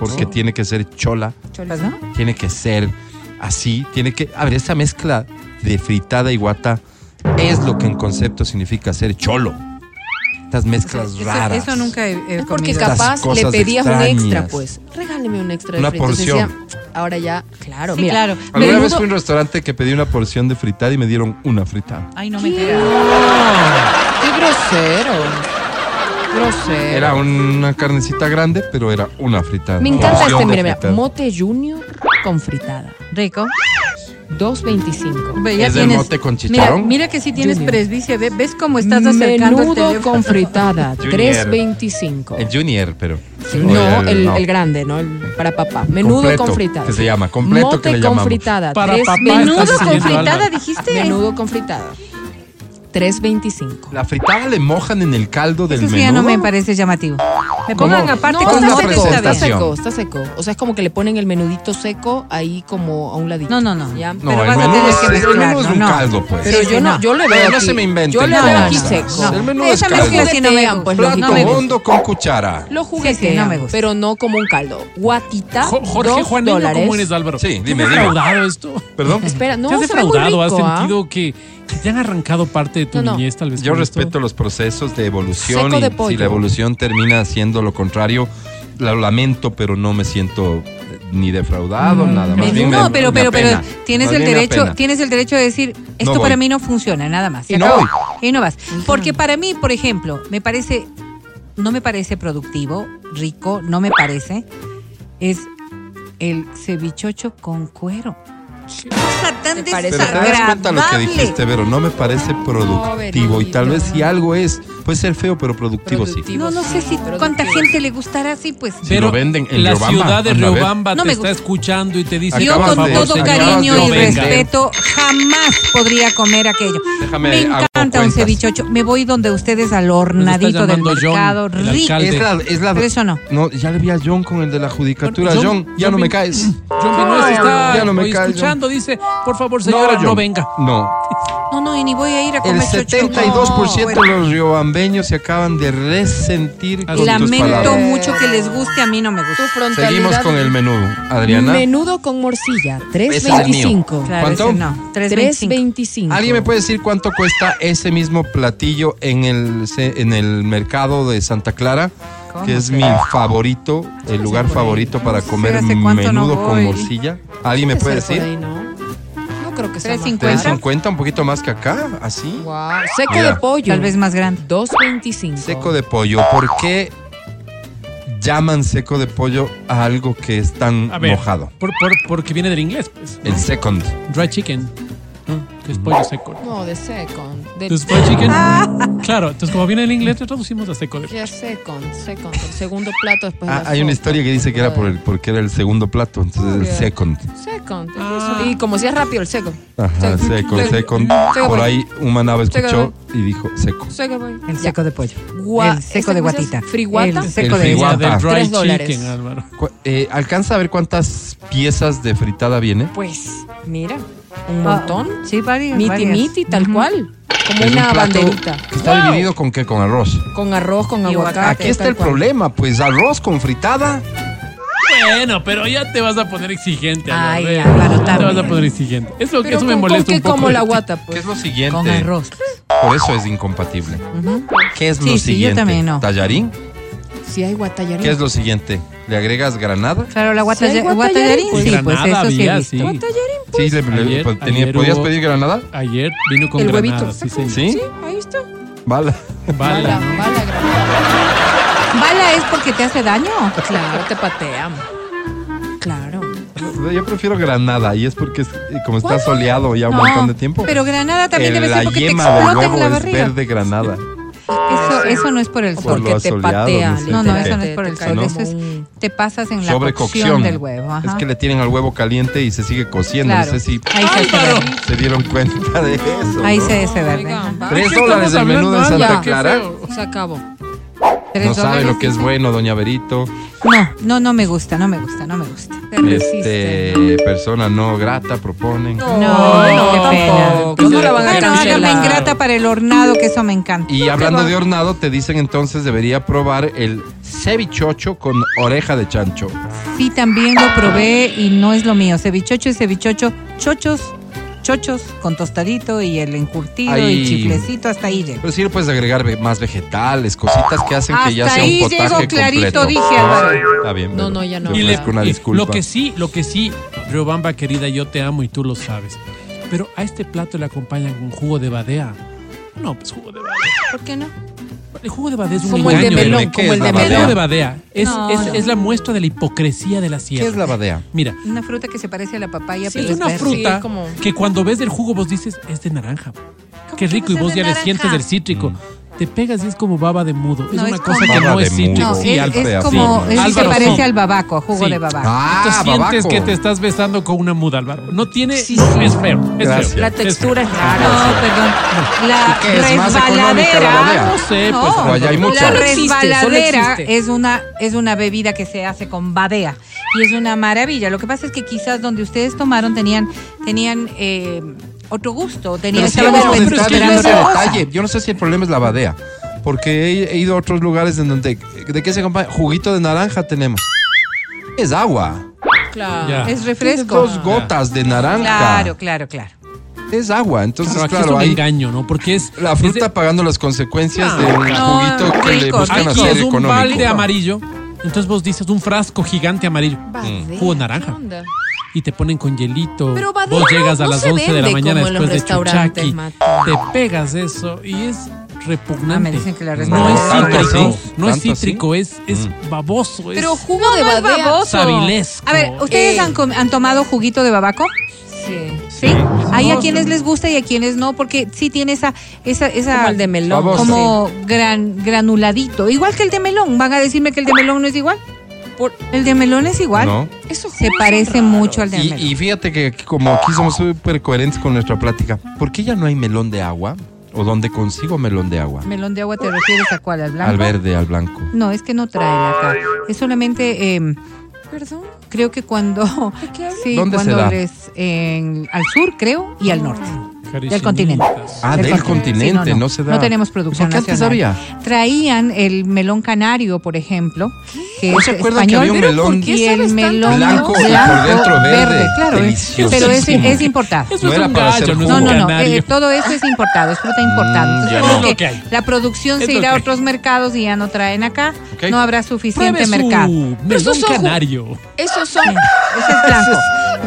Speaker 1: porque tiene que ser chola,
Speaker 10: Cholas, ¿no?
Speaker 1: tiene que ser así, tiene que. A ver, esa mezcla de fritada y guata es lo que en concepto significa ser cholo. Estas mezclas
Speaker 10: Eso-
Speaker 1: raras.
Speaker 10: Eso, nunca he, he
Speaker 3: Es porque
Speaker 10: comido.
Speaker 1: Estas
Speaker 3: capaz le
Speaker 1: cosas
Speaker 3: pedías un extra,
Speaker 1: extrañas.
Speaker 3: pues. Regáleme un extra de
Speaker 1: Una
Speaker 3: frito. Entonces
Speaker 1: porción.
Speaker 3: decía, ahora ya, claro,
Speaker 10: Sí,
Speaker 3: mira.
Speaker 10: claro.
Speaker 1: Alguna
Speaker 10: Menudo-
Speaker 1: vez fui a un restaurante que pedí una porción de fritada y me dieron una fritada.
Speaker 10: Ay, no me enteré.
Speaker 3: Qué grosero. Grosero.
Speaker 1: Era una carnecita grande, pero era una fritada.
Speaker 3: Me encanta
Speaker 1: Porción
Speaker 3: este,
Speaker 1: de
Speaker 3: mira, mira.
Speaker 1: fritada.
Speaker 3: Mote Junior con fritada.
Speaker 10: Rico.
Speaker 3: 2.25.
Speaker 10: Ve, ya
Speaker 1: ¿Es de
Speaker 10: tienes-
Speaker 1: mote con
Speaker 10: mira-
Speaker 1: chicharrón?
Speaker 10: Mira, que si tienes
Speaker 3: Junior.
Speaker 10: presbicia, ve- ves cómo Pues estás acercando el
Speaker 3: Menudo
Speaker 10: teléfono.
Speaker 3: con fritada,
Speaker 1: Junior.
Speaker 3: 3.25.
Speaker 1: El junior, pero.
Speaker 3: No,
Speaker 1: Oye,
Speaker 3: el,
Speaker 1: no.
Speaker 3: el grande, ¿no? El para papá. Menudo
Speaker 1: Completo,
Speaker 3: con fritada.
Speaker 1: que se llama, completo que
Speaker 3: Mote
Speaker 1: le
Speaker 3: con
Speaker 1: llamamos.
Speaker 3: fritada.
Speaker 2: Para papá
Speaker 3: 3.25.
Speaker 2: está
Speaker 10: Menudo con
Speaker 2: siguiendo,
Speaker 10: fritada,
Speaker 2: Álvaro.
Speaker 10: dijiste.
Speaker 3: Menudo con fritada. 3.25.
Speaker 1: La fritada le mojan en el caldo del
Speaker 10: Eso sí
Speaker 1: menú.
Speaker 10: ya no me parece llamativo. Me
Speaker 1: ¿Cómo?
Speaker 10: pongan aparte
Speaker 1: No,
Speaker 10: con
Speaker 1: está
Speaker 10: dos
Speaker 1: seco,
Speaker 10: está
Speaker 3: Está
Speaker 10: bien.
Speaker 1: Presentación.
Speaker 3: seco, está seco. O sea, es como que le ponen el menudito seco ahí como a un ladito.
Speaker 10: No, no, no.
Speaker 3: ¿Ya?
Speaker 1: No,
Speaker 10: Pero
Speaker 1: el
Speaker 10: vas a
Speaker 1: menú
Speaker 10: tener
Speaker 1: es-
Speaker 10: que
Speaker 1: el
Speaker 10: mezclarlo,
Speaker 1: menú es un
Speaker 10: no.
Speaker 1: caldo, pues.
Speaker 3: Pero yo no, yo le
Speaker 1: No,
Speaker 3: veo
Speaker 1: no
Speaker 3: aquí-
Speaker 1: se me inventen
Speaker 3: Yo le veo
Speaker 1: cosas.
Speaker 3: aquí
Speaker 1: No,
Speaker 3: seco.
Speaker 1: no, El menú es
Speaker 10: Esa
Speaker 1: caldo.
Speaker 10: mezcla sí no me
Speaker 3: Juguetean,
Speaker 10: gusta.
Speaker 3: pues,
Speaker 1: Plato
Speaker 3: no me gusta.
Speaker 1: hondo con cuchara.
Speaker 3: Lo juguetean,
Speaker 10: Sí, sí, no me gusta.
Speaker 3: pero no como un caldo. Guatita,
Speaker 2: Jo- Jorge
Speaker 3: dos
Speaker 2: Juanino,
Speaker 3: dólares.
Speaker 2: ¿cómo eres, Álvaro?
Speaker 1: Sí,
Speaker 2: ¿Te
Speaker 1: dime,
Speaker 2: has
Speaker 1: dime.
Speaker 2: defraudado esto?
Speaker 1: Perdón,
Speaker 3: Espera, no,
Speaker 2: ¿Te has
Speaker 3: se ve muy
Speaker 2: defraudado? ¿Has
Speaker 3: rico, ¿ah?
Speaker 2: sentido que, que te han arrancado parte de tu
Speaker 3: No, no.
Speaker 2: niñez, tal vez?
Speaker 1: yo
Speaker 2: con esto?
Speaker 1: respeto los procesos de evolución
Speaker 3: Seco
Speaker 1: y
Speaker 3: de
Speaker 1: si
Speaker 3: pollo.
Speaker 1: la evolución termina haciendo lo contrario, lo lamento, pero no me siento eh, ni defraudado, nada más.
Speaker 10: Pero
Speaker 1: bien
Speaker 10: no,
Speaker 1: me-
Speaker 10: pero,
Speaker 1: me
Speaker 10: pero, pero
Speaker 1: apena.
Speaker 10: tienes
Speaker 1: Más
Speaker 10: el
Speaker 1: bien me
Speaker 10: derecho,
Speaker 1: apena.
Speaker 10: tienes el derecho de decir esto
Speaker 1: voy.
Speaker 10: para mí no funciona, nada más. se
Speaker 1: Y no
Speaker 10: acabó.
Speaker 1: voy.
Speaker 10: Y no vas. Porque para mí, por ejemplo, me parece, no me parece productivo, rico, no me parece, es el cevichocho con cuero. Qué Cosa tan
Speaker 3: ¿Te parece? Pero
Speaker 1: Pero te das cuenta lo que
Speaker 10: desagradable.
Speaker 1: dijiste, Vero, no me parece productivo. y tal vez si algo es, puede ser feo, pero productivo, sí.
Speaker 10: No, no sé si
Speaker 3: Productivo.
Speaker 10: cuánta gente le gustará así, pues.
Speaker 1: Sí. lo venden en
Speaker 2: la
Speaker 1: Riobamba,
Speaker 2: ciudad de
Speaker 1: anda a ver.
Speaker 2: Riobamba
Speaker 10: No
Speaker 2: te
Speaker 10: me
Speaker 2: está
Speaker 10: gusta.
Speaker 2: escuchando y te dice
Speaker 10: Yo
Speaker 1: Acabas
Speaker 10: con
Speaker 1: de-
Speaker 10: todo
Speaker 1: acabas
Speaker 10: cariño
Speaker 1: de
Speaker 10: y
Speaker 1: ofender.
Speaker 10: respeto jamás podría comer aquello.
Speaker 1: Déjame,
Speaker 10: me
Speaker 1: hago
Speaker 10: encanta un
Speaker 1: cuentas.
Speaker 10: cevichocho. Me voy donde ustedes al hornadito del
Speaker 2: Pues llamando John,
Speaker 10: mercado.
Speaker 2: el
Speaker 10: rico.
Speaker 2: alcalde.
Speaker 1: Es la, es la-
Speaker 10: Pero eso no.
Speaker 1: No, ya le vi a John con el de la judicatura.
Speaker 2: John-
Speaker 1: John, ya
Speaker 2: John
Speaker 1: no me
Speaker 2: Vin-
Speaker 1: caes.
Speaker 2: John Pinoz
Speaker 1: Ay,
Speaker 2: está
Speaker 1: ya no me
Speaker 2: hoy
Speaker 1: cae,
Speaker 2: escuchando, dice, por favor, señora, no,
Speaker 1: John.
Speaker 2: venga.
Speaker 1: No,
Speaker 10: No, no, y ni voy a ir a
Speaker 1: el
Speaker 10: comer chocho. Ah,
Speaker 1: 72%
Speaker 10: No,
Speaker 1: de los riobambeños se acaban de resentir con
Speaker 10: bueno, Lamento
Speaker 1: tus palabras.
Speaker 10: mucho que les guste, a mí no me
Speaker 3: Tu
Speaker 10: gusta.
Speaker 3: frontalidad.
Speaker 1: Seguimos con el menú, Adriana.
Speaker 3: Menudo con morcilla,
Speaker 1: es el mío.
Speaker 3: 3.25.
Speaker 10: Claro,
Speaker 1: ¿Cuánto?
Speaker 10: ese no. 3.25.
Speaker 3: 3.25.
Speaker 1: ¿Alguien me puede decir cuánto cuesta ese mismo platillo en el, ce- en el mercado de Santa Clara?
Speaker 10: ¿Cómo
Speaker 1: Que es
Speaker 10: será?
Speaker 1: mi favorito, el lugar favorito para
Speaker 10: No sé,
Speaker 1: comer
Speaker 10: hace cuánto no
Speaker 1: menudo con
Speaker 10: voy.
Speaker 1: morcilla. ¿Alguien me puede
Speaker 3: ser por
Speaker 1: decir?
Speaker 3: ahí, ¿no? No creo que sea. más.
Speaker 10: 3.50.
Speaker 1: ¿Ustedes cuenta un poquito más que acá? ¿Así?
Speaker 3: Guau. Seco
Speaker 1: Mira.
Speaker 3: de pollo.
Speaker 10: Tal vez más grande.
Speaker 3: 2.25.
Speaker 1: Ah, Seco de pollo. ¿Por qué llaman seco de pollo a algo que es tan
Speaker 2: A ver,
Speaker 1: mojado?
Speaker 2: Por, por- porque viene del inglés, pues.
Speaker 1: El second.
Speaker 2: Dry chicken, ¿no? que es pollo seco.
Speaker 3: No, de second. De
Speaker 2: Entonces, fried chicken.
Speaker 1: Ah,
Speaker 2: Claro, entonces como viene del inglés, lo traducimos a seco de
Speaker 3: Ya second, second. El segundo plato después. de
Speaker 1: Ah,
Speaker 3: la
Speaker 1: hay una
Speaker 3: sopa.
Speaker 1: historia que dice que era por el, porque era el segundo plato, entonces el
Speaker 3: Ok.
Speaker 1: second.
Speaker 3: Second.
Speaker 2: Ah.
Speaker 3: Y como si es rápido, el seco.
Speaker 1: Ajá,
Speaker 3: Second.
Speaker 1: second,
Speaker 3: Second.
Speaker 1: second.
Speaker 3: Second.
Speaker 1: Por ahí un manaba
Speaker 3: Second.
Speaker 1: escuchó y dijo seco.
Speaker 3: Seco, voy.
Speaker 10: El
Speaker 3: Ya.
Speaker 10: seco de pollo.
Speaker 3: Gua-
Speaker 10: el seco de
Speaker 3: ¿ese cómo se
Speaker 10: guatita.
Speaker 3: llama? ¿Friguata?
Speaker 10: El seco
Speaker 1: El
Speaker 10: de
Speaker 1: friguata.
Speaker 10: guatita.
Speaker 2: Ella del dry
Speaker 3: Tres
Speaker 2: chicken,
Speaker 3: dólares.
Speaker 2: Álvaro.
Speaker 1: Cu- eh, ¿Alcanza a ver cuántas piezas de fritada viene?
Speaker 3: Pues, mira, un montón.
Speaker 10: Ah, Sí, varias.
Speaker 3: Miti
Speaker 10: varias.
Speaker 3: miti, tal
Speaker 10: Ujú.
Speaker 3: cual. Como
Speaker 1: Es un
Speaker 3: una
Speaker 1: plato
Speaker 3: banderita.
Speaker 1: que está
Speaker 3: Wow.
Speaker 1: dividido con qué? Con arroz.
Speaker 3: Con arroz, con
Speaker 10: Y
Speaker 3: aguacate.
Speaker 10: aguacate,
Speaker 1: Aquí está
Speaker 3: tal
Speaker 1: el
Speaker 3: cual.
Speaker 1: problema, pues arroz con fritada.
Speaker 2: Bueno, pero ya te vas a poner exigente.
Speaker 10: Ay,
Speaker 2: Álvaro,
Speaker 10: Álvaro,
Speaker 2: Ya Te vas a
Speaker 10: también.
Speaker 2: poner exigente. Es lo que
Speaker 3: Pero
Speaker 2: eso me
Speaker 3: con,
Speaker 2: molesta
Speaker 3: con
Speaker 2: un
Speaker 3: que
Speaker 2: poco.
Speaker 3: como
Speaker 2: de
Speaker 3: la
Speaker 2: ti.
Speaker 3: guata,
Speaker 1: ¿Qué es
Speaker 3: pues.
Speaker 1: lo siguiente?
Speaker 10: Con arroz.
Speaker 1: Por eso es incompatible. ¿Qué es
Speaker 10: Sí,
Speaker 1: lo
Speaker 10: sí, yo
Speaker 1: siguiente?
Speaker 10: también no.
Speaker 1: ¿Tallarín?
Speaker 3: Si hay guatallarín.
Speaker 1: ¿Qué es lo siguiente? ¿Le agregas granada?
Speaker 10: Claro, la
Speaker 3: Sí, hay
Speaker 10: guatalla-
Speaker 3: guatallarín,
Speaker 10: guatallarín,
Speaker 2: pues.
Speaker 10: sí, pues
Speaker 2: Granada
Speaker 10: eso sí
Speaker 2: había,
Speaker 10: he visto.
Speaker 2: sí.
Speaker 3: Guatallarín.
Speaker 1: Sí, le- le-
Speaker 2: Ayer-
Speaker 1: pues, tenía-
Speaker 2: ayer
Speaker 1: ¿podías
Speaker 2: hubo-
Speaker 1: pedir granada?
Speaker 2: Ayer vino con
Speaker 3: El huevito.
Speaker 2: granada, sí, señor.
Speaker 1: ¿Sí?
Speaker 3: Sí, ahí está.
Speaker 1: Vale.
Speaker 3: Bala,
Speaker 2: Bala. ¿no?
Speaker 3: bala, granada.
Speaker 10: ¿Bala es porque te hace daño?
Speaker 3: Claro, te patean. Claro.
Speaker 1: Yo prefiero granada y es porque es- eh, como está
Speaker 3: Bueno,
Speaker 1: soleado ya un montón de tiempo.
Speaker 10: Pero granada también
Speaker 1: el-
Speaker 10: debe ser
Speaker 1: la
Speaker 10: porque te
Speaker 1: yema del
Speaker 10: explota
Speaker 1: huevo
Speaker 10: en la
Speaker 1: es
Speaker 10: barriga.
Speaker 1: verde granada.
Speaker 10: Eso, eso no es por el
Speaker 3: O
Speaker 10: sol.
Speaker 1: Ah, Por
Speaker 3: porque
Speaker 1: lo
Speaker 3: te
Speaker 1: asoleado,
Speaker 3: patea.
Speaker 1: no sé
Speaker 10: No, no,
Speaker 1: por
Speaker 10: eso
Speaker 1: qué.
Speaker 10: no es por el
Speaker 1: te
Speaker 10: sol.
Speaker 1: cae
Speaker 10: Eso es, te pasas en la
Speaker 1: Sobrecocción.
Speaker 10: cocción del huevo. Ajá.
Speaker 1: Es que le tienen al huevo caliente y se sigue cociendo.
Speaker 10: Claro.
Speaker 1: No sé si
Speaker 10: Ahí se hace verde.
Speaker 1: se dieron cuenta de eso.
Speaker 10: Ahí
Speaker 1: ¿no?
Speaker 10: se hace verde.
Speaker 3: Oigan,
Speaker 10: ajá.
Speaker 3: va.
Speaker 1: Tres
Speaker 2: ¿Qué
Speaker 1: dólares
Speaker 2: estamos
Speaker 1: el menú de
Speaker 2: hablando,
Speaker 1: Santa
Speaker 2: Álvaro? Qué
Speaker 1: Clara.
Speaker 2: feo.
Speaker 3: Se acabó.
Speaker 10: Tres
Speaker 1: No sabe
Speaker 10: dólares,
Speaker 1: lo que es
Speaker 10: dice.
Speaker 1: bueno, doña Berito.
Speaker 10: No, no, no me gusta, no me gusta, no me gusta.
Speaker 3: Te resiste.
Speaker 1: Este, persona no grata, proponen.
Speaker 10: No,
Speaker 3: no,
Speaker 10: qué pena. Pues
Speaker 3: tampoco. ¿Cómo la van a
Speaker 10: Bueno,
Speaker 3: cancelar?
Speaker 10: hágame ingrata para el hornado, que eso me encanta.
Speaker 1: Y hablando de hornado, te dicen entonces debería probar el cevichocho con oreja de chancho.
Speaker 10: Sí, también lo probé y no es lo mío. Cevichocho y cevichocho, chochos, chochos con tostadito y el encurtido
Speaker 1: Ahí.
Speaker 10: y chiflecito, hasta ahí llego.
Speaker 1: Pero sí le puedes agregar ve- más vegetales, cositas que hacen que ya
Speaker 10: Hasta
Speaker 1: sea un
Speaker 10: ahí
Speaker 1: potaje
Speaker 10: llego clarito,
Speaker 1: completo.
Speaker 10: dije, Álvaro.
Speaker 1: Está bien.
Speaker 3: No,
Speaker 1: Vero.
Speaker 3: no, ya no.
Speaker 1: Te
Speaker 3: Y le-
Speaker 1: ofrezco una
Speaker 2: y
Speaker 1: disculpa.
Speaker 2: Lo que sí, lo que sí, Riobamba querida, yo te amo y tú lo sabes. Pero a este plato le acompañan con jugo de badea. No, pues jugo de badea.
Speaker 3: ¿Por qué no?
Speaker 2: El jugo de badea es un
Speaker 3: Como el de
Speaker 2: engaño,
Speaker 1: melón,
Speaker 2: ¿eh?
Speaker 1: como ¿Qué el es de la
Speaker 2: El jugo
Speaker 1: badea?
Speaker 2: de badea es,
Speaker 10: No,
Speaker 2: es,
Speaker 10: no.
Speaker 2: es la muestra de la hipocresía de la sierra.
Speaker 1: ¿Qué es la badea?
Speaker 2: Mira,
Speaker 10: Una fruta que se parece a la papaya,
Speaker 3: Sí,
Speaker 10: pero
Speaker 2: es una
Speaker 10: verde.
Speaker 3: Sí,
Speaker 2: fruta
Speaker 3: es como-
Speaker 2: que cuando ves del jugo vos dices, es de naranja. Qué
Speaker 10: que
Speaker 2: rico y
Speaker 10: va a
Speaker 2: vos
Speaker 10: ser
Speaker 2: ya
Speaker 10: de
Speaker 2: le sientes
Speaker 10: naranja?
Speaker 1: Mm.
Speaker 2: el cítrico. te pegas y es como baba de mudo. es
Speaker 10: No,
Speaker 2: una
Speaker 10: es
Speaker 2: cosa
Speaker 10: como-
Speaker 2: que
Speaker 10: Baba
Speaker 2: no es
Speaker 10: de
Speaker 2: cítrico.
Speaker 10: mudo. No, es- es como- es- se parece al babaco, jugo de babaco. Ah,
Speaker 2: Entonces sientes
Speaker 10: babaco.
Speaker 2: que te estás besando con una muda, Álvaro. No tiene... Es feo. Es
Speaker 10: Gracias.
Speaker 2: feo.
Speaker 10: La
Speaker 2: es
Speaker 10: textura
Speaker 2: feo.
Speaker 10: es rara. No, perdón. La
Speaker 2: ¿Y qué es más económica la
Speaker 10: resbaladera.
Speaker 2: Badea? No sé, pues, pero allá hay mucha.
Speaker 10: La
Speaker 2: Solo existe, solo
Speaker 10: resbaladera
Speaker 2: existe.
Speaker 10: es una, es una bebida que se hace con badea. Y es una maravilla. Lo que pasa es que quizás donde ustedes tomaron tenían, tenían eh, otro gusto. Tenían,
Speaker 1: Pero sí
Speaker 10: estaban
Speaker 1: hemos
Speaker 10: esper-
Speaker 1: entrado en
Speaker 10: esperando
Speaker 1: ese
Speaker 10: otra cosa.
Speaker 1: detalle. Yo no sé si el problema es la badea. Porque he, he ido a otros lugares en donde. ¿De qué se acompaña? Juguito de naranja tenemos. Es agua.
Speaker 10: Claro.
Speaker 1: Ya.
Speaker 10: Es refresco.
Speaker 1: Dos gotas de naranja.
Speaker 10: Claro, claro, claro.
Speaker 1: Es agua. Entonces,
Speaker 2: Claro,
Speaker 1: claro,
Speaker 2: aquí es un
Speaker 1: hay-
Speaker 2: engaño, ¿no? Porque es...
Speaker 1: La fruta pagando las consecuencias de un
Speaker 2: No,
Speaker 1: juguito que le
Speaker 2: rico,
Speaker 1: buscan
Speaker 2: rico.
Speaker 1: hacer
Speaker 2: es un
Speaker 1: económico.
Speaker 2: balde amarillo. Entonces vos dices un frasco gigante amarillo. Jugo de naranja. Y te ponen con hielito.
Speaker 3: Pero badea
Speaker 2: vos llegas a
Speaker 3: no
Speaker 2: las
Speaker 3: se
Speaker 2: 11 de la
Speaker 3: vende
Speaker 2: mañana
Speaker 3: como en los
Speaker 2: después de
Speaker 3: restaurantes,
Speaker 2: chuchaqui.
Speaker 3: Mato.
Speaker 2: Te pegas eso y es repugnante.
Speaker 10: Ah, me dicen que la
Speaker 2: no es
Speaker 10: restauran. Tanto
Speaker 2: cítrico,
Speaker 10: sí,
Speaker 2: no es
Speaker 10: tanto sí.
Speaker 2: cítrico, es, es
Speaker 1: Mm.
Speaker 2: baboso.
Speaker 10: Pero
Speaker 2: es,
Speaker 10: jugo de
Speaker 3: es
Speaker 10: babaco.
Speaker 2: Sabilesco.
Speaker 10: A ver, ¿ustedes
Speaker 3: Eh.
Speaker 10: han, com- han tomado juguito de babaco?
Speaker 3: Sí.
Speaker 10: Sí. Hay a quienes les gusta y a quienes no, porque sí tiene esa, esa, esa
Speaker 3: Como el de melón. Baboso.
Speaker 10: como gran, granuladito. Igual que el de melón. ¿Van a decirme que el de melón no es igual? El de melón es igual.
Speaker 1: No.
Speaker 10: Eso se parece mucho al de melón.
Speaker 1: Y, y fíjate que aquí, como aquí somos súper coherentes con nuestra plática, ¿por qué ya no hay melón de agua? ¿O dónde consigo melón de agua?
Speaker 10: Melón de agua te refieres a cuál, al blanco.
Speaker 1: Al verde, al blanco.
Speaker 10: No, es que no trae acá. Es solamente, eh,
Speaker 3: Perdón.
Speaker 10: creo que cuando, sí,
Speaker 1: ¿Dónde se
Speaker 10: cuando
Speaker 1: da?
Speaker 10: les- en- al sur creo y al norte. Del
Speaker 1: Jaricinitas.
Speaker 10: continente.
Speaker 1: Ah, del continente, no se da.
Speaker 10: No tenemos producción
Speaker 1: ¿Por qué antes
Speaker 10: nacional.
Speaker 1: había?
Speaker 10: Traían el melón canario, por ejemplo, que
Speaker 1: ¿No
Speaker 10: es
Speaker 1: se acuerdan que
Speaker 10: español,
Speaker 1: había un
Speaker 10: pero ¿por
Speaker 1: melón
Speaker 10: qué y el
Speaker 1: sabes tanto?
Speaker 10: melón
Speaker 1: Blanco y por dentro verde?
Speaker 10: claro, eh,
Speaker 1: Deliciosísimo.
Speaker 10: pero es, es importado.
Speaker 1: Eso No es era un para hacer gallo, no es
Speaker 10: no,
Speaker 1: un
Speaker 10: no, no,
Speaker 1: canario.
Speaker 10: eh, todo eso es importado, es fruta importada.
Speaker 1: Mm, ya no.
Speaker 10: Entonces, como
Speaker 1: Es lo
Speaker 10: que
Speaker 1: que hay.
Speaker 10: la producción
Speaker 1: Es
Speaker 10: se
Speaker 1: lo
Speaker 10: irá a
Speaker 1: que hay.
Speaker 10: otros mercados y ya no traen acá,
Speaker 1: Ok.
Speaker 10: no habrá suficiente
Speaker 2: Pruebe su
Speaker 10: mercado.
Speaker 2: melón
Speaker 10: esos son ju-
Speaker 2: canario.
Speaker 3: Esos son.
Speaker 10: Ese es blanco.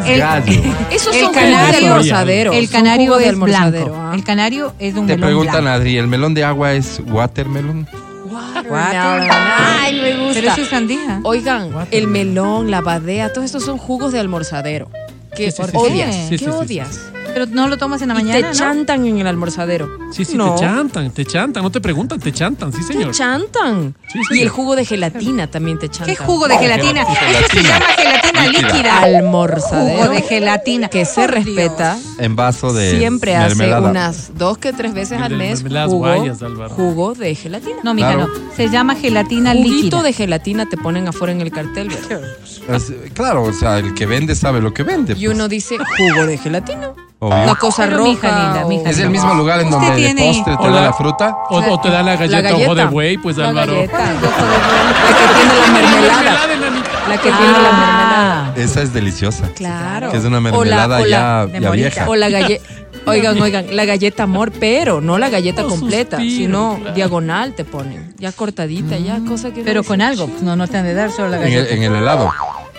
Speaker 3: es
Speaker 10: El-
Speaker 1: gallo.
Speaker 3: Esos
Speaker 10: el
Speaker 3: son jugos de
Speaker 10: canario,
Speaker 3: almorzadero.
Speaker 10: el
Speaker 3: Son
Speaker 10: canario
Speaker 3: jugo de
Speaker 10: es
Speaker 3: almorzadero, ¿ah?
Speaker 10: blanco. El canario es de un
Speaker 1: ¿ah? Te
Speaker 10: melón
Speaker 1: preguntan,
Speaker 10: blanco.
Speaker 1: Adri, ¿el melón de agua es watermelon?
Speaker 10: Watermelon.
Speaker 3: Ay, me gusta.
Speaker 10: Pero eso es sandía.
Speaker 3: Oigan, el melón, la badea, todos estos son jugos de almorzadero. Que
Speaker 10: sí, sí,
Speaker 3: odias.
Speaker 10: sí, sí,
Speaker 3: ¿Qué
Speaker 10: sí, sí, sí.
Speaker 3: odias?
Speaker 10: Pero no lo tomas en la
Speaker 3: Y
Speaker 10: mañana,
Speaker 3: Te
Speaker 10: ¿no?
Speaker 3: chantan en el almorzadero.
Speaker 2: Sí, sí,
Speaker 3: No.
Speaker 2: te chantan, te chantan. No te preguntan, te chantan, sí,
Speaker 3: Te
Speaker 2: señor.
Speaker 3: chantan.
Speaker 2: señor.
Speaker 3: Y el jugo de gelatina también te chantan.
Speaker 10: ¿Qué jugo de gelatina? Eso se llama gelatina líquida.
Speaker 3: Almorzadero.
Speaker 10: Jugo de gelatina.
Speaker 3: Que se respeta.
Speaker 1: En vaso de
Speaker 3: Siempre hace
Speaker 1: mermelada.
Speaker 3: unas dos que tres veces al mes jugo,
Speaker 1: Álvaro.
Speaker 3: jugo de gelatina.
Speaker 10: No, mija,
Speaker 1: Claro.
Speaker 10: no. Se llama gelatina
Speaker 3: Juguito
Speaker 10: líquida.
Speaker 3: de gelatina te ponen afuera en el cartel. ¿verdad?
Speaker 1: Es- Claro, o sea, el que vende sabe lo que vende. pues.
Speaker 3: Y uno dice jugo de gelatina.
Speaker 1: obvio.
Speaker 3: Una cosa
Speaker 10: Pero,
Speaker 3: roja.
Speaker 10: mija linda,
Speaker 3: o-
Speaker 10: mija
Speaker 1: Es el
Speaker 10: linda.
Speaker 1: mismo lugar en
Speaker 10: Usted
Speaker 1: donde de
Speaker 10: tiene-
Speaker 1: postre te
Speaker 2: Hola.
Speaker 1: da la fruta.
Speaker 2: O, o te da la galleta, ojo de
Speaker 3: galleta.
Speaker 2: buey, pues
Speaker 3: La
Speaker 2: Álvaro.
Speaker 3: galleta. La que tiene la mermelada. La que tiene la
Speaker 10: Ah,
Speaker 3: mermelada.
Speaker 1: Esa es deliciosa.
Speaker 3: Claro.
Speaker 1: Que es una
Speaker 3: O la-
Speaker 1: mermelada
Speaker 3: o la-
Speaker 1: ya, ya vieja.
Speaker 3: O la galleta. Oigan, oigan, la galleta amor, pero no la galleta completa, sino diagonal te ponen, ya cortadita, ya cosa que.
Speaker 10: Pero con algo. pues, No, no te han de dar solo la
Speaker 1: En el,
Speaker 10: galleta.
Speaker 1: en el helado,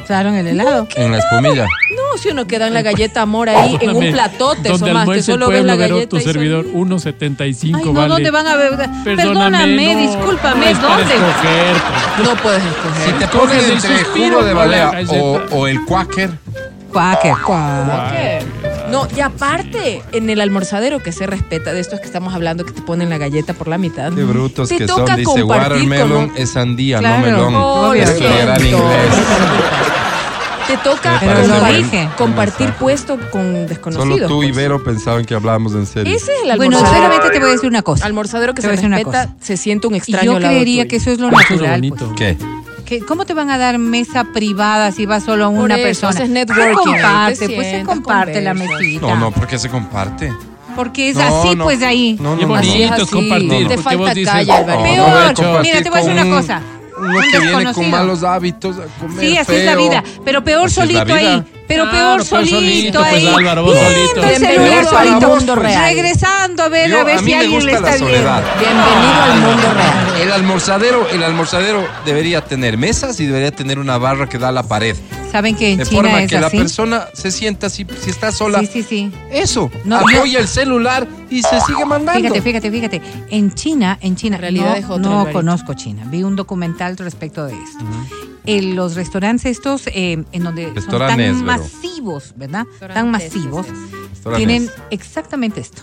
Speaker 10: Claro, en el helado.
Speaker 1: en la espumilla.
Speaker 3: No, si uno queda en la galleta amor ahí, en un platote,
Speaker 2: Donde
Speaker 3: o más, que
Speaker 2: almuerza el
Speaker 3: solo ves la
Speaker 2: pueblo, Vero,
Speaker 3: galleta.
Speaker 2: tu
Speaker 3: y son-
Speaker 2: servidor 1.75
Speaker 10: Ay, no,
Speaker 2: vale.
Speaker 10: ¿dónde van a ver?
Speaker 2: no,
Speaker 10: Perdóname,
Speaker 2: Pues,
Speaker 10: discúlpame,
Speaker 2: no es para
Speaker 10: ¿dónde?
Speaker 2: escoger, pues.
Speaker 3: No puedes escoger.
Speaker 1: Si te
Speaker 2: Escoges
Speaker 1: pones
Speaker 2: el
Speaker 1: entre
Speaker 2: suspiro
Speaker 1: jugo de
Speaker 2: o la
Speaker 1: balea
Speaker 2: galleta.
Speaker 1: o, o el quaker,
Speaker 10: Quaker.
Speaker 3: No, y aparte, en el almorzadero que se respeta, de estos que estamos hablando, que te ponen la galleta por la mitad.
Speaker 1: qué brutos
Speaker 3: te
Speaker 1: que
Speaker 3: toca
Speaker 1: son. Dice
Speaker 3: compartir con
Speaker 1: watermelon
Speaker 3: un-
Speaker 1: es sandía,
Speaker 3: Claro.
Speaker 1: no melón.
Speaker 3: Oh,
Speaker 1: es
Speaker 3: lo
Speaker 1: que era en
Speaker 3: siento.
Speaker 1: inglés.
Speaker 3: Te toca
Speaker 1: Me parece
Speaker 3: compa-
Speaker 1: buen- buen
Speaker 3: compartir
Speaker 1: mensaje.
Speaker 3: puesto con desconocidos.
Speaker 1: Solo tú y
Speaker 3: pues.
Speaker 1: Vero pensaban que hablábamos en serio.
Speaker 3: Ese es el
Speaker 10: Bueno,
Speaker 3: almorzadero.
Speaker 10: solamente te voy a decir una cosa.
Speaker 3: almorzadero que
Speaker 10: Te
Speaker 3: se
Speaker 10: voy a decir una
Speaker 3: respeta, se siente un
Speaker 10: Y
Speaker 3: extraño
Speaker 10: yo
Speaker 3: al lado
Speaker 10: creería
Speaker 3: tuyo.
Speaker 10: que eso es lo
Speaker 2: Eso es lo
Speaker 10: natural.
Speaker 2: bonito.
Speaker 10: pues.
Speaker 1: ¿Qué?
Speaker 10: ¿Qué- ¿Cómo te van a dar mesa privada si va solo
Speaker 3: Por
Speaker 10: una
Speaker 3: eso,
Speaker 10: persona?
Speaker 3: haces
Speaker 10: Se
Speaker 3: networking,
Speaker 10: comparte,
Speaker 3: te
Speaker 10: pues se
Speaker 3: sientas,
Speaker 10: comparte la
Speaker 3: conversas.
Speaker 10: mesita.
Speaker 1: No, no, porque se comparte.
Speaker 10: Porque es
Speaker 1: No,
Speaker 10: así,
Speaker 1: no.
Speaker 10: pues ahí.
Speaker 1: No,
Speaker 2: Qué
Speaker 1: no, no.
Speaker 2: bonito
Speaker 3: Así
Speaker 2: es
Speaker 3: es
Speaker 2: compartir.
Speaker 3: así.
Speaker 2: porque
Speaker 3: Te falta
Speaker 2: vos dices,
Speaker 3: calle, Álvaro.
Speaker 2: "Oh,
Speaker 1: No,
Speaker 10: Peor.
Speaker 1: no voy a compartir
Speaker 10: Mira, te voy a decir
Speaker 1: con
Speaker 10: una
Speaker 1: un-
Speaker 10: cosa.
Speaker 1: Uno
Speaker 10: Un
Speaker 1: que viene con
Speaker 10: desconocido.
Speaker 1: malos hábitos a comer
Speaker 10: Sí, así es la
Speaker 1: feo.
Speaker 10: vida. Pero peor
Speaker 1: Así es la
Speaker 10: solito
Speaker 1: vida.
Speaker 10: ahí. Pero
Speaker 2: Claro,
Speaker 10: peor
Speaker 2: peor
Speaker 10: solito,
Speaker 2: solito, pues,
Speaker 10: ahí.
Speaker 2: Álvaro, vos
Speaker 10: Viendo
Speaker 2: solito.
Speaker 10: el
Speaker 3: Bienvenido
Speaker 10: celular
Speaker 1: al
Speaker 10: solito.
Speaker 1: mundo
Speaker 3: real.
Speaker 10: Regresando a ver
Speaker 1: Yo-
Speaker 10: a ver
Speaker 1: a mí
Speaker 10: si
Speaker 1: me
Speaker 10: alguien
Speaker 1: gusta
Speaker 10: le
Speaker 1: la
Speaker 10: está viendo.
Speaker 1: soledad.
Speaker 3: Bienvenido al mundo real.
Speaker 1: El almorzadero, el almorzadero debería tener mesas y debería tener una barra que da a la pared.
Speaker 10: ¿Saben que en
Speaker 1: De
Speaker 10: China
Speaker 1: forma
Speaker 10: es
Speaker 1: que la
Speaker 10: así?
Speaker 1: persona se sienta si, si está sola.
Speaker 10: Sí, sí, sí.
Speaker 1: Eso.
Speaker 10: No,
Speaker 1: apoya el celular y se sigue mandando.
Speaker 10: Fíjate, fíjate, fíjate. En China, en China,
Speaker 3: realidad
Speaker 10: no-
Speaker 3: es otra,
Speaker 10: no,
Speaker 3: Alvarito.
Speaker 10: conozco China. Vi un documental respecto de esto. En los restaurantes estos, eh, en donde son tan
Speaker 1: Restaurantes, Vero.
Speaker 10: masivos, ¿verdad? Tan
Speaker 3: Restaurantes,
Speaker 10: masivos,
Speaker 3: sí,
Speaker 1: Restaurantes.
Speaker 10: tienen exactamente esto.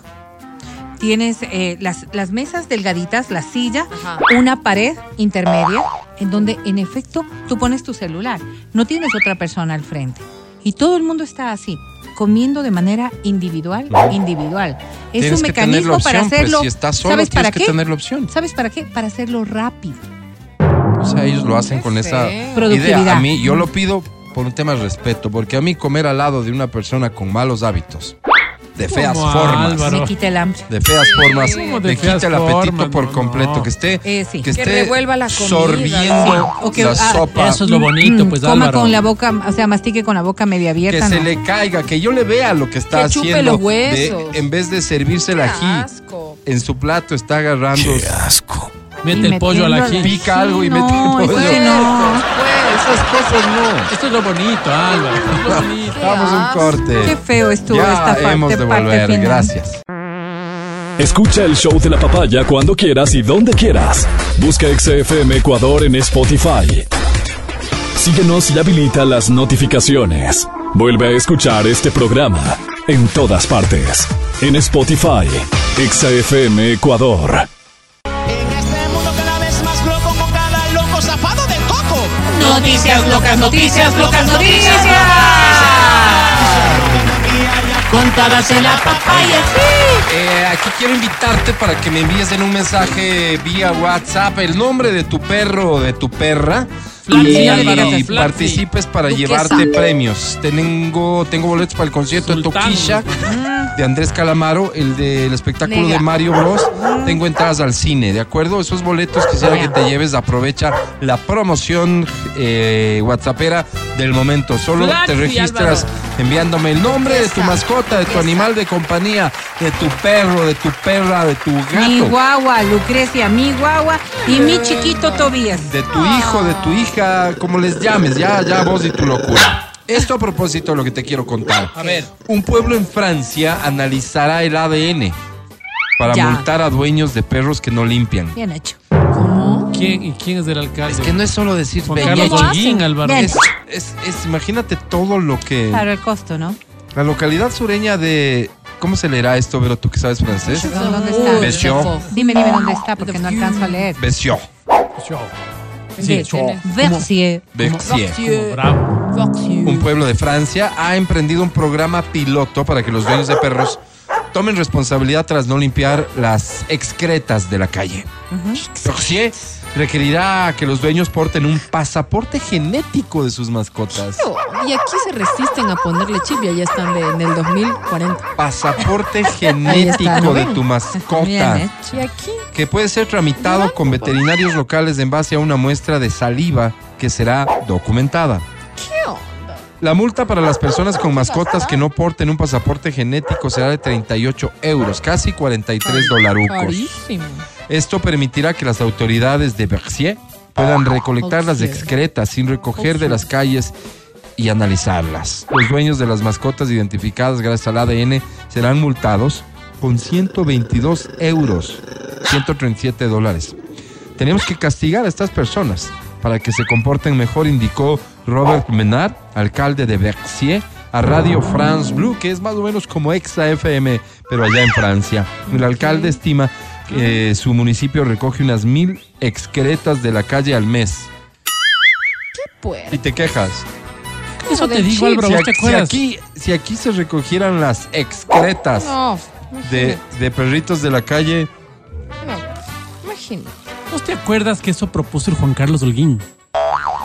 Speaker 10: tienes eh, las, las mesas delgaditas, la silla,
Speaker 3: Ajá.
Speaker 10: una pared intermedia, en donde en efecto tú pones tu celular, no tienes otra persona al frente. Y todo el mundo está así, comiendo de manera individual,
Speaker 1: Ujú.
Speaker 10: individual. Es
Speaker 1: Tienes
Speaker 10: un
Speaker 1: que tener
Speaker 10: mecanismo
Speaker 1: la
Speaker 10: para
Speaker 1: opción, pues,
Speaker 10: hacerlo.
Speaker 1: si estás solo,
Speaker 10: ¿Sabes
Speaker 1: tienes
Speaker 10: para
Speaker 1: que
Speaker 10: qué?
Speaker 1: tener la opción.
Speaker 10: ¿Sabes para qué? Para hacerlo rápido.
Speaker 1: O sea, ellos lo hacen con esa
Speaker 10: Productividad.
Speaker 1: idea. A mí, yo lo pido por un tema de respeto, porque a mí comer al lado de una persona con malos hábitos, de feas
Speaker 2: ¿Cómo,
Speaker 1: formas,
Speaker 2: Álvaro?
Speaker 10: Me quita el hambre.
Speaker 1: de feas formas,
Speaker 2: ¿Cómo de
Speaker 1: le
Speaker 2: feas
Speaker 1: quita el apetito
Speaker 2: formas?
Speaker 1: por
Speaker 2: No,
Speaker 1: completo,
Speaker 2: no.
Speaker 1: que esté,
Speaker 10: Eh, sí.
Speaker 1: que
Speaker 3: Que
Speaker 1: esté
Speaker 3: revuelva la comida,
Speaker 1: sorbiendo
Speaker 10: O que-
Speaker 1: la
Speaker 10: ah,
Speaker 1: sopa,
Speaker 2: Eso es lo bonito,
Speaker 10: Mm,
Speaker 2: pues
Speaker 10: Coma
Speaker 2: Álvaro.
Speaker 10: con la boca, o sea, mastique con la boca media
Speaker 1: que
Speaker 10: abierta.
Speaker 1: se
Speaker 10: no.
Speaker 1: le caiga, que yo le vea lo que está
Speaker 3: Que chupe
Speaker 1: haciendo.
Speaker 3: los huesos.
Speaker 1: de- en vez de servirse el ají,
Speaker 3: asco.
Speaker 1: en su plato está agarrando,
Speaker 2: Mete
Speaker 10: Y
Speaker 2: el pollo al
Speaker 10: metiéndolo-
Speaker 2: ají.
Speaker 1: pica algo y
Speaker 10: Sí,
Speaker 1: mete
Speaker 10: no,
Speaker 1: el pollo.
Speaker 10: es que no.
Speaker 1: ¡Eh! Esas cosas no.
Speaker 2: Esto es lo bonito, Álvaro. esto es lo bonito.
Speaker 1: Vamos a un corte.
Speaker 10: Qué feo estuvo
Speaker 1: Ya
Speaker 10: esta parte.
Speaker 1: hemos de
Speaker 10: parte
Speaker 1: volver,
Speaker 10: final.
Speaker 1: gracias.
Speaker 5: Escucha el show de la papaya cuando quieras y donde quieras. Busca XFM Ecuador en Spotify. Síguenos y habilita las notificaciones. Vuelve a escuchar este programa en todas partes. En Spotify, XFM Ecuador.
Speaker 7: En este mundo cada vez más loco con cada loco zapado del coco.
Speaker 8: Noticias locas, noticias locas, noticias. Contadas en la papaya.
Speaker 1: Eh, aquí quiero invitarte para que me envíes en un mensaje vía WhatsApp el nombre de tu perro o de tu perra.
Speaker 2: Flaxi,
Speaker 1: y
Speaker 2: Álvaro,
Speaker 1: y
Speaker 2: Flaxi.
Speaker 1: participes para
Speaker 3: Duquesa.
Speaker 1: llevarte premios. Tengo, tengo boletos para el concierto
Speaker 2: Sultán.
Speaker 1: de Toquisha, de Andrés Calamaro, el del espectáculo
Speaker 3: Nega.
Speaker 1: de Mario Bros. Tengo entradas al cine, ¿de acuerdo? Esos boletos quisiera que te lleves. Aprovecha la promoción eh, WhatsAppera del momento. Solo
Speaker 2: Flaxi,
Speaker 1: te registras enviándome el nombre de tu
Speaker 3: Esa,
Speaker 1: mascota, de tu
Speaker 3: esa.
Speaker 1: animal de compañía, de tu perro, de tu perra, de tu
Speaker 10: Mi
Speaker 1: gato,
Speaker 10: guagua, Lucrecia, mi guagua y mi chiquito Tobías.
Speaker 1: de tu hijo, de tu hija, como les llames, ya, ya vos y tu locura. Esto a propósito de lo que te quiero contar.
Speaker 2: A ver.
Speaker 1: Un pueblo en Francia analizará el ADN para
Speaker 10: Ya.
Speaker 1: multar a dueños de perros que no limpian.
Speaker 10: Bien hecho.
Speaker 2: ¿Quién, ¿Y quién es del alcalde?
Speaker 1: Es que no es solo decir
Speaker 2: Juan
Speaker 1: "Ven",
Speaker 2: Carlos
Speaker 3: ¿Cómo hacen?
Speaker 2: Chiguín, Álvaro.
Speaker 10: Bien.
Speaker 1: es, es- es- imagínate todo lo que
Speaker 10: Claro, el costo, ¿no?
Speaker 1: la localidad sureña de ¿cómo se leerá esto, Vero? Tú que sabes francés.
Speaker 10: ¿Dónde está?
Speaker 1: Besó.
Speaker 10: Dime, dime dónde está, porque no alcanzo a leer.
Speaker 1: Besio.
Speaker 2: Sí,
Speaker 10: Vercier.
Speaker 1: Bercier.
Speaker 2: como bravo.
Speaker 1: un pueblo de Francia, ha emprendido un programa piloto para que los dueños de perros tomen responsabilidad tras no limpiar las excretas de la calle. Bercier requerirá que los dueños porten un pasaporte genético de sus mascotas.
Speaker 3: Y aquí se resisten a ponerle chip y allá están de- en el 2040.
Speaker 1: Pasaporte
Speaker 10: Ahí está,
Speaker 1: genético
Speaker 10: ¿no
Speaker 1: de
Speaker 10: ven?
Speaker 1: tu
Speaker 10: Bien ¿eh?
Speaker 1: mascota,
Speaker 10: hecho.
Speaker 3: Y aquí
Speaker 1: que puede ser tramitado con veterinarios locales en base a una muestra de saliva que será documentada. La multa para las personas con mascotas que no porten un pasaporte genético será de 38 euros, casi 43 dolarucos.
Speaker 3: carísimo.
Speaker 1: Esto permitirá que las autoridades de Bercier puedan recolectar las excretas sin recoger de las calles y analizarlas. Los dueños de las mascotas identificadas gracias al ADN serán multados con 122 euros, 137 dólares. Tenemos que castigar a estas personas para que se comporten mejor, indicó Robert Menard, alcalde de Bercier, a Radio France Blue, que es más o menos como Exa FM, pero allá en Francia. El alcalde estima que su municipio recoge unas mil excretas de la calle al mes.
Speaker 3: Pues,
Speaker 1: Y te quejas.
Speaker 2: Eso te
Speaker 3: del
Speaker 2: digo,
Speaker 3: chip.
Speaker 2: Álvaro,
Speaker 1: Si,
Speaker 2: ¿vos
Speaker 1: a-
Speaker 2: te
Speaker 1: si
Speaker 2: acuerdas?
Speaker 1: aquí, si aquí se recogieran las excretas
Speaker 3: no,
Speaker 1: de, de perritos de la calle,
Speaker 3: imagínate.
Speaker 2: ¿Vos te acuerdas que eso propuso el Juan Carlos Holguín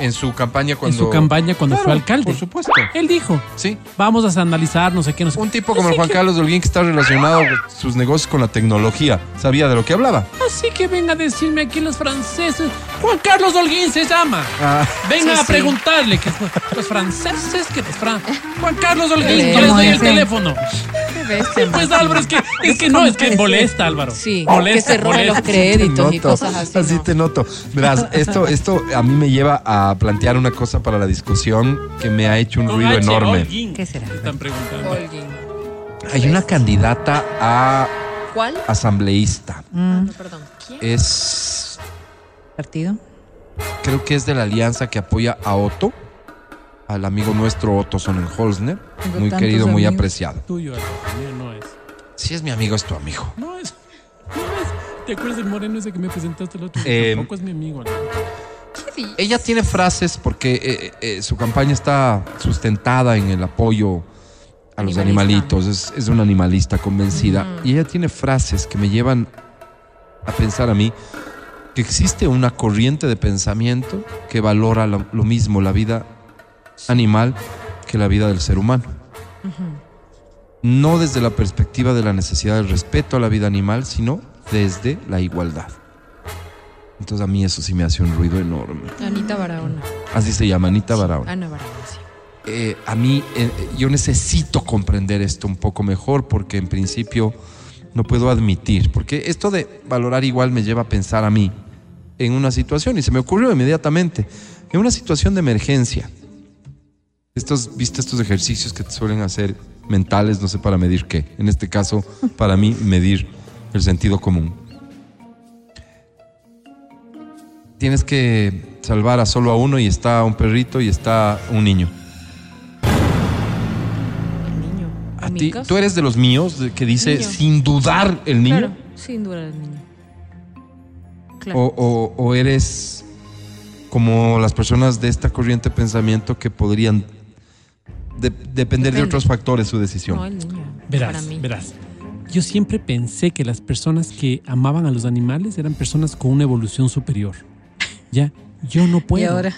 Speaker 1: en su campaña cuando...
Speaker 2: en su campaña cuando
Speaker 1: Claro,
Speaker 2: fue alcalde?
Speaker 1: Por supuesto.
Speaker 2: Él dijo,
Speaker 1: Sí.
Speaker 2: vamos a analizar, no sé qué, no sé
Speaker 1: Un tipo como el Juan Carlos Dolguín que está relacionado sus negocios con la tecnología. Sabía de lo que hablaba.
Speaker 2: qué. Así que venga a decirme aquí los franceses, Juan Carlos Holguín se llama.
Speaker 1: Ah,
Speaker 2: Venga
Speaker 3: Sí,
Speaker 2: a
Speaker 3: sí.
Speaker 2: preguntarle que los franceses, que los fran... Juan Carlos Holguín,
Speaker 3: Sí,
Speaker 2: yo les
Speaker 10: como
Speaker 2: doy el
Speaker 10: dicen.
Speaker 2: teléfono.
Speaker 3: Qué bestia,
Speaker 2: Pues
Speaker 3: Martín.
Speaker 2: Álvaro, es que, es que no, es que molesta, Álvaro.
Speaker 3: Sí,
Speaker 2: molesta,
Speaker 3: que se roben los
Speaker 2: molesta.
Speaker 3: créditos y
Speaker 1: Noto,
Speaker 3: cosas así.
Speaker 1: así
Speaker 3: ¿no?
Speaker 1: te noto. Verás, esto, esto a mí me lleva a plantear una cosa para la discusión que me ha hecho un
Speaker 2: Con
Speaker 1: ruido
Speaker 2: H,
Speaker 1: enorme.
Speaker 2: Holguín.
Speaker 10: ¿Qué será?
Speaker 2: Están preguntando.
Speaker 3: Holguín.
Speaker 1: Hay una candidata a
Speaker 3: ¿Cuál?
Speaker 1: asambleísta.
Speaker 3: Ah, no, perdón. ¿Quién?
Speaker 1: Es,
Speaker 10: Partido.
Speaker 1: creo que es de la alianza que apoya a Otto, al amigo nuestro Otto Sonnenholzner,
Speaker 10: Tengo
Speaker 1: muy
Speaker 10: tantos
Speaker 1: querido, muy
Speaker 10: amigos.
Speaker 1: apreciado.
Speaker 2: Tuyo, Álvaro, mío no es.
Speaker 1: Si es mi amigo, es tu amigo.
Speaker 2: No es. ¿Te acuerdas del moreno ese que me presentaste el otro día?
Speaker 1: Eh,
Speaker 2: Tampoco es mi amigo. la verdad.
Speaker 1: Ella tiene frases porque eh, eh, eh, su campaña está sustentada en el apoyo a los
Speaker 11: Animalista.
Speaker 1: animalitos. Es, es una animalista convencida. Y ella tiene frases que me llevan a pensar a mí que existe una corriente de pensamiento que valora lo, lo mismo la vida animal que la vida del ser humano. No desde la perspectiva de la necesidad del respeto a la vida animal, sino desde la igualdad. Entonces a mí eso sí me hace un ruido enorme.
Speaker 3: Anita Barahona.
Speaker 1: Así se llama, Anita Barahona.
Speaker 3: Ana Barahona, sí.
Speaker 1: Eh, a mí, eh, yo necesito comprender esto un poco mejor porque en principio no puedo admitir, porque esto de valorar igual me lleva a pensar a mí en una situación y se me ocurrió inmediatamente, en una situación de emergencia. Estos, ¿Viste estos ejercicios que te suelen hacer mentales, no sé para medir qué? En este caso, para mí, medir el sentido común. Tienes que salvar a solo a uno y está un perrito y está un niño. A ti, tú eres de los míos de- que dice
Speaker 3: Niño.
Speaker 1: sin dudar el niño
Speaker 3: Claro, sin duda el niño. Claro.
Speaker 1: o, o- o eres como las personas de esta corriente de pensamiento que podrían de- depender de
Speaker 2: Depende.
Speaker 1: otros factores su decisión.
Speaker 3: No, el niño. para
Speaker 2: Verás,
Speaker 3: mí.
Speaker 2: verás. Yo siempre pensé que las personas que amaban a los animales eran personas con una evolución superior. Ya, yo no puedo.
Speaker 3: Y ahora.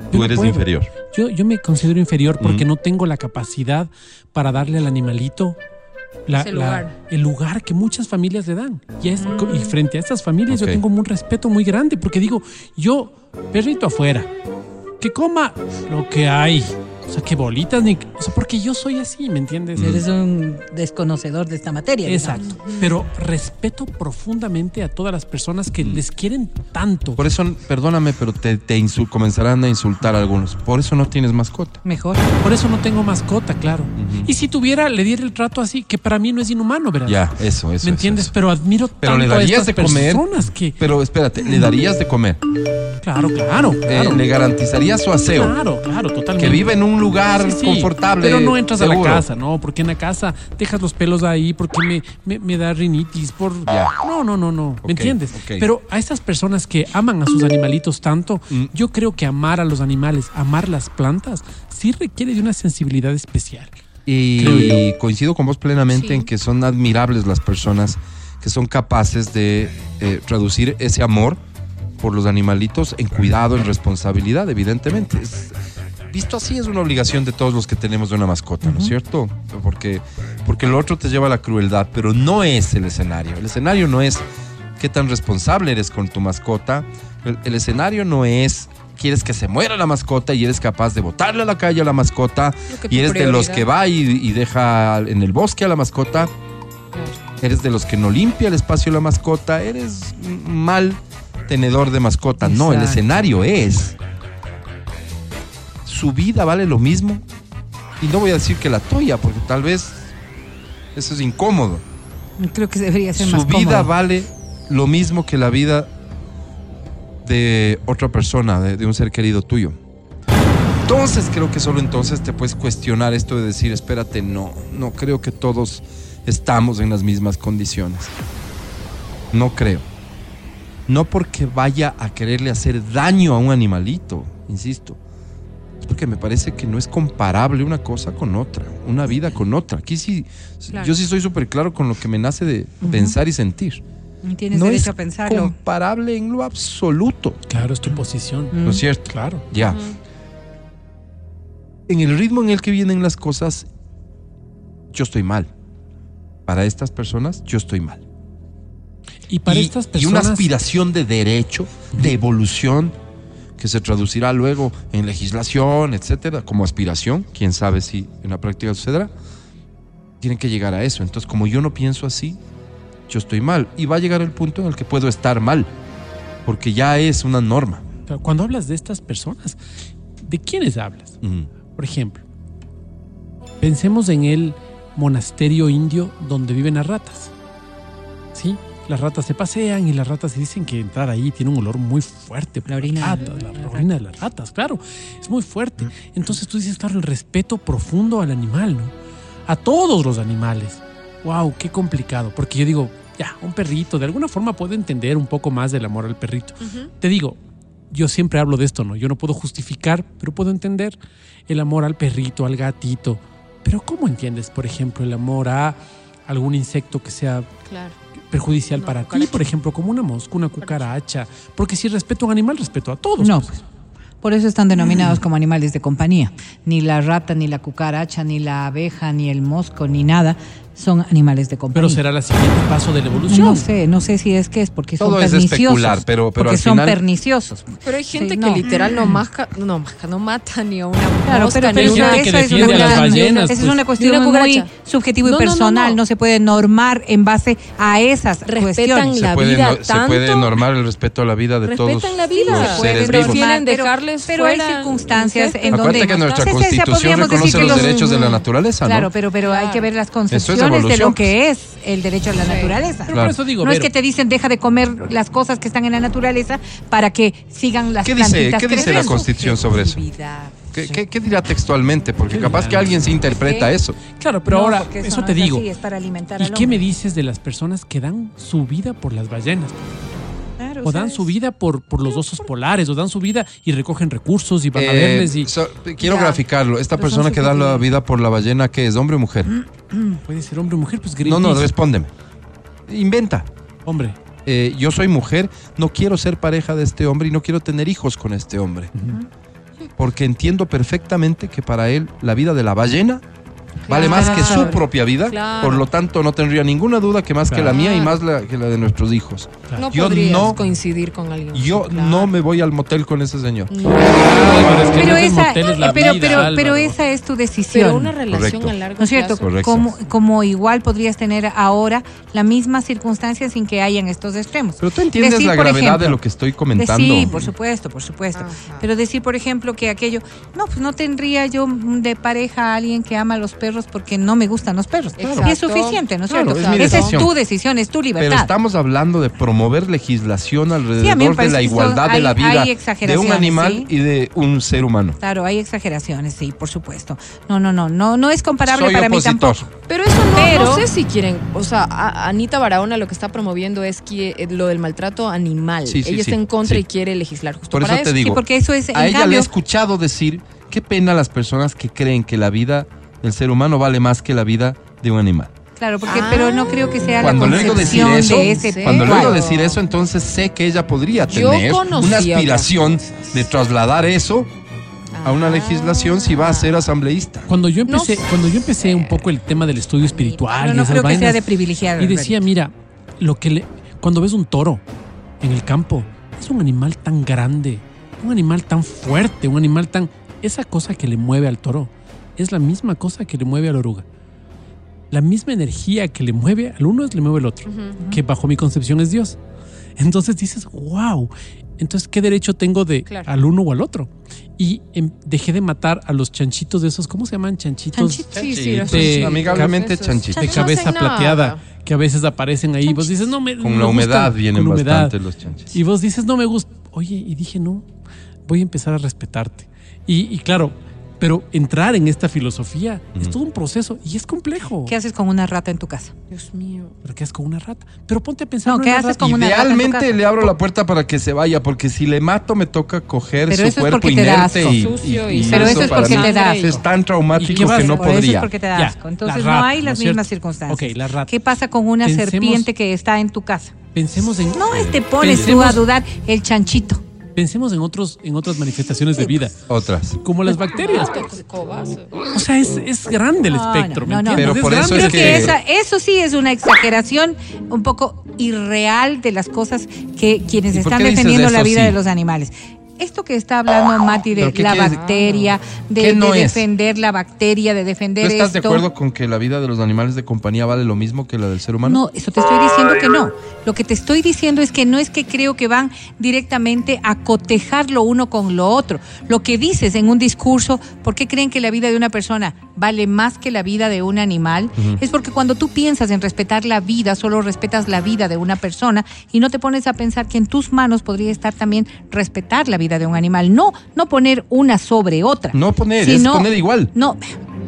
Speaker 2: Yo
Speaker 1: Tú
Speaker 2: no
Speaker 1: eres
Speaker 2: puedo.
Speaker 1: inferior.
Speaker 2: Yo, yo me considero inferior porque
Speaker 1: Mm.
Speaker 2: no tengo la capacidad para darle al animalito la-
Speaker 3: Ese
Speaker 2: la-
Speaker 3: lugar. Mm.
Speaker 2: el lugar que muchas familias le dan. Y, es- y frente a estas familias
Speaker 1: Ok.
Speaker 2: yo tengo un respeto muy grande porque digo, yo, perrito afuera, que coma lo que hay. O sea, que bolitas, ni... o sea, porque yo soy así, ¿me
Speaker 1: Mm.
Speaker 2: entiendes?
Speaker 11: Eres un desconocedor de esta materia. digamos.
Speaker 2: Exacto. Pero respeto profundamente a todas las personas
Speaker 1: Mm.
Speaker 2: que les quieren tanto.
Speaker 1: Por eso, perdóname, pero te, te insul- comenzarán a insultar a algunos. Por eso no tienes mascota.
Speaker 10: Mejor.
Speaker 2: Por eso no tengo mascota, claro. Y si tuviera, le diera el trato así, que para mí no es inhumano, ¿verdad?
Speaker 1: Ya, eso, eso.
Speaker 2: ¿Me entiendes? Pero admiro
Speaker 1: Pero
Speaker 2: tanto
Speaker 1: le
Speaker 2: a
Speaker 1: darías
Speaker 2: estas
Speaker 1: de comer.
Speaker 2: personas que...
Speaker 1: Pero espérate, le darías de comer.
Speaker 2: Claro, claro,
Speaker 1: Eh,
Speaker 2: claro.
Speaker 1: le garantizarías su aseo.
Speaker 2: Claro, claro, totalmente.
Speaker 1: Que vive en un lugar
Speaker 2: Sí, sí,
Speaker 1: confortable.
Speaker 2: Pero no entras a
Speaker 1: seguro.
Speaker 2: la casa, ¿no? Porque en la casa dejas los pelos ahí, porque me, me, me da rinitis, por...
Speaker 1: Ya.
Speaker 2: No, no, no, no.
Speaker 1: Ok,
Speaker 2: ¿Me entiendes?
Speaker 1: ok.
Speaker 2: Pero a estas personas que aman a sus animalitos tanto,
Speaker 1: Mm.
Speaker 2: yo creo que amar a los animales, amar las plantas, sí requiere de una sensibilidad especial.
Speaker 1: Y
Speaker 2: Creo
Speaker 1: coincido con vos plenamente
Speaker 3: Sí.
Speaker 1: en que son admirables las personas que son capaces de eh, traducir ese amor por los animalitos en cuidado, en responsabilidad, evidentemente. Es- visto así es una obligación de todos los que tenemos de una mascota, ¿no es cierto? Porque, porque lo otro te lleva a la crueldad, pero no es el escenario. El escenario no es qué tan responsable eres con tu mascota. El, el escenario no es quieres que se muera la mascota y eres capaz de botarle a la calle a la mascota
Speaker 3: Lo que tu
Speaker 1: y eres de los
Speaker 3: prioridad.
Speaker 1: que va y, y deja en el bosque a la mascota. Eres de los que no limpia el espacio de la mascota. Eres un mal tenedor de mascota. No, el
Speaker 10: Exacto.
Speaker 1: escenario es su vida vale lo mismo. Y no voy a decir que la tuya, porque tal vez eso es incómodo.
Speaker 10: Creo que debería ser
Speaker 1: Su
Speaker 10: más cómodo.
Speaker 1: vida vale lo mismo que la vida de otra persona, de, de un ser querido tuyo. Entonces creo que solo entonces te puedes cuestionar esto de decir, espérate, no, no creo que todos estamos en las mismas condiciones. No creo. No porque vaya a quererle hacer daño a un animalito, insisto. Es porque me parece que no es comparable una cosa con otra, una vida con otra. Aquí sí,
Speaker 10: Claro.
Speaker 1: yo sí soy súper claro con lo que me nace de pensar y sentir.
Speaker 10: Tienes
Speaker 1: no
Speaker 10: derecho
Speaker 1: es
Speaker 10: a pensarlo.
Speaker 1: comparable en lo absoluto.
Speaker 2: Claro, es tu posición.
Speaker 10: Mm.
Speaker 1: ¿No es cierto?
Speaker 2: Claro.
Speaker 1: Ya. En el ritmo en el que vienen las cosas, yo estoy mal. Para estas personas, yo estoy mal.
Speaker 2: Y para
Speaker 1: y,
Speaker 2: estas
Speaker 1: y una
Speaker 2: personas...
Speaker 1: aspiración de derecho, de evolución, que se traducirá luego en legislación, etcétera, como aspiración, quién sabe si en la práctica sucederá. Tienen que llegar a eso. Entonces, como yo no pienso así, yo estoy mal. Y va a llegar el punto en el que puedo estar mal, porque ya es una norma.
Speaker 2: Pero cuando hablas de estas personas, ¿de quiénes hablas?
Speaker 1: Mm.
Speaker 2: Por ejemplo, pensemos en el monasterio indio donde viven las ratas. ¿Sí? Las ratas se pasean y las ratas se dicen que entrar ahí tiene un olor muy fuerte. por
Speaker 10: La orina
Speaker 2: las
Speaker 10: de
Speaker 2: ratas,
Speaker 10: la-
Speaker 2: la orina de las ratas, claro. Es muy fuerte. Entonces tú dices, claro, el respeto profundo al animal, ¿no? A todos los animales. ¡Wow! ¡Qué complicado! Porque yo digo, ya, un perrito, de alguna forma puede entender un poco más del amor al perrito.
Speaker 12: Ujú.
Speaker 2: Te digo, yo siempre hablo de esto, ¿no? Yo no puedo justificar, pero puedo entender el amor al perrito, al gatito. Pero ¿cómo entiendes, por ejemplo, el amor a algún insecto que sea
Speaker 3: Claro.
Speaker 2: perjudicial para ti, por ejemplo, como una mosca, una cucaracha? Porque si respeto a un animal, respeto a todos. No,
Speaker 10: Por eso están denominados como animales de compañía. Ni la rata, ni la cucaracha, ni la abeja, ni el mosco, ni nada son animales de compañía.
Speaker 2: Pero será el siguiente paso de la evolución.
Speaker 10: No sé, no sé si es que es porque
Speaker 2: Todo
Speaker 10: son
Speaker 2: es
Speaker 10: perniciosos.
Speaker 2: especular, pero- pero
Speaker 10: porque
Speaker 2: al
Speaker 10: son
Speaker 2: final-
Speaker 10: perniciosos.
Speaker 3: Pero hay gente
Speaker 10: Sí,
Speaker 3: que
Speaker 10: no.
Speaker 3: literal
Speaker 1: Mm.
Speaker 3: no masca, no masca, no mata ni a una
Speaker 10: Claro,
Speaker 3: mosca,
Speaker 10: pero,
Speaker 3: ni
Speaker 10: pero
Speaker 3: a una,
Speaker 10: esa, esa es una, cuestión-
Speaker 1: pues.
Speaker 10: esa es una cuestión
Speaker 3: pues. ni una
Speaker 10: muy
Speaker 3: cucaracha.
Speaker 10: subjetiva y
Speaker 3: No, no, no,
Speaker 10: personal. No,
Speaker 3: no.
Speaker 10: se puede normar en base a esas cuestiones.
Speaker 1: se, puede, no- se puede normar el respeto a la vida de todos
Speaker 10: Respetan la vida.
Speaker 1: los
Speaker 10: Se
Speaker 1: seres
Speaker 10: puede
Speaker 1: vivos.
Speaker 10: normar, pero-
Speaker 3: dejarles
Speaker 10: pero hay
Speaker 3: fuera,
Speaker 10: circunstancias en
Speaker 1: Acuérdate
Speaker 10: donde
Speaker 1: que nuestra
Speaker 10: Sí, sí, sí,
Speaker 1: constitución
Speaker 10: podríamos
Speaker 1: reconoce
Speaker 10: decir que
Speaker 1: los, derechos de la naturaleza,
Speaker 10: Claro,
Speaker 1: ¿no?
Speaker 10: pero pero hay que ver las
Speaker 1: es
Speaker 10: concepciones de
Speaker 1: evolución,
Speaker 10: lo que es el derecho a la naturaleza.
Speaker 1: Pero por Claro. eso digo,
Speaker 10: no es
Speaker 1: Vero.
Speaker 10: que te dicen deja de comer las cosas que están en la naturaleza para que sigan las
Speaker 1: ¿Qué dice,
Speaker 10: plantitas
Speaker 1: ¿qué dice la
Speaker 10: creciendo.
Speaker 1: Constitución sobre eso? ¿Qué, qué- qué dirá textualmente? Porque capaz que alguien se interpreta
Speaker 10: ¿Qué?
Speaker 1: eso.
Speaker 2: Claro, pero
Speaker 10: No,
Speaker 2: ahora,
Speaker 10: porque
Speaker 2: eso,
Speaker 10: eso no
Speaker 2: te
Speaker 10: es
Speaker 2: digo.
Speaker 10: así, es para alimentar
Speaker 2: ¿Y
Speaker 10: al
Speaker 2: qué me
Speaker 10: hombre.
Speaker 2: dices de las personas que dan su vida por las ballenas?
Speaker 10: Claro,
Speaker 2: O dan
Speaker 10: ¿sabes?
Speaker 2: su vida por, por los osos polares, o dan su vida y recogen recursos y van a
Speaker 1: Eh,
Speaker 2: verles y...
Speaker 1: so- quiero
Speaker 2: Ya.
Speaker 1: graficarlo. Esta
Speaker 2: Pero son
Speaker 1: persona que da la
Speaker 2: subjetivos.
Speaker 1: vida por la ballena, ¿qué es? ¿Hombre o mujer?
Speaker 2: Mm. Puede ser hombre o mujer, pues
Speaker 1: No,
Speaker 2: Greenpeace.
Speaker 1: no, respóndeme. Inventa. Eh,
Speaker 2: Hombre.
Speaker 1: yo soy mujer, no quiero ser pareja de este hombre y no quiero tener hijos con este hombre. Porque entiendo perfectamente que para él la vida de la ballena vale más que su
Speaker 2: Claro.
Speaker 1: propia vida.
Speaker 2: Claro.
Speaker 1: Por lo tanto, no tendría ninguna duda que más que la mía y
Speaker 3: Claro.
Speaker 1: más la- que la de nuestros hijos.
Speaker 3: No
Speaker 1: yo
Speaker 3: podrías
Speaker 1: no,
Speaker 3: coincidir con alguien.
Speaker 1: yo no me voy al motel con ese señor.
Speaker 10: Pero esa, eh, pero, pero, pero esa es tu decisión.
Speaker 3: Pero una relación
Speaker 1: Correcto.
Speaker 3: a largo
Speaker 10: ¿No es cierto?
Speaker 3: plazo.
Speaker 1: Correcto.
Speaker 10: Como, como igual podrías tener ahora la misma circunstancia sin que hayan estos extremos.
Speaker 1: Pero tú entiendes
Speaker 10: Decir,
Speaker 1: la
Speaker 10: por
Speaker 1: gravedad
Speaker 10: ejemplo,
Speaker 1: de lo que estoy comentando.
Speaker 10: Sí, por supuesto, por supuesto. Pero decir, por ejemplo, que aquello, no, pues no tendría yo de pareja a alguien que ama a los perros porque no me gustan los perros.
Speaker 1: Exacto.
Speaker 10: Y es suficiente, ¿no es
Speaker 1: Claro,
Speaker 10: cierto?
Speaker 1: es mi
Speaker 10: Esa es
Speaker 1: decisión.
Speaker 10: tu decisión, es tu libertad.
Speaker 1: Pero estamos hablando de promover legislación
Speaker 10: Sí, a mí me
Speaker 1: alrededor de
Speaker 10: parece
Speaker 1: la
Speaker 10: que son-
Speaker 1: igualdad de
Speaker 10: hay-
Speaker 1: la vida
Speaker 10: hay
Speaker 1: de un
Speaker 10: exageraciones,
Speaker 1: animal
Speaker 10: ¿sí?
Speaker 1: y de un ser humano.
Speaker 10: Claro, hay exageraciones, sí, por supuesto. No, no, no, no, no es comparable
Speaker 1: Soy
Speaker 10: para mí
Speaker 1: opositor.
Speaker 10: tampoco.
Speaker 3: Pero eso no,
Speaker 10: Pero-
Speaker 3: no sé si quieren. O sea, a- Anita Barahona lo que está promoviendo es que, eh, lo del maltrato animal.
Speaker 1: Sí, sí,
Speaker 3: Ella
Speaker 1: sí,
Speaker 3: está en contra
Speaker 1: sí.
Speaker 3: y quiere legislar justo
Speaker 1: Por eso
Speaker 3: para
Speaker 1: te digo. a ella le he escuchado decir qué pena las personas que creen que la vida del ser humano vale más que la vida de un animal.
Speaker 10: Claro, porque, pero no creo que sea
Speaker 1: Cuando
Speaker 10: la
Speaker 1: le oigo decir
Speaker 10: concepción
Speaker 1: eso,
Speaker 10: de ese
Speaker 1: cuando le oigo
Speaker 10: cuadro.
Speaker 1: decir eso, entonces sé que ella podría
Speaker 10: Yo
Speaker 1: tener una
Speaker 10: conocía
Speaker 1: aspiración de trasladar eso a
Speaker 10: Ah.
Speaker 1: una legislación si va a ser asambleísta.
Speaker 2: Cuando yo empecé, cuando yo empecé un poco el tema del estudio espiritual
Speaker 10: Pero
Speaker 2: y
Speaker 10: no
Speaker 2: esas
Speaker 10: creo que sea
Speaker 2: vainas,
Speaker 10: de privilegiado.
Speaker 2: y decía, mira, lo que le, cuando ves un toro en el campo, es un animal tan grande, un animal tan fuerte, un animal tan esa cosa que le mueve al toro es la misma cosa que le mueve a la oruga. La misma energía que le mueve al uno es le mueve al otro, que bajo mi concepción es Dios. Entonces dices, wow. Entonces, ¿qué derecho tengo de
Speaker 3: Claro.
Speaker 2: al uno o al otro? Y em, dejé de matar a los chanchitos de esos, ¿cómo se llaman? Chanchitos.
Speaker 3: Chanchitos. Sí, sí, los
Speaker 2: de-
Speaker 3: chanchitos. Amigablemente
Speaker 2: de
Speaker 3: chanchitos.
Speaker 2: De cabeza
Speaker 3: Chanchitos no hacen
Speaker 2: plateada,
Speaker 3: nada.
Speaker 2: que a veces aparecen ahí. Y vos dices, no me.
Speaker 1: Con
Speaker 2: no
Speaker 1: la
Speaker 2: me
Speaker 1: humedad
Speaker 2: gustan.
Speaker 1: vienen
Speaker 2: Con
Speaker 1: bastante los chanchis.
Speaker 2: Y vos dices, no me gusta. Oye, y dije, no, voy a empezar a respetarte. Y, y claro, pero entrar en esta filosofía es todo un proceso y es complejo.
Speaker 10: ¿Qué haces con una rata en tu casa?
Speaker 3: Dios mío.
Speaker 2: Pero ¿qué haces con una rata? Pero ponte a pensar.
Speaker 10: No,
Speaker 2: en
Speaker 10: ¿qué
Speaker 2: una
Speaker 10: haces
Speaker 2: rata.
Speaker 10: con una rata en tu
Speaker 1: Realmente
Speaker 10: casa?
Speaker 1: le abro la puerta para que se vaya, porque si le mato me toca coger
Speaker 10: Pero
Speaker 1: su
Speaker 10: eso es
Speaker 1: cuerpo
Speaker 10: porque te da
Speaker 1: inerte
Speaker 10: asco.
Speaker 1: y,
Speaker 10: Sucio y- Pero eso es
Speaker 1: para
Speaker 10: porque
Speaker 1: mí
Speaker 10: te da asco.
Speaker 1: Es tan traumático
Speaker 10: vas
Speaker 1: que
Speaker 10: a
Speaker 1: no
Speaker 10: hacer? Por eso es
Speaker 1: podría.
Speaker 10: porque te da
Speaker 2: Ya,
Speaker 10: asco. Entonces,
Speaker 2: la
Speaker 10: no hay
Speaker 2: rata,
Speaker 10: las
Speaker 2: ¿no es
Speaker 10: mismas
Speaker 2: cierto?
Speaker 10: circunstancias.
Speaker 2: Ok, la rata.
Speaker 10: ¿Qué pasa con una
Speaker 2: Pensemos-
Speaker 10: serpiente que está en tu casa?
Speaker 2: Pensemos en.
Speaker 10: No este te pones tú
Speaker 2: Pensemos-
Speaker 10: a dudar el chanchito.
Speaker 2: Pensemos en, otros, en otras manifestaciones de vida.
Speaker 1: Otras.
Speaker 2: Como las bacterias. O sea, es, es grande el
Speaker 10: Ah, No, no,
Speaker 2: espectro, ¿me
Speaker 10: no, no.
Speaker 2: entiendes?
Speaker 1: Pero por eso
Speaker 2: grande
Speaker 1: es
Speaker 2: el
Speaker 10: Creo que
Speaker 2: espectro.
Speaker 10: esa- eso sí es una exageración un poco irreal de las cosas que quienes
Speaker 11: ¿Y por
Speaker 10: están
Speaker 11: qué dices
Speaker 10: defendiendo
Speaker 11: eso
Speaker 10: la vida
Speaker 11: sí?
Speaker 10: de los animales. Esto que está hablando Mati de
Speaker 1: ¿Pero qué
Speaker 10: la
Speaker 1: quieres-
Speaker 10: bacteria, de,
Speaker 1: ¿Qué
Speaker 10: de
Speaker 1: no es?
Speaker 10: defender la bacteria, de defender
Speaker 1: ¿Tú estás de
Speaker 10: esto.
Speaker 1: acuerdo con que la vida de los animales de compañía vale lo mismo que la del ser humano?
Speaker 10: No, eso te estoy diciendo que no. Lo que te estoy diciendo es que no es que creo que van directamente a cotejar lo uno con lo otro. Lo que dices en un discurso, ¿por qué creen que la vida de una persona vale más que la vida de un animal?
Speaker 11: Ujú.
Speaker 10: Es porque cuando tú piensas en respetar la vida, solo respetas la vida de una persona y no te pones a pensar que en tus manos podría estar también respetar la vida de un animal. No, no poner una sobre otra.
Speaker 1: No poner, es poner igual.
Speaker 10: No,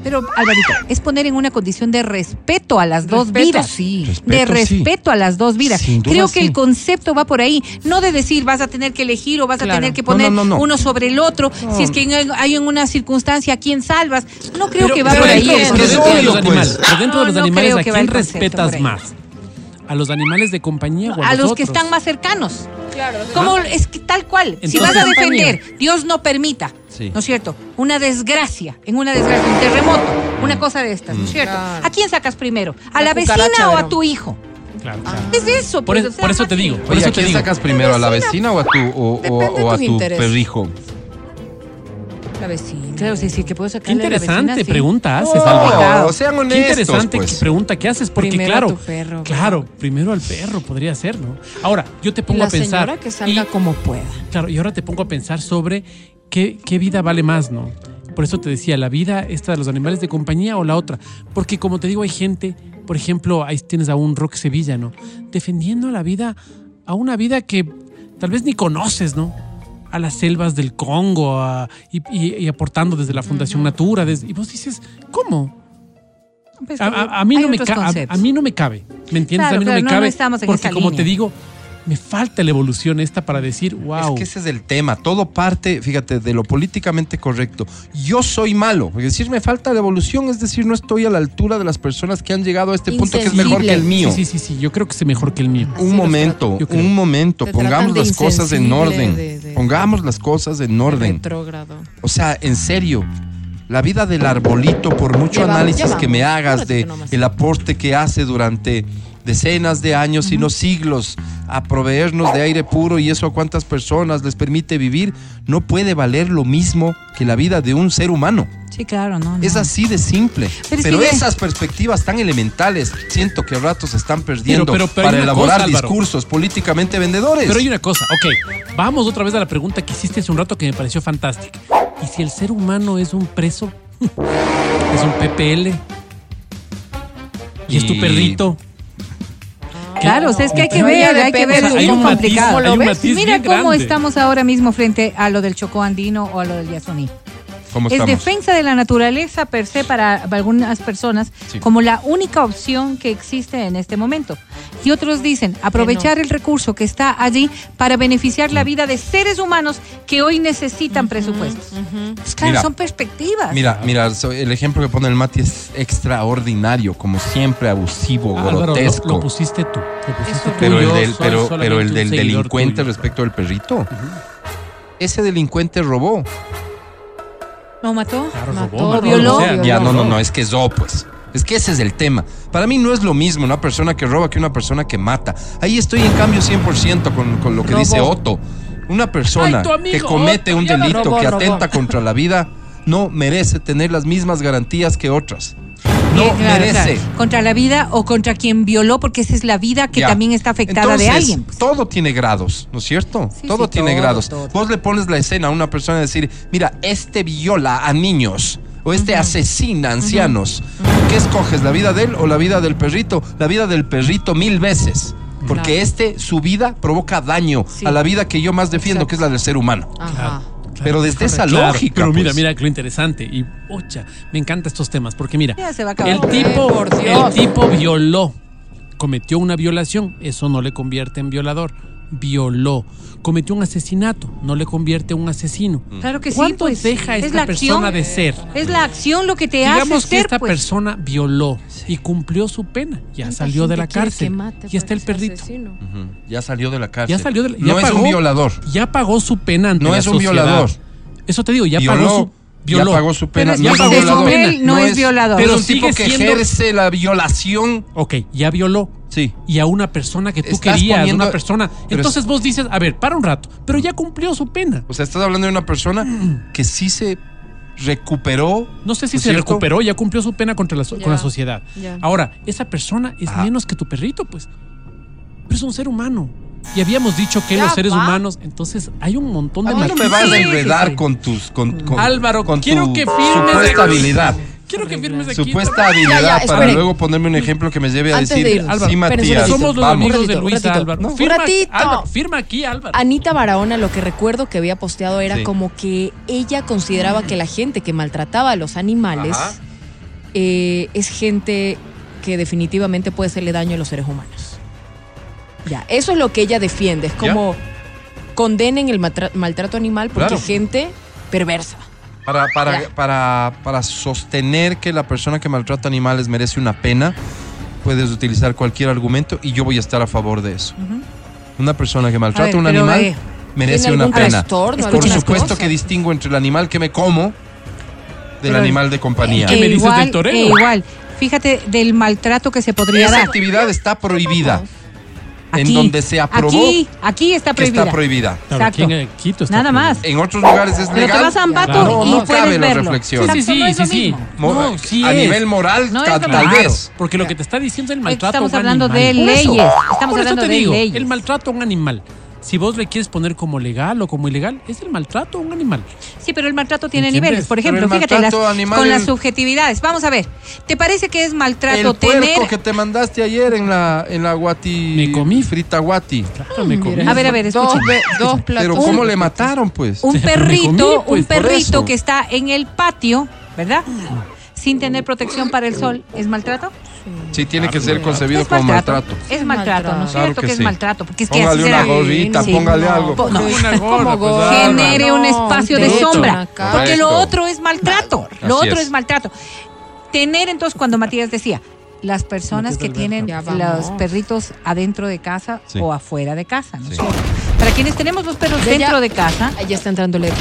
Speaker 10: Pero, Alvarito, es poner en una condición de respeto a las dos
Speaker 11: Respeto,
Speaker 10: vidas.
Speaker 11: sí.
Speaker 10: de
Speaker 11: Respeto, sí.
Speaker 10: respeto a las dos vidas.
Speaker 11: Sin duda,
Speaker 10: Creo que
Speaker 11: sí.
Speaker 10: el concepto va por ahí. No de decir vas a tener que elegir o vas a
Speaker 11: Claro.
Speaker 10: tener que
Speaker 11: No, no,
Speaker 10: poner
Speaker 11: no, no.
Speaker 10: uno sobre el otro.
Speaker 11: No.
Speaker 10: Si es que en- hay en una circunstancia a quién salvas. No creo
Speaker 2: Pero-
Speaker 10: que va
Speaker 2: pero
Speaker 10: por ahí.
Speaker 2: dentro-
Speaker 10: el
Speaker 2: pero
Speaker 10: concepto.
Speaker 2: dentro de los animales, pues, pero dentro de
Speaker 10: No,
Speaker 2: los
Speaker 10: no
Speaker 2: animales,
Speaker 10: creo
Speaker 2: ¿a
Speaker 10: que va
Speaker 2: quién
Speaker 10: el concepto por
Speaker 2: respetas
Speaker 10: ahí.
Speaker 2: más? ¿A los animales de compañía o a,
Speaker 10: a los que
Speaker 2: otros?
Speaker 10: están más cercanos.
Speaker 3: Claro.
Speaker 10: Como es que tal cual, si
Speaker 2: Entonces-
Speaker 10: vas a defender, Dios no permita,
Speaker 2: Sí.
Speaker 10: ¿no es cierto? Una desgracia, en una desgracia, un terremoto, una cosa de estas, ¿no es cierto? ¿A quién sacas primero? ¿A la,
Speaker 3: La
Speaker 10: vecina
Speaker 3: cucaracha,
Speaker 10: o a
Speaker 3: verón.
Speaker 10: tu hijo?
Speaker 2: Claro,
Speaker 10: Es eso,
Speaker 2: Por,
Speaker 10: pues,
Speaker 2: es-
Speaker 10: o sea,
Speaker 2: por eso te digo. Por
Speaker 1: Oye,
Speaker 2: eso
Speaker 1: ¿a
Speaker 2: te
Speaker 1: quién
Speaker 2: digo.
Speaker 1: sacas primero? ¿A la vecina o a tu, o, o-
Speaker 10: Depende
Speaker 1: o a
Speaker 10: de
Speaker 1: tu
Speaker 10: tus intereses.
Speaker 1: perrijo?
Speaker 3: eh,
Speaker 10: La vecina. Claro, sí, sí, que puedo sacar.
Speaker 2: Qué interesante
Speaker 10: vecina, sí.
Speaker 2: pregunta haces,
Speaker 1: No,
Speaker 2: Álvaro.
Speaker 1: sean
Speaker 2: Qué
Speaker 1: honestos,
Speaker 2: interesante
Speaker 1: pues.
Speaker 2: que- pregunta que haces, porque
Speaker 3: Primero a
Speaker 2: claro,
Speaker 3: tu perro,
Speaker 2: claro, primero al perro podría ser, ¿no? Ahora, yo te pongo
Speaker 3: la
Speaker 2: a pensar.
Speaker 3: señora que salga como pueda.
Speaker 2: Claro, y ahora te pongo a pensar sobre qué, qué vida vale más, ¿no? Por eso te decía, la vida esta de los animales de compañía o la otra. Porque como te digo, hay gente, por ejemplo, ahí tienes a un Rock Sevilla, ¿no? Defendiendo la vida, a una vida que tal vez ni conoces, ¿no? A las selvas del Congo a- y, y- y aportando desde la Fundación Natura. desde- y vos dices, ¿cómo?
Speaker 10: Pues,
Speaker 2: A, a- a mí
Speaker 10: hay
Speaker 2: no me
Speaker 10: otros
Speaker 2: ca- a-
Speaker 10: conceptos.
Speaker 2: a mí no me cabe. ¿Me entiendes?
Speaker 10: Claro,
Speaker 2: a mí no
Speaker 10: claro,
Speaker 2: me
Speaker 10: no, no
Speaker 2: cabe.
Speaker 10: estamos en
Speaker 2: porque
Speaker 10: esa
Speaker 2: como te
Speaker 10: línea.
Speaker 2: digo, me falta la evolución esta para decir, wow.
Speaker 1: Es que ese es el tema. Todo parte, fíjate, de lo políticamente correcto. Yo soy malo. Porque decir me falta la evolución es decir no estoy a la altura de las personas que han llegado a este punto que es mejor que el mío.
Speaker 2: Sí, sí, sí, sí, yo creo que es mejor que el mío.
Speaker 1: Un momento,
Speaker 2: Yo creo.
Speaker 1: un momento.
Speaker 2: Te
Speaker 1: Pongamos
Speaker 2: tratan de
Speaker 1: las cosas en
Speaker 2: insensible,
Speaker 1: orden.
Speaker 2: de- de-
Speaker 1: Pongamos las cosas en orden.
Speaker 3: Retrógrado.
Speaker 1: O sea, en serio. La vida del arbolito, por mucho
Speaker 3: Ya vamos,
Speaker 1: análisis
Speaker 3: ya
Speaker 1: que me
Speaker 3: vamos.
Speaker 1: hagas
Speaker 3: Órate
Speaker 1: de
Speaker 3: que no más.
Speaker 1: el aporte que hace durante decenas de años, si no siglos, a proveernos de aire puro y eso a cuántas personas les permite vivir, no puede valer lo mismo que la vida de un ser humano.
Speaker 10: Sí, claro, no. no.
Speaker 1: Es así de simple.
Speaker 10: Pero
Speaker 1: Pero,
Speaker 10: es que ya-
Speaker 1: esas perspectivas tan elementales siento que a ratos se están perdiendo
Speaker 2: pero- pero hay
Speaker 1: para
Speaker 2: una
Speaker 1: elaborar
Speaker 2: cosa, Álvaro.
Speaker 1: discursos políticamente vendedores.
Speaker 2: Pero hay una cosa, ok, vamos otra vez a la pregunta que hiciste hace un rato que me pareció fantástica. ¿Y si el ser humano es un preso? ¿Es un PPL? ¿Y, es tu
Speaker 1: Y-
Speaker 2: perrito?
Speaker 10: Claro, o sea, es que hay que
Speaker 2: Pero ya
Speaker 10: ver, hay que
Speaker 2: depende
Speaker 10: ver
Speaker 2: de
Speaker 10: es
Speaker 2: un
Speaker 10: muy
Speaker 2: matiz,
Speaker 10: complicado.
Speaker 2: hay un matiz
Speaker 10: Mira
Speaker 2: bien
Speaker 10: cómo
Speaker 2: grande.
Speaker 10: estamos ahora mismo frente a lo del Chocó Andino o a lo del Yasuní.
Speaker 1: ¿Cómo
Speaker 10: Es
Speaker 1: estamos?
Speaker 10: defensa de la naturaleza per se para algunas personas
Speaker 1: Sí.
Speaker 10: como la única opción que existe en este momento. Y otros dicen aprovechar el recurso que está allí para beneficiar
Speaker 2: Mm.
Speaker 10: la vida de seres humanos que hoy necesitan presupuestos. Pues claro,
Speaker 1: Mira,
Speaker 10: son perspectivas.
Speaker 1: Mira, mira, so- el ejemplo que pone el Mati es extraordinario, como siempre abusivo,
Speaker 2: Ah, Álvaro, lo,
Speaker 1: grotesco.
Speaker 2: lo pusiste tú. lo pusiste tú,
Speaker 1: pero el
Speaker 2: yo
Speaker 1: del,
Speaker 2: soy
Speaker 1: pero,
Speaker 2: solamente
Speaker 1: pero el
Speaker 2: un
Speaker 1: del
Speaker 2: seguidor
Speaker 1: delincuente
Speaker 2: tuyo.
Speaker 1: respecto al perrito. Ese delincuente robó.
Speaker 10: ¿No mató?
Speaker 2: Claro,
Speaker 10: mató,
Speaker 2: robó, mató,
Speaker 10: violó.
Speaker 2: o sea,
Speaker 1: Ya, no, no, no, es que es pues. Es que ese es el tema. Para mí no es lo mismo una persona que roba que una persona que mata. Ahí estoy en cambio 100% con, con lo que
Speaker 2: Robó.
Speaker 1: dice Otto. Una persona
Speaker 2: Ay, tu amigo
Speaker 1: que comete
Speaker 2: Otto,
Speaker 1: un
Speaker 2: ya la
Speaker 1: delito
Speaker 2: robó,
Speaker 1: que
Speaker 2: robó.
Speaker 1: atenta contra la vida no merece tener las mismas garantías que otras. No
Speaker 10: Sí, claro,
Speaker 1: merece.
Speaker 10: claro. Contra la vida o contra quien violó, porque esa es la vida que
Speaker 1: Ya.
Speaker 10: también está afectada
Speaker 1: Entonces,
Speaker 10: de alguien. pues.
Speaker 1: Todo tiene grados, ¿no es cierto?
Speaker 10: Sí,
Speaker 1: todo
Speaker 10: sí,
Speaker 1: tiene
Speaker 10: todo,
Speaker 1: grados.
Speaker 10: todo.
Speaker 1: Vos le pones la escena a una persona y decir, mira, este viola a niños o este asesina a ancianos. ¿Qué escoges, la vida de él o la vida del perrito? La vida del perrito mil veces. Porque
Speaker 3: Claro.
Speaker 1: este, su vida provoca daño
Speaker 3: Sí.
Speaker 1: a la vida que yo más defiendo,
Speaker 3: Exacto.
Speaker 1: que es la del ser humano.
Speaker 10: Ah.
Speaker 3: Ajá.
Speaker 1: Ah, Pero desde esa
Speaker 2: Ah, Claro,
Speaker 1: lógica.
Speaker 2: Pero mira,
Speaker 1: pues.
Speaker 2: mira lo interesante. Y, ocha, me encantan estos temas. Porque mira,
Speaker 10: Ya se va a acabar.
Speaker 2: el
Speaker 10: Ay,
Speaker 2: tipo,
Speaker 10: por Dios.
Speaker 2: el tipo violó, cometió una violación. Eso no le convierte en violador. Violó. Cometió un asesinato. No le convierte en un asesino.
Speaker 1: Mm.
Speaker 10: Claro que sí,
Speaker 2: ¿Cuánto
Speaker 10: pues,
Speaker 2: deja
Speaker 10: es
Speaker 2: esta
Speaker 10: la
Speaker 2: persona
Speaker 10: acción.
Speaker 2: de ser?
Speaker 10: Es la acción lo que te
Speaker 2: Digamos
Speaker 10: hace
Speaker 2: que
Speaker 10: ser,
Speaker 2: esta
Speaker 10: pues.
Speaker 2: persona violó y cumplió su pena. Ya salió de
Speaker 3: gente
Speaker 2: la
Speaker 3: quiere que
Speaker 2: cárcel.
Speaker 3: mate pues,
Speaker 2: Y está el perrito.
Speaker 1: Ujú, Ya salió de la cárcel.
Speaker 2: Ya salió de la,
Speaker 1: No
Speaker 2: ya
Speaker 1: es un
Speaker 2: pagó-
Speaker 1: violador.
Speaker 2: Ya pagó su pena ante
Speaker 1: No
Speaker 2: la
Speaker 1: es un
Speaker 2: sociedad.
Speaker 1: violador.
Speaker 2: Eso te digo, ya
Speaker 1: Violó,
Speaker 2: pagó su violó.
Speaker 1: Ya pagó su pena.
Speaker 10: es
Speaker 1: no
Speaker 10: que
Speaker 1: es un
Speaker 10: según
Speaker 1: violador.
Speaker 10: él no es violador.
Speaker 1: Pero
Speaker 2: Pero
Speaker 1: es un tipo
Speaker 2: sigue
Speaker 1: que
Speaker 2: siendo-
Speaker 1: ejerce la violación.
Speaker 2: Ok, ya violó.
Speaker 1: Sí.
Speaker 2: Y a una persona que tú
Speaker 1: Estás
Speaker 2: querías,
Speaker 1: poniendo-
Speaker 2: una persona.
Speaker 1: pero Pues,
Speaker 2: Entonces vos dices, a ver, para un rato, pero ya cumplió su pena.
Speaker 1: O sea, estás hablando de una persona que sí se recuperó.
Speaker 2: No
Speaker 1: ¿No es
Speaker 2: sé si se
Speaker 1: pues cierto?
Speaker 2: recuperó, ya cumplió su pena contra la so-
Speaker 3: Ya,
Speaker 2: con la sociedad.
Speaker 3: ya.
Speaker 2: Ahora, esa persona es
Speaker 1: Ah.
Speaker 2: menos que tu perrito, pues. Pero es un ser humano. Y habíamos dicho que
Speaker 3: Ya,
Speaker 2: los seres
Speaker 3: pa.
Speaker 2: humanos. Entonces, hay un montón de
Speaker 1: A mí no me
Speaker 2: matices.
Speaker 1: vas a
Speaker 10: sí,
Speaker 1: enredar
Speaker 10: sí.
Speaker 1: con tus. Con, con-
Speaker 2: Álvaro,
Speaker 1: con
Speaker 2: quiero
Speaker 1: tu
Speaker 2: que firmes
Speaker 1: Supuesta
Speaker 2: aquí.
Speaker 1: habilidad.
Speaker 2: Quiero que firmes aquí.
Speaker 1: Supuesta habilidad
Speaker 3: ya,
Speaker 1: para
Speaker 3: esperen.
Speaker 1: luego ponerme un ejemplo que me lleve a
Speaker 3: Antes de
Speaker 1: decir.
Speaker 3: irnos.
Speaker 1: sí,
Speaker 3: Álvaro,
Speaker 1: Matías.
Speaker 3: espérense un
Speaker 2: Somos los
Speaker 1: vamos.
Speaker 2: amigos
Speaker 3: ratito,
Speaker 2: de
Speaker 3: un
Speaker 2: Luis
Speaker 3: ratito.
Speaker 2: Álvaro.
Speaker 3: No, un
Speaker 2: firma, aquí,
Speaker 3: ratito.
Speaker 2: Álvaro. Firma aquí, Álvaro.
Speaker 3: Anita Barahona, lo que recuerdo que había posteado era
Speaker 1: Sí.
Speaker 3: como que ella consideraba que la gente que maltrataba a los animales
Speaker 1: Ajá.
Speaker 3: eh, es gente que definitivamente puede hacerle daño a los seres humanos. Ya, eso es lo que ella defiende. Es como condenen el matra- maltrato animal porque
Speaker 1: Claro.
Speaker 3: es gente perversa.
Speaker 1: Para, para,
Speaker 3: Ya.
Speaker 1: para, para sostener que la persona que maltrata animales merece una pena, puedes utilizar cualquier argumento y yo voy a estar a favor de eso. Una persona que maltrata
Speaker 10: ver,
Speaker 1: un
Speaker 10: pero,
Speaker 1: animal
Speaker 10: eh,
Speaker 1: merece
Speaker 10: ¿tiene
Speaker 1: una
Speaker 10: algún
Speaker 1: pena.
Speaker 10: trastorno,
Speaker 1: Por
Speaker 10: alguna
Speaker 1: supuesto
Speaker 10: cosa?
Speaker 1: que distingo entre el animal que me como del
Speaker 10: Pero-
Speaker 1: animal de compañía.
Speaker 10: E igual, e igual, fíjate del maltrato que se podría
Speaker 1: Esa
Speaker 10: dar.
Speaker 1: actividad está prohibida. en
Speaker 10: Aquí,
Speaker 1: donde se aprobó
Speaker 10: Aquí, aquí está
Speaker 1: que
Speaker 10: prohibida.
Speaker 1: está prohibida.
Speaker 10: Claro, aquí en Nada más.
Speaker 1: En otros lugares es
Speaker 10: Pero te
Speaker 1: legal.
Speaker 10: vas a Ambato
Speaker 1: no,
Speaker 10: y
Speaker 1: no
Speaker 10: puedes
Speaker 1: cabe la
Speaker 10: verlo.
Speaker 1: reflexión.
Speaker 2: Sí, sí, sí,
Speaker 10: No es
Speaker 2: sí,
Speaker 10: lo
Speaker 2: sí.
Speaker 10: mismo.
Speaker 1: Mo-
Speaker 2: No, sí
Speaker 1: a
Speaker 2: es.
Speaker 1: nivel moral,
Speaker 2: No
Speaker 1: ta-
Speaker 2: es lo
Speaker 1: tal
Speaker 2: mismo.
Speaker 1: vez.
Speaker 2: Porque lo que te está diciendo es el maltrato
Speaker 10: Estamos
Speaker 2: a un
Speaker 10: hablando de
Speaker 2: animal. Por eso.
Speaker 10: leyes. Estamos
Speaker 2: Por eso
Speaker 10: hablando
Speaker 2: te
Speaker 10: de
Speaker 2: digo,
Speaker 10: leyes.
Speaker 2: El maltrato a un animal. Si vos le quieres poner como legal o como ilegal, es el maltrato a un animal.
Speaker 10: Sí, pero el maltrato tiene
Speaker 2: ¿Entiendes?
Speaker 10: niveles. Por
Speaker 2: Pero
Speaker 10: ejemplo,
Speaker 2: el
Speaker 10: fíjate las,
Speaker 2: maltrato animal-
Speaker 10: con las subjetividades. Vamos a ver. ¿Te parece que es maltrato
Speaker 1: el
Speaker 10: tener?
Speaker 1: puerco que te mandaste ayer en la en la guati frita guati.
Speaker 2: me comí.
Speaker 10: A ver, a ver,
Speaker 3: Dos
Speaker 10: escuchen.
Speaker 3: ve- dos platos.
Speaker 1: Pero cómo
Speaker 3: Un-
Speaker 1: le mataron pues?
Speaker 10: un perrito,
Speaker 2: pues,
Speaker 10: un perrito que
Speaker 1: está
Speaker 10: está en el patio, ¿verdad? Sin tener protección para el sol, ¿es maltrato?
Speaker 1: Sí tiene que ser concebido
Speaker 10: Es
Speaker 1: como maltrato.
Speaker 10: Es maltrato, ¿no es
Speaker 1: Claro
Speaker 10: cierto
Speaker 1: que
Speaker 10: que, es
Speaker 1: sí.
Speaker 10: maltrato? Porque es
Speaker 1: Póngale
Speaker 10: que así
Speaker 1: una
Speaker 10: será.
Speaker 1: gorrita, póngale algo.
Speaker 10: po- no.
Speaker 1: Una
Speaker 10: Como
Speaker 1: gorra, pues,
Speaker 10: gorra.
Speaker 1: algo.
Speaker 10: Genere un
Speaker 3: No,
Speaker 10: espacio
Speaker 3: un
Speaker 10: de
Speaker 3: techo,
Speaker 10: sombra.
Speaker 3: una cama.
Speaker 10: Porque lo
Speaker 1: Correcto.
Speaker 10: otro es maltrato. Lo
Speaker 1: Así
Speaker 10: otro
Speaker 1: es.
Speaker 10: es maltrato. Tener, entonces, cuando Matías decía, las personas que tienen
Speaker 3: Ya vamos.
Speaker 10: los perritos adentro de casa
Speaker 3: Sí.
Speaker 10: o afuera de casa, ¿no es cierto? Para quienes tenemos los perros dentro de casa,
Speaker 3: Ah, Ya está entrando el eco.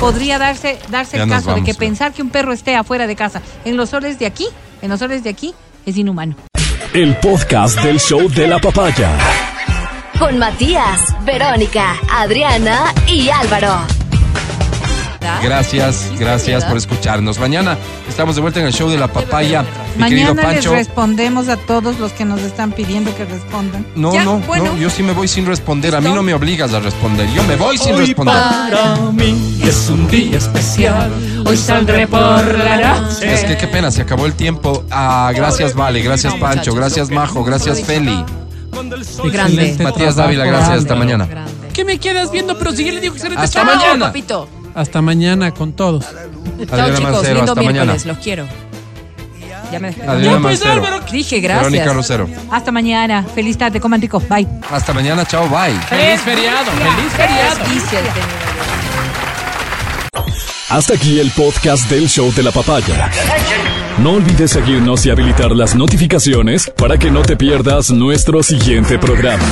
Speaker 10: podría darse, darse
Speaker 3: Ya
Speaker 10: el
Speaker 3: nos
Speaker 10: caso de
Speaker 3: vamos,
Speaker 10: que
Speaker 3: ya.
Speaker 10: pensar que un perro esté afuera de casa en los soles de aquí, en los soles de aquí, es inhumano.
Speaker 5: El podcast del show de la papaya.
Speaker 6: Con Matías, Verónica, Adriana y Álvaro.
Speaker 1: Gracias, gracias por escucharnos. Mañana estamos de vuelta en el show de la papaya. Mi querido
Speaker 10: Mañana les
Speaker 1: Pancho.
Speaker 10: respondemos a todos los que nos están pidiendo que respondan.
Speaker 1: No,
Speaker 10: Ya,
Speaker 1: no,
Speaker 10: bueno.
Speaker 1: no, yo sí me voy sin responder. A mí no me obligas a responder. Yo me voy sin
Speaker 12: Hoy
Speaker 1: responder.
Speaker 12: para mí es un día especial. Hoy saldré por la noche.
Speaker 1: Es que qué pena, se acabó el tiempo. Ah, gracias Vale, gracias Pancho, gracias Majo, gracias Feli.
Speaker 2: Grande.
Speaker 1: Matías Dávila, gracias. Hasta mañana.
Speaker 2: ¿Qué me quedas viendo? Pero si ya le digo que se
Speaker 1: Hasta
Speaker 2: chao,
Speaker 1: mañana.
Speaker 2: papito. Hasta mañana con todos.
Speaker 1: Adriana
Speaker 3: Chao, chicos.
Speaker 1: Mancero,
Speaker 3: lindo
Speaker 1: hasta
Speaker 3: miércoles.
Speaker 1: mañana.
Speaker 3: Los quiero. Ya me despedí.
Speaker 1: Adriana No, pues, Mancero. Álvaro.
Speaker 3: Dije gracias.
Speaker 1: Verónica Rosero.
Speaker 10: Hasta mañana. Feliz tarde, comántico. Bye.
Speaker 1: Hasta mañana, chao, bye.
Speaker 2: Feliz feriado, feliz feriado.
Speaker 5: Hasta aquí el podcast del show de la papaya. No olvides seguirnos y habilitar las notificaciones para que no te pierdas nuestro siguiente programa.